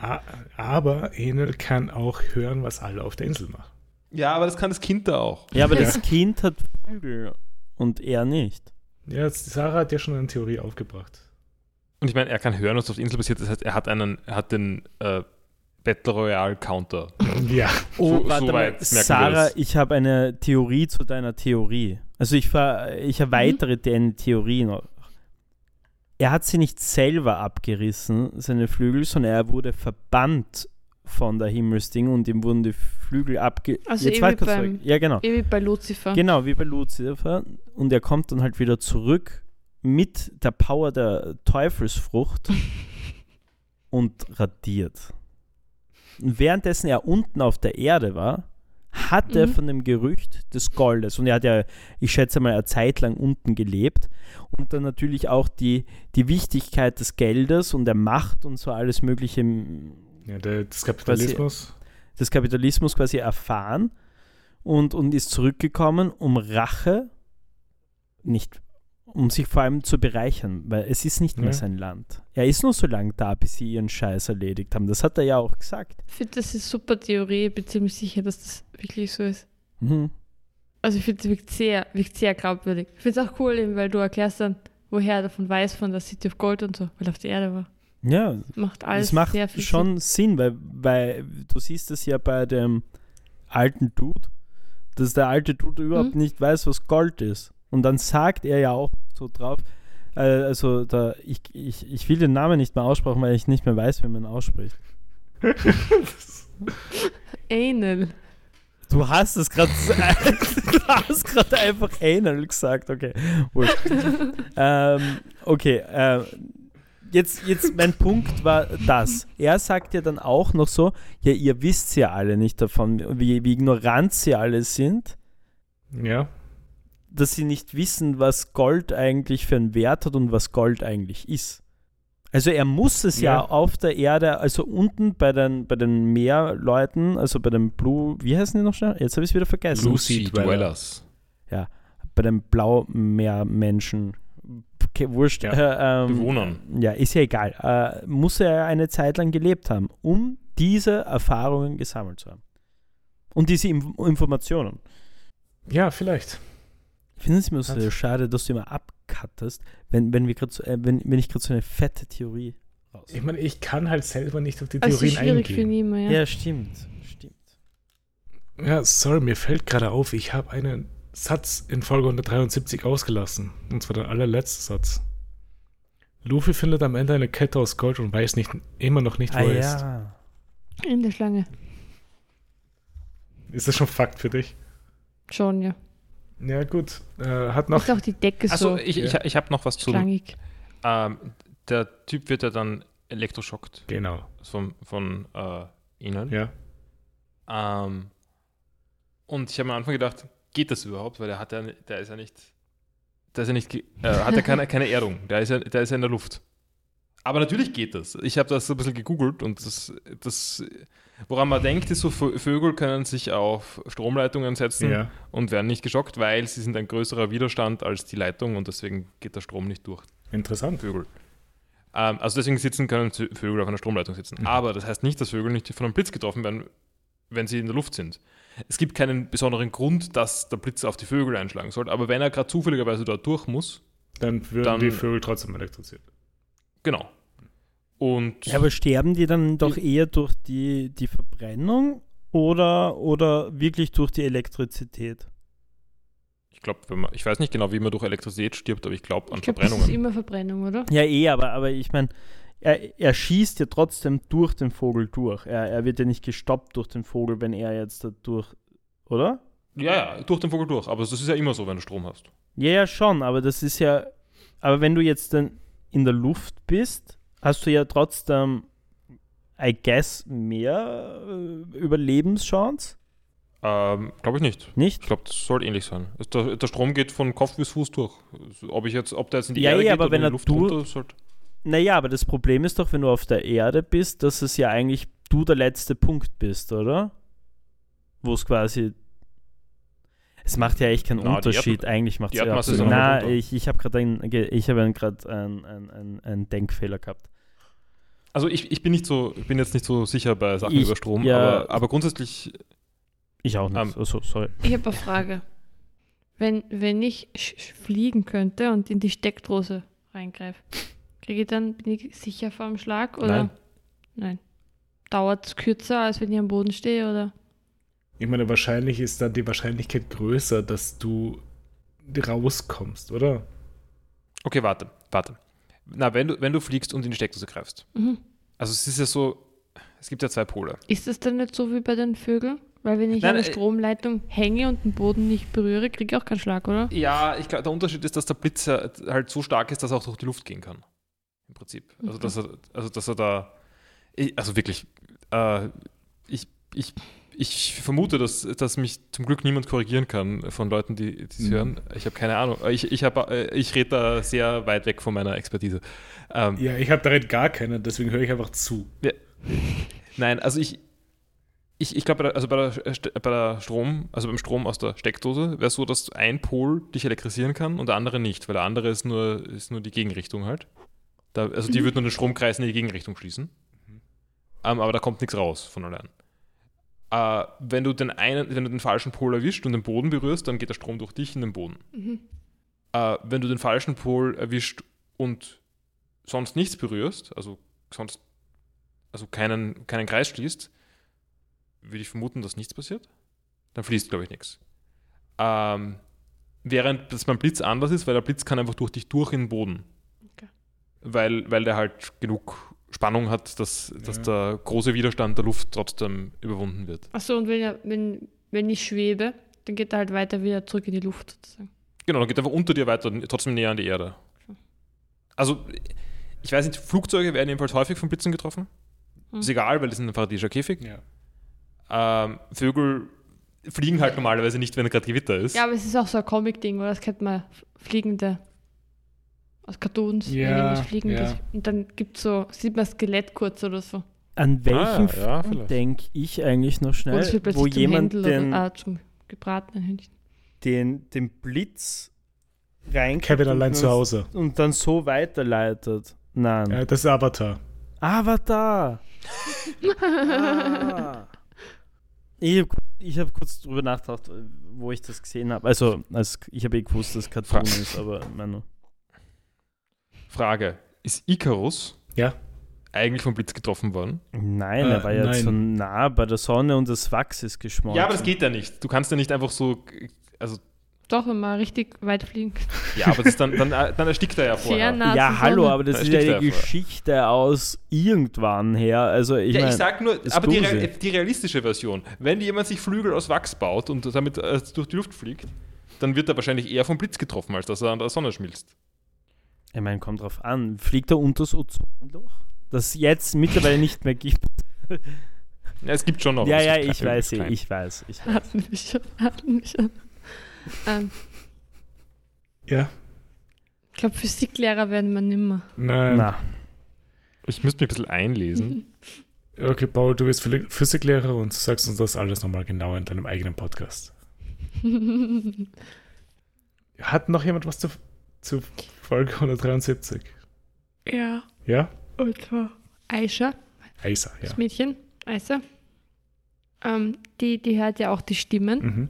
A: A- Aber Enel kann auch hören, was alle auf der Insel machen.
D: Ja, aber das kann das Kind da auch.
B: Ja, aber
A: Ja.
B: das genau. Kind hat Flügel und er nicht.
A: Ja, Sarah hat ja schon eine Theorie aufgebracht.
D: Und ich meine, er kann hören, was auf der Insel passiert. Das heißt, er hat einen, er hat den äh, Battle Royale Counter.
A: Ja.
D: So- so weit merken wir
B: Oh, Sarah,
D: das.
B: ich habe eine Theorie zu deiner Theorie. Also ich, ver, ich erweitere deine Theorie noch. Er hat sie nicht selber abgerissen, seine Flügel, sondern er wurde verbannt von der Himmelsding und ihm wurden die Flügel abge...
C: Also eh wie
B: warte kurz
C: beim-
B: zurück. Ja, genau.
C: Eh wie bei Lucifer.
B: Genau, wie bei Lucifer. Und er kommt dann halt wieder zurück mit der Power der Teufelsfrucht und radiert. Und währenddessen er unten auf der Erde war, hat er
C: Mhm.
B: von dem Gerücht des Goldes, und er hat ja, ich schätze mal, eine Zeit lang unten gelebt, und dann natürlich auch die, die Wichtigkeit des Geldes und der Macht und so alles Mögliche im-
A: ja der, das Kapitalismus.
B: des Kapitalismus quasi erfahren und, und ist zurückgekommen, um Rache nicht, um sich vor allem zu bereichern, weil es ist nicht
A: Ja.
B: mehr sein Land. Er ist nur so lange da, bis sie ihren Scheiß erledigt haben. Das hat er ja auch gesagt.
C: Ich finde, das ist super Theorie. Ich bin ziemlich sicher, dass das wirklich so ist.
B: Mhm.
C: Also ich finde, es wirkt sehr, wirkt sehr glaubwürdig. Ich finde es auch cool, eben, weil du erklärst dann, woher er davon weiß, von der City of Gold und so, weil er auf der Erde war.
B: Ja,
C: Macht alles
B: das macht
C: sehr viel Sinn.
B: schon Sinn, weil, weil du siehst es ja bei dem alten Dude, dass der alte Dude überhaupt
C: Mhm.
B: nicht weiß, was Gold ist. Und dann sagt er ja auch so drauf, äh, also da, ich, ich, ich will den Namen nicht mehr aussprechen, weil ich nicht mehr weiß, wie man ihn ausspricht.
C: Anal.
B: Du hast es gerade, du hast gerade einfach anal gesagt, okay. Wurscht. ähm, okay, äh, jetzt, jetzt mein Punkt war das. Er sagt ja dann auch noch so, ja, ihr wisst ja alle nicht davon, wie, wie ignorant sie alle sind,
A: Ja.
B: dass sie nicht wissen, was Gold eigentlich für einen Wert hat und was Gold eigentlich ist. Also er muss es ja,
A: Ja.
B: auf der Erde, also unten bei den, bei den Meerleuten, also bei den Blue, wie heißen die noch schnell? Jetzt habe ich es wieder vergessen.
A: Lucy Dweller.
B: Bei den Blaumeermenschen. Okay, wurscht.
A: Ja,
B: Äh, ähm,
D: Bewohnern.
B: ja, ist ja egal. Äh, muss er ja eine Zeit lang gelebt haben, um diese Erfahrungen gesammelt zu haben. Und diese Inf Informationen.
A: Ja, vielleicht.
B: Finden Sie mir so
A: Hat-
B: schade, dass du immer abkattest, wenn, wenn, wir grad so, äh, wenn, wenn ich gerade so eine fette Theorie raus.
A: Ich meine, ich kann halt selber nicht auf die
C: Also
A: Theorien
C: schwierig für
A: eingehen.
B: ja.
C: niemanden, ja.
B: stimmt. Stimmt.
A: Ja, sorry, mir fällt gerade auf, ich habe einen Satz in Folge 173 ausgelassen. Und zwar den allerletzten Satz. Luffy findet am Ende eine Kette aus Gold und weiß nicht, immer noch nicht, wo
B: Ah,
A: er ist.
B: ja.
C: In der Schlange.
A: Ist das schon Fakt für dich?
C: Schon, ja.
A: Ja, gut. Äh, hat noch.
C: Ist auch die Decke
D: Achso,
C: so
D: Also ich, ich, ich habe noch was zu.
C: schlangig.
D: Ähm, der Typ wird ja dann elektroschockt
A: Genau.
D: vom, von äh,
C: Hm.
D: Ihnen.
A: Ja.
D: Ähm, und ich habe am Anfang gedacht, geht das überhaupt? Weil der hat ja, der ist ja nicht, der ist ja nicht, ge- äh, hat ja keine, keine Erdung. Der ist ja, der ist ja in der Luft. Aber natürlich geht das. Ich habe das so ein bisschen gegoogelt und das, das, woran man denkt, ist so, Vö- Vögel können sich auf Stromleitungen setzen
A: ja.
D: und werden nicht geschockt, weil sie sind ein größerer Widerstand als die Leitung und deswegen geht der Strom nicht durch.
A: Interessant.
D: Vögel. Ähm, also deswegen sitzen können Zö- Vögel auf einer Stromleitung sitzen.
A: Mhm.
D: Aber das heißt nicht, dass Vögel nicht von einem Blitz getroffen werden, wenn sie in der Luft sind. Es gibt keinen besonderen Grund, dass der Blitz auf die Vögel einschlagen soll. Aber wenn er gerade zufälligerweise dort durch muss,
A: Dann würden
D: Dann-
A: die Vögel trotzdem elektrisiert.
D: genau. Und
B: ja, aber sterben die dann doch eher durch die, die Verbrennung oder, oder wirklich durch die Elektrizität?
D: ich glaube, wenn man, ich weiß nicht genau, wie man durch Elektrizität stirbt, aber ich glaube an
C: Ich glaube, das ist
D: Verbrennungen.
C: immer Verbrennung, oder?
B: Ja, eh, aber, aber ich meine, er, er schießt ja trotzdem durch den Vogel durch. Er, er wird ja nicht gestoppt durch den Vogel, wenn er jetzt da durch. Oder?
D: Ja, ja, durch den Vogel durch. Aber das ist ja immer so, wenn du Strom hast.
B: Ja, ja, schon, aber das ist ja. Aber wenn du jetzt dann in der Luft bist, hast du ja trotzdem, I guess, mehr äh, Überlebenschance,
D: Ähm, glaube ich nicht. Ich
B: nicht?
D: glaube, das soll ähnlich sein. Es- Der, der Strom geht von Kopf bis Fuß durch. Also, Ob, ich jetzt, ob der jetzt in die
B: Ja,
D: Erde
B: ja,
D: geht
B: aber
D: oder
B: wenn
D: in die
B: er
D: Luft
B: durch-
D: runter, ist halt
B: Naja, aber das Problem ist doch, wenn du auf der Erde bist, dass es ja eigentlich du der letzte Punkt bist, oder? Wo es quasi. Es macht ja echt keinen
D: Na, die
B: Unterschied. eigentlich macht
D: die
B: es ja
D: Erdmasse
A: ist
B: absolut-
A: ja noch
D: mal
B: Na,
D: drunter.
B: ich, ich habe gerade einen ich hab grad einen- einen- einen- einen Denkfehler gehabt.
D: Also ich, ich bin nicht so, ich bin jetzt nicht so sicher bei Sachen
B: Ich-
D: über Strom,
B: ja.
D: aber, aber grundsätzlich,
B: Ich auch nicht.
D: Ähm,
B: also, sorry.
C: Ich habe eine Frage. Wenn, wenn ich sch- sch- fliegen könnte und in die Steckdose reingreife, kriege ich dann, bin ich sicher vor dem Schlag? Oder?
D: Nein.
C: Nein. Dauert es kürzer, als wenn ich am Boden stehe? Oder?
A: Ich meine, wahrscheinlich ist dann die Wahrscheinlichkeit größer, dass du rauskommst, oder?
D: okay, warte, warte. Na, wenn du, wenn du fliegst und in die Steckdose greifst.
C: Mhm.
D: Also es ist ja so, es gibt ja zwei Pole.
C: Ist das dann nicht so wie bei den Vögeln? Weil wenn ich an
D: Nein,
C: der
D: äh,
C: Stromleitung hänge und den Boden nicht berühre, kriege ich auch keinen Schlag, oder?
D: Ja, ich glaube, der Unterschied ist, dass der Blitz ja halt so stark ist, dass er auch durch die Luft gehen kann. Im Prinzip. Also
C: Mhm.
D: dass er, also dass er da, ich, also wirklich, äh, ich, ich, ich vermute, dass, dass mich zum Glück niemand korrigieren kann von Leuten, die es
A: Mhm.
D: hören. Ich habe keine Ahnung. Ich, ich, hab, äh, ich rede da sehr weit weg von meiner Expertise. Ähm,
A: Ja, ich habe darin gar keine, deswegen höre ich einfach zu.
D: Nein, also ich, ich, ich glaube, also bei der, St- bei der Strom, also beim Strom aus der Steckdose wäre es so, dass ein Pol dich elektrisieren kann und der andere nicht, weil der andere ist nur, ist nur die Gegenrichtung halt. Da, also die wird nur den Stromkreis in die Gegenrichtung schließen. Ähm, aber da kommt nichts raus von allein. Äh, wenn du den einen, wenn du den falschen Pol erwischt und den Boden berührst, dann geht der Strom durch dich in den Boden.
C: Mhm.
D: Äh, wenn du den falschen Pol erwischt und sonst nichts berührst, also sonst also keinen, keinen Kreis schließt, würde ich vermuten, dass nichts passiert. Dann fließt, glaube ich, nichts. Ähm, während das beim Blitz anders ist, weil der Blitz kann einfach durch dich durch in den Boden.
C: Okay.
D: Weil, weil der halt genug Spannung hat, dass, dass
A: Ja.
D: der große Widerstand der Luft trotzdem überwunden wird.
C: Achso, und wenn, er- wenn, wenn ich schwebe, dann geht er halt weiter wieder zurück in die Luft sozusagen.
D: Genau, dann geht einfach unter dir weiter, trotzdem näher an die Erde. Also, ich weiß nicht, Flugzeuge werden jedenfalls häufig von Blitzen getroffen.
C: Hm.
D: Ist egal, weil das ist ein paradiesischer Käfig.
A: Ja.
D: Ähm, Vögel fliegen halt normalerweise nicht, wenn gerade Gewitter ist.
C: Ja, aber es ist auch so ein Comic-Ding, oder? Das kennt man. Fliegende. aus Cartoons, wenn
A: Ja,
C: irgendwas fliegen.
A: ja.
C: Das, und dann gibt's so, sieht man Skelett kurz oder so.
B: An welchen
D: Ah, ja,
B: Film
D: vielleicht.
B: denke ich eigentlich noch
C: Oder
B: schnell,
C: es wird plötzlich
B: wo
C: zum
B: jemand
C: Händel
B: den,
C: oder, ah, zum gebratenen Hühnchen.
B: den, den Blitz rein
A: Kevin allein zu Hause.
B: und dann so weiterleitet? Nein.
A: Äh, das ist Avatar.
B: Avatar! ah. Ich habe ich hab kurz drüber nachgedacht, wo ich das gesehen habe. Also, als, ich habe eh gewusst, dass Cartoon
D: Fra-
B: ist, aber meine,
D: Frage: Ist Icarus
A: Ja.
D: eigentlich vom Blitz getroffen worden?
B: nein,
A: Äh,
B: er war ja
A: nein.
B: zu nah bei der Sonne und das Wachs ist geschmolzen.
D: Ja, aber das geht ja nicht. Du kannst ja nicht einfach so. Also,
C: Doch, wenn man richtig weit fliegen kann.
D: ja, aber das ist dann, dann, dann erstickt er ja vorher.
C: Sehr nah zur
B: Ja, hallo,
C: Sonne.
B: aber das
D: Da
B: ist ja
D: steht
B: eine
D: er ja vorher.
B: Geschichte aus irgendwann her. Also, ich
D: ja,
B: mein,
D: ich sag nur,
B: ist
D: aber die,
B: Bluse.
D: real- die realistische Version. Wenn jemand sich Flügel aus Wachs baut und damit äh, durch die Luft fliegt, dann wird er wahrscheinlich eher vom Blitz getroffen, als dass er an der Sonne schmilzt.
B: Ich meine, kommt drauf an. Fliegt er unter das Ozonloch? Das jetzt mittlerweile nicht mehr gibt.
D: Ja, es gibt schon noch.
B: ja,
D: es
B: ja,
D: ist
B: ich
D: klein-
B: weiß, eh,
D: klein.
B: ich weiß, ich weiß.
C: Hatten wir schon. Hatten wir schon. Ähm,
A: Ja.
C: ich glaube, Physiklehrer werden wir nimmer.
D: Ähm,
A: Nein.
B: Na,
D: Ich müsste mich ein bisschen einlesen.
A: Okay, Paul, du bist Physi- Physiklehrer und sagst uns das alles nochmal genau in deinem eigenen Podcast. Hat noch jemand was zu, zu Folge 173?
C: ja,
A: Ja?
C: und zwar Aisha,
A: Eisa, ja.
C: das Mädchen, Aisha. Ähm, die, die hört ja auch die Stimmen.
A: Mhm.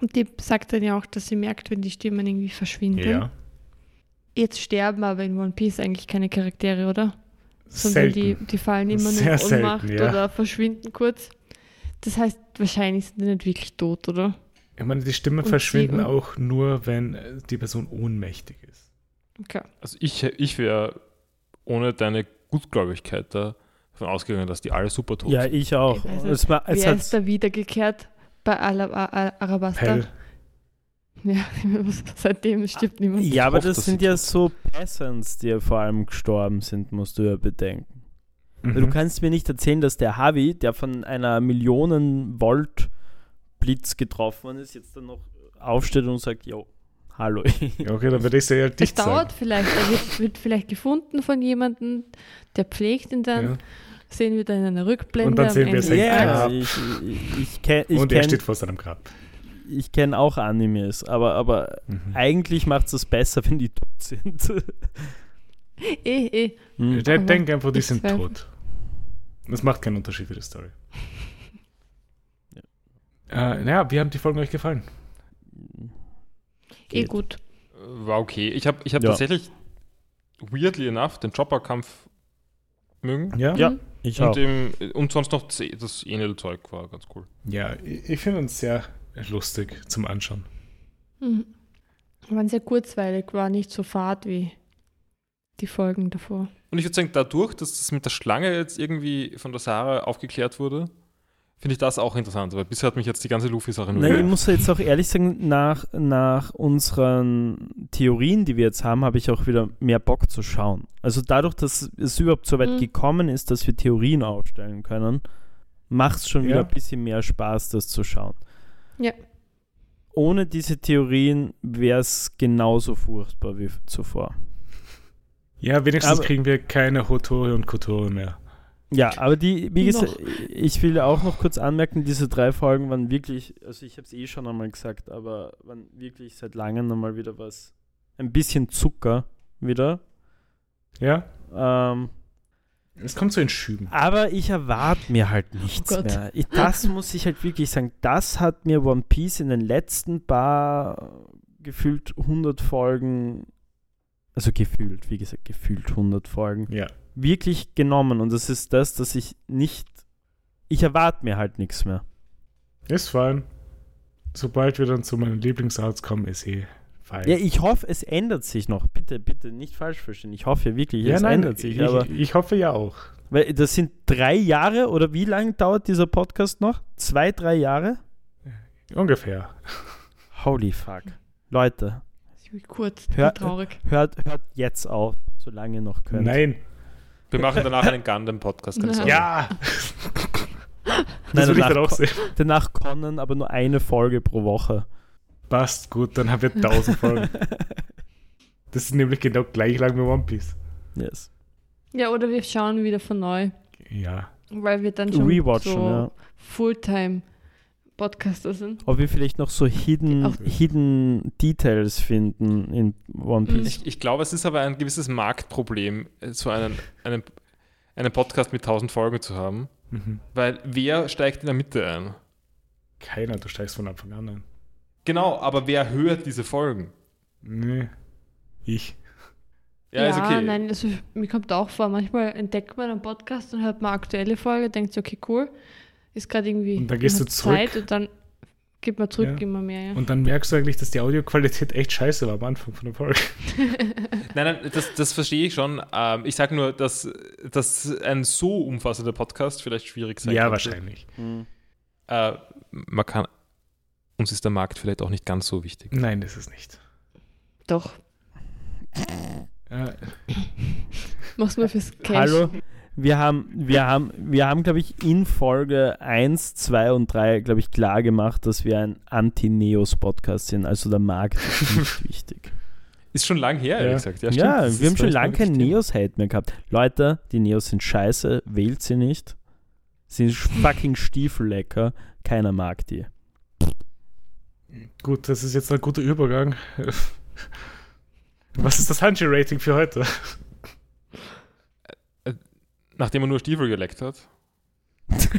C: Und die sagt dann ja auch, dass sie merkt, wenn die Stimmen irgendwie verschwinden.
A: Ja.
C: Jetzt sterben aber in One Piece eigentlich keine Charaktere, oder? Sondern die,
A: Selten.
C: die fallen immer nur
A: Sehr
C: in Ohnmacht
A: selten, ja.
C: oder verschwinden kurz. Das heißt, wahrscheinlich sind die nicht wirklich tot, oder?
A: Ich meine, die Stimmen
C: Und sie-
A: verschwinden
C: und-
A: auch nur, wenn äh, die Person ohnmächtig ist.
C: Okay.
D: Also, ich, ich wäre ohne deine Gutgläubigkeit da davon ausgegangen, dass die alle super tot
B: ja,
D: sind.
B: ich auch.
C: Ich weiß nicht,
B: es war, es
C: Wer
B: hat,
C: ist da wiedergekehrt bei Ala- A- A- Arabasta?
A: Pell.
C: Ja, seitdem stirbt niemand.
B: ja, aber
D: hoffe,
B: das
D: dass
B: sind
D: sie
B: ja
D: tot
B: so Peasants, die ja vor allem gestorben sind, musst du ja bedenken. Weil Du
A: Mhm.
B: kannst mir nicht erzählen, dass der Harvey, der von einer Millionen-Volt-Blitz getroffen worden ist, jetzt dann noch aufsteht und sagt, jo, hallo.
A: Ja, Okay, dann würde ich sehr
C: Es
A: dicht
C: dauert
A: sagen.
C: vielleicht, er wird, wird vielleicht gefunden von jemandem, der pflegt ihn dann,
A: Ja.
C: sehen wir dann in einer Rückblende.
A: Und dann sehen
C: am
A: wir
C: Ende
A: es
C: des
A: hängt
B: Ja,
A: Ja. ab.
C: Arcs.
B: also ich, ich, ich kenne ich
A: Und er
B: kenn,
A: steht vor seinem Grab.
B: ich kenn auch Animes, aber, aber eigentlich macht es besser, wenn die tot sind.
C: Eh, eh.
B: Hm.
A: Der
C: Aber
A: denkt einfach, die
C: ich
A: sind
C: zweifle.
A: tot. Das macht keinen Unterschied für die Story. Äh, naja, wie haben die Folgen euch gefallen?
C: Eh
B: Geht.
C: gut.
D: War okay. Ich habe ich hab
B: Ja.
D: tatsächlich, weirdly enough, den Chopper-Kampf mögen.
A: Ja?
B: Ja, ich auch.
D: Und, dem, und sonst noch C- das Enel-Zeug war ganz cool.
A: Ja, ich ich finde uns sehr lustig zum Anschauen.
C: Mhm. Waren sehr kurzweilig, war nicht so fad wie die Folgen davor.
D: Und ich würde sagen, dadurch, dass das mit der Schlange jetzt irgendwie von der Sarah aufgeklärt wurde, finde ich das auch interessant. Weil bisher hat mich jetzt die ganze Luffy-Sache nur
B: Nein, ich
D: genervt.
B: muss jetzt auch ehrlich sagen, nach, nach unseren Theorien, die wir jetzt haben, habe ich auch wieder mehr Bock zu schauen. Also dadurch, dass es überhaupt so weit
C: Mhm.
B: gekommen ist, dass wir Theorien aufstellen können, macht es schon
A: Ja.
B: wieder ein bisschen mehr Spaß, das zu schauen.
C: Ja.
B: Ohne diese Theorien wäre es genauso furchtbar wie zuvor.
A: Ja, wenigstens
B: Aber-
A: kriegen wir keine Hotori und Kotori mehr.
B: Ja, aber die, wie gesagt,
C: Noch.
B: ich will auch noch kurz anmerken, diese drei Folgen waren wirklich, also ich habe es eh schon einmal gesagt, aber waren wirklich seit langem einmal wieder was, ein bisschen Zucker wieder.
A: Ja?
B: Ähm,
A: Es kommt so in Schüben.
B: aber ich erwarte mir halt nichts
C: Oh Gott.
B: mehr. Ich, das muss ich halt wirklich sagen, das hat mir One Piece in den letzten paar äh, gefühlt 100 Folgen, also gefühlt, wie gesagt, gefühlt 100 Folgen,
A: Ja.
B: wirklich genommen und das ist das, dass ich nicht, ich erwarte mir halt nichts mehr.
A: Ist fein. Sobald wir dann zu meinem Lieblingsarzt kommen, ist eh fein.
B: Ja, ich hoffe, es ändert sich noch. Bitte, bitte nicht falsch verstehen. Ich hoffe ja wirklich, es ändert sich.
A: ich,
B: aber
A: ich hoffe ja auch.
B: weil das sind drei Jahre oder wie lange dauert dieser Podcast noch? Zwei, drei Jahre?
A: Ungefähr.
B: Holy fuck. Leute,
C: Das ist kurz,
B: Hör-
C: traurig.
B: hört, hört jetzt auf, solange ihr noch könnt.
A: Nein.
D: Wir machen danach einen Gundam-Podcast. keine
C: Nein.
D: Sorge.
A: Ja!
B: Oh. Nein,
A: das will ich
B: danach,
A: dann auch
B: ko-
A: sehen.
B: danach können aber nur eine Folge pro Woche.
A: Passt gut, dann haben wir 1000 Folgen. Das ist nämlich genau gleich lang wie One Piece.
B: Yes.
C: Ja, oder wir schauen wieder von neu,
A: Ja.
C: weil wir dann schon
B: Rewatchen,
C: so
B: ja.
C: Fulltime-Podcaster sind.
B: Ob wir vielleicht noch so hidden,
C: Auch-
B: hidden Details finden in One Piece.
D: Ich, ich glaube, es ist aber ein gewisses Marktproblem, äh, so einen, einen, einen Podcast mit 1000 Folgen zu haben.
A: Mhm.
D: Weil wer steigt in der Mitte ein?
A: Keiner, du steigst von Anfang an ein.
D: Genau, aber wer hört diese Folgen?
A: Nee. Ich.
D: Ja, ist okay.
C: nein, also mir kommt auch vor, manchmal entdeckt man einen Podcast und hört mal eine aktuelle Folge, denkt sich, okay, cool, ist gerade irgendwie
A: Und dann gehst
C: man
A: du
C: hat
A: zurück.
C: Zeit und dann geht man zurück
A: Ja.
C: immer mehr, ja.
A: Und dann merkst du eigentlich, dass die Audioqualität echt scheiße war am Anfang von der Folge.
D: Nein, nein, das, das verstehe ich schon. Ähm, ich sage nur, dass, dass ein so umfassender Podcast vielleicht schwierig sein
A: Ja,
D: könnte.
A: wahrscheinlich.
B: Mhm.
D: Äh, man kann, uns ist der Markt vielleicht auch nicht ganz so wichtig.
A: Nein, das ist nicht.
C: Doch,
A: Äh,
C: mach's nur fürs Cash.
B: Hallo. Wir haben, wir haben, wir haben, glaube ich, in Folge 1, 2 und 3, glaube ich, klar gemacht, dass wir ein Anti-Neos-Podcast sind. Also der Markt ist nicht wichtig.
D: Ist schon lang her, ehrlich
A: Ja.
D: gesagt.
B: Ja,
D: Ja, stimmt. Das ist
B: wir haben schon
D: vielleicht
B: lange
D: mal
B: kein
D: wichtig.
B: Neos-Hate mehr gehabt. Leute, die Neos sind scheiße, wählt sie nicht. Sie sind fucking Stiefellecker, keiner mag die.
A: gut, das ist jetzt ein guter Übergang. Was ist das Hanji-Rating für heute?
D: Nachdem er nur Stiefel geleckt hat.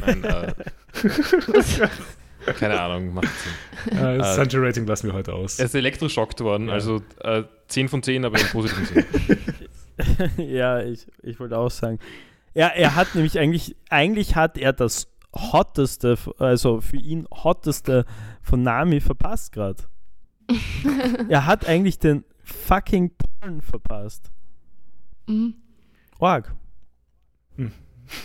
D: Nein, äh, keine Ahnung, macht Sinn.
A: Äh, das
D: Äh,
A: Hanji-Rating lassen wir heute aus.
D: Er ist elektroschockt worden,
A: Ja.
D: also äh, 10 von 10, aber im positiven Sinne.
B: ja, ich, ich wollte auch sagen. Ja, er hat nämlich eigentlich, eigentlich hat er das hotteste, also für ihn hotteste von Nami verpasst gerade. Er hat eigentlich den fucking Porn verpasst.
C: Mhm.
B: Org.
A: Hm.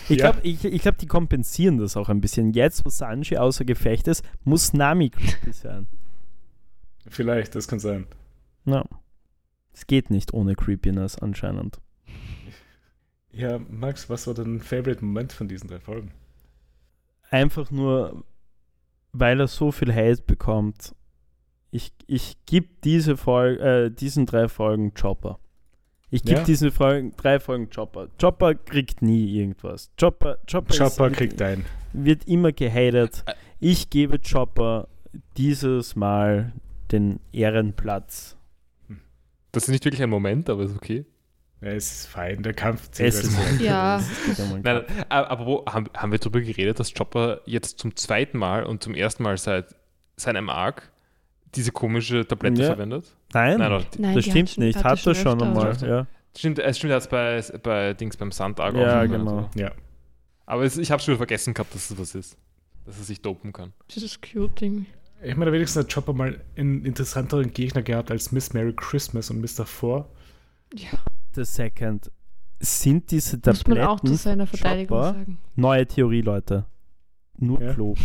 B: Ich
A: Ja.
B: glaube, ich, ich glaub, die kompensieren das auch ein bisschen. Jetzt, wo Sanji außer Gefecht ist, muss Nami creepy sein.
A: Vielleicht, das kann sein.
B: No. Es geht nicht ohne Creepiness anscheinend.
A: Ja, Max, was war dein Favorite-Moment von diesen drei Folgen?
B: einfach nur, weil er so viel Hate bekommt. Ich, ich gebe diese Folge, äh, diesen drei Folgen Chopper. Ich gebe
A: Ja.
B: diesen Folgen, drei Folgen Chopper. Chopper kriegt nie irgendwas. Chopper, Chopper, ist-
A: Chopper
B: wird,
A: kriegt ein.
B: wird immer gehatet. Ich gebe Chopper dieses Mal den Ehrenplatz.
D: Das ist nicht wirklich ein Moment, aber ist okay.
A: Ja, es ist fein, der Kampf zählt
B: Es
A: als
B: ist
A: Moment.
C: Ja.
B: Es geht um einen
D: Nein, nein, äh, apropos, haben, haben wir darüber geredet, dass Chopper jetzt zum zweiten Mal und zum ersten Mal seit seinem Arc diese komische Tablette
B: Ja.
D: verwendet?
B: Nein,
D: Nein, oder,
C: Nein,
B: das
C: die
B: stimmt
C: hat schon-
B: nicht. Hat er schon
C: öfter.
B: einmal.
D: öfter.
B: Ja.
D: stimmt, es stimmt, er hat's bei, bei Dings beim Sandarg auch
B: Ja,
D: schon verwendet,
B: genau.
D: oder?
A: Ja.
D: Aber es, ich habe schon wieder vergessen gehabt, dass es was ist. Dass er sich dopen kann.
C: Das ist cute Ding.
A: Ich meine, wenigstens hat Chopper mal einen interessanteren Gegner gehabt als Miss Merry Christmas und Mr. Four.
C: Ja,
B: The Second. Sind diese
C: muss man auch zu
B: Tabletten
C: seiner Verteidigung
B: Chopper?
C: sagen.
B: Neue Theorie, Leute. Nur
A: Ja.
B: Globos.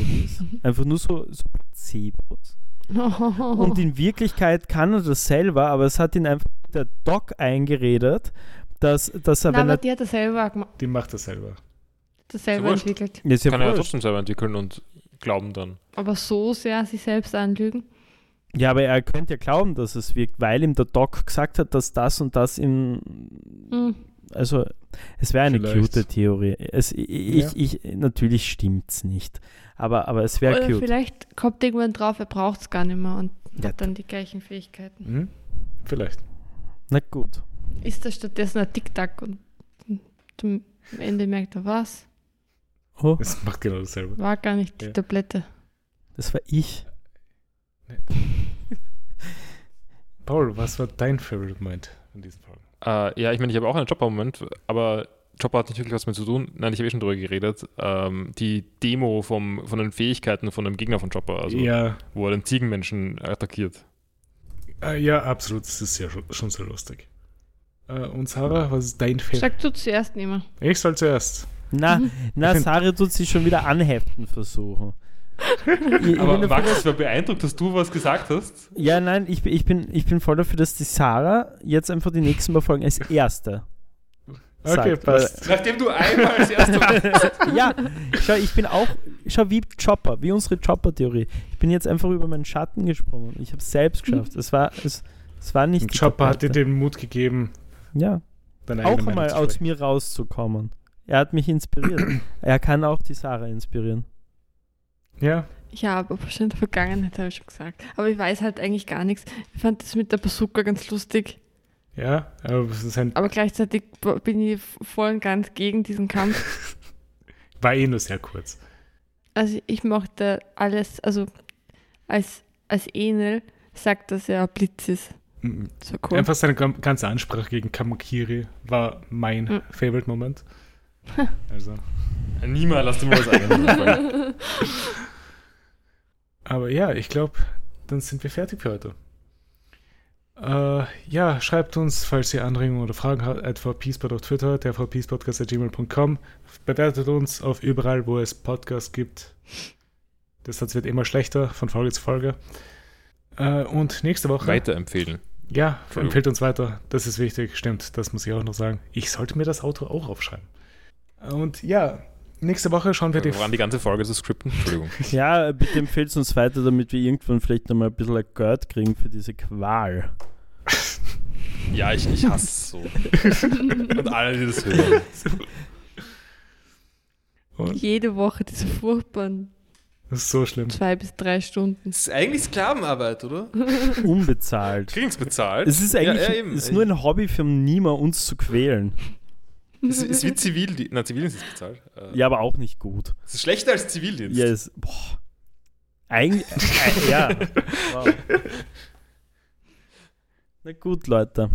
B: Einfach nur so, so Placebos.
C: Oh.
B: Und in Wirklichkeit kann er das selber, aber es hat ihn einfach der Doc eingeredet, dass, dass er,
C: Na,
B: wenn
C: aber
B: er.
C: die hat das selber, gema-
A: Die macht das selber.
C: das selber
D: wurscht.
C: entwickelt.
B: Ist ja,
D: kann er ja
B: wurscht.
D: trotzdem selber entwickeln und glauben dann.
C: Aber so sehr sich selbst anlügen.
B: ja, aber er könnte ja glauben, dass es wirkt, weil ihm der Doc gesagt hat, dass das und das ihm.
C: Mhm.
B: Also, es wäre eine
A: Vielleicht.
B: cute Theorie. Es, ich,
A: Ja.
B: ich, ich, natürlich stimmt's nicht. Aber, aber es wäre
C: Oder
B: cute.
C: vielleicht kommt irgendwann drauf, er braucht es gar nicht mehr und
B: Ja.
C: hat dann die gleichen Fähigkeiten.
A: Mhm. Vielleicht.
B: Na gut.
C: Ist das stattdessen ein Tic-Tac und zum Ende merkt er, was?
B: Oh,
A: Es macht genau dasselbe.
C: War gar nicht die
A: Ja.
C: Tablette.
B: das war ich.
A: Paul, was war dein Favorite Moment von diesen Folgen?
D: Äh, ja, ich meine, ich habe auch einen Chopper-Moment, aber Chopper hat nicht wirklich was mit zu tun. Nein, ich habe eh schon drüber geredet. Ähm, die Demo vom, von den Fähigkeiten von dem Gegner von Chopper, also
A: ja,
D: wo er den Ziegenmenschen attackiert.
A: äh, ja, absolut. Das ist ja schon, schon sehr lustig. Äh, und Sarah, was ist dein Favorite?
C: Sag du zuerst immer.
A: Ich soll zuerst.
B: Na, na,
A: find-
B: Sarah tut sich schon wieder anheften versuchen. Ich, ich
D: Aber
B: bin dafür,
D: Max, ich war beeindruckt, dass du was gesagt hast.
B: ja, nein, ich, bin- ich, bin, ich bin voll dafür, dass die Sarah jetzt einfach die nächsten Mal folgen als Erste.
A: Okay,
B: sagt,
A: passt.
D: Nachdem du einmal als erster
B: weil- Ja, schau, ich bin auch, schau, wie Chopper, wie unsere Chopper-Theorie. Ich bin jetzt einfach über meinen Schatten gesprungen. Ich habe es selbst geschafft. Es war, es, Es war nicht
A: Und Chopper hat dir
B: Tablette.
A: den Mut gegeben,
B: Ja,
A: deine eigene
B: auch
A: Meinung
B: mal
A: zu
B: aus
A: sprechen.
B: mir rauszukommen. Er hat mich inspiriert. er kann auch die Sarah inspirieren.
A: Ja,
C: Ja, aber schon in der Vergangenheit habe ich schon gesagt. Aber ich weiß halt eigentlich gar nichts. Ich fand das mit der Bazooka ganz lustig.
A: ja, aber es ist ein,
C: Aber gleichzeitig b- bin ich voll und ganz gegen diesen Kampf.
A: war eh nur sehr kurz.
C: Also ich mochte alles, also als, als Enel sagt, dass er ein Blitz ist.
A: Mhm.
C: So cool.
A: Einfach seine gam- ganze Ansprache gegen Kamakiri war mein
C: Mhm.
A: Favorite Moment. Also,
D: Niemals lass den Moritz einen.
A: aber ja, ich glaube, dann sind wir fertig für heute. Äh, ja, schreibt uns, falls ihr Anregungen oder Fragen habt, at vpspod auf Twitter, der vpspodcast.gmail.com. Bewertet uns auf überall, wo es Podcasts gibt. Der Satz wird immer schlechter von Folge zu Folge. Äh, und nächste Woche.
D: Weiterempfehlen.
A: Ja,
D: Entschuldigung.
A: empfiehlt uns weiter. Das ist wichtig. Stimmt, das muss ich auch noch sagen. Ich sollte mir das Auto auch aufschreiben. Und ja, nächste Woche schauen wir die.
D: Wir waren die ganze Folge zu skripten. Entschuldigung.
B: Ja, bitte empfehlt uns weiter, damit wir irgendwann vielleicht nochmal ein bisschen ein Geld kriegen für diese Qual.
D: Ja, ich, ich hasse es so. Und alle, die das hören.
A: Und
C: Jede Woche diese furchtbaren
A: das ist so schlimm.
D: Hm.
C: zwei bis drei Stunden.
D: Das ist eigentlich Sklavenarbeit, oder?
B: Unbezahlt.
D: Kriegen's bezahlt.
B: Es ist eigentlich
D: Ja, ja, eben.
B: es ist nur ein Hobby für Nima, uns zu quälen.
D: Es, es wird Zivildienst. Na, Zivildienst ist bezahlt. Äh,
B: Ja, aber auch nicht gut.
D: Es ist schlechter als Zivildienst.
B: Ja, es, boah. Eigentlich. Äh, ja. Wow. Na gut, Leute.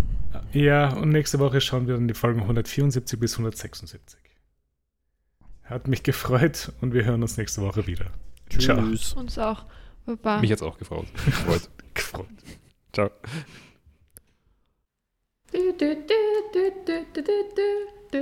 A: Ja, und nächste Woche schauen wir dann die Folgen 174 bis 176. Hat mich gefreut und wir hören uns nächste Woche wieder. Ciao.
B: Tschüss.
C: Uns auch. Baba.
D: Mich hat's auch gefreut. gefreut.
A: Gefreut.
D: Ciao.
C: Du, du, du, du, du, du, du, du, du, du,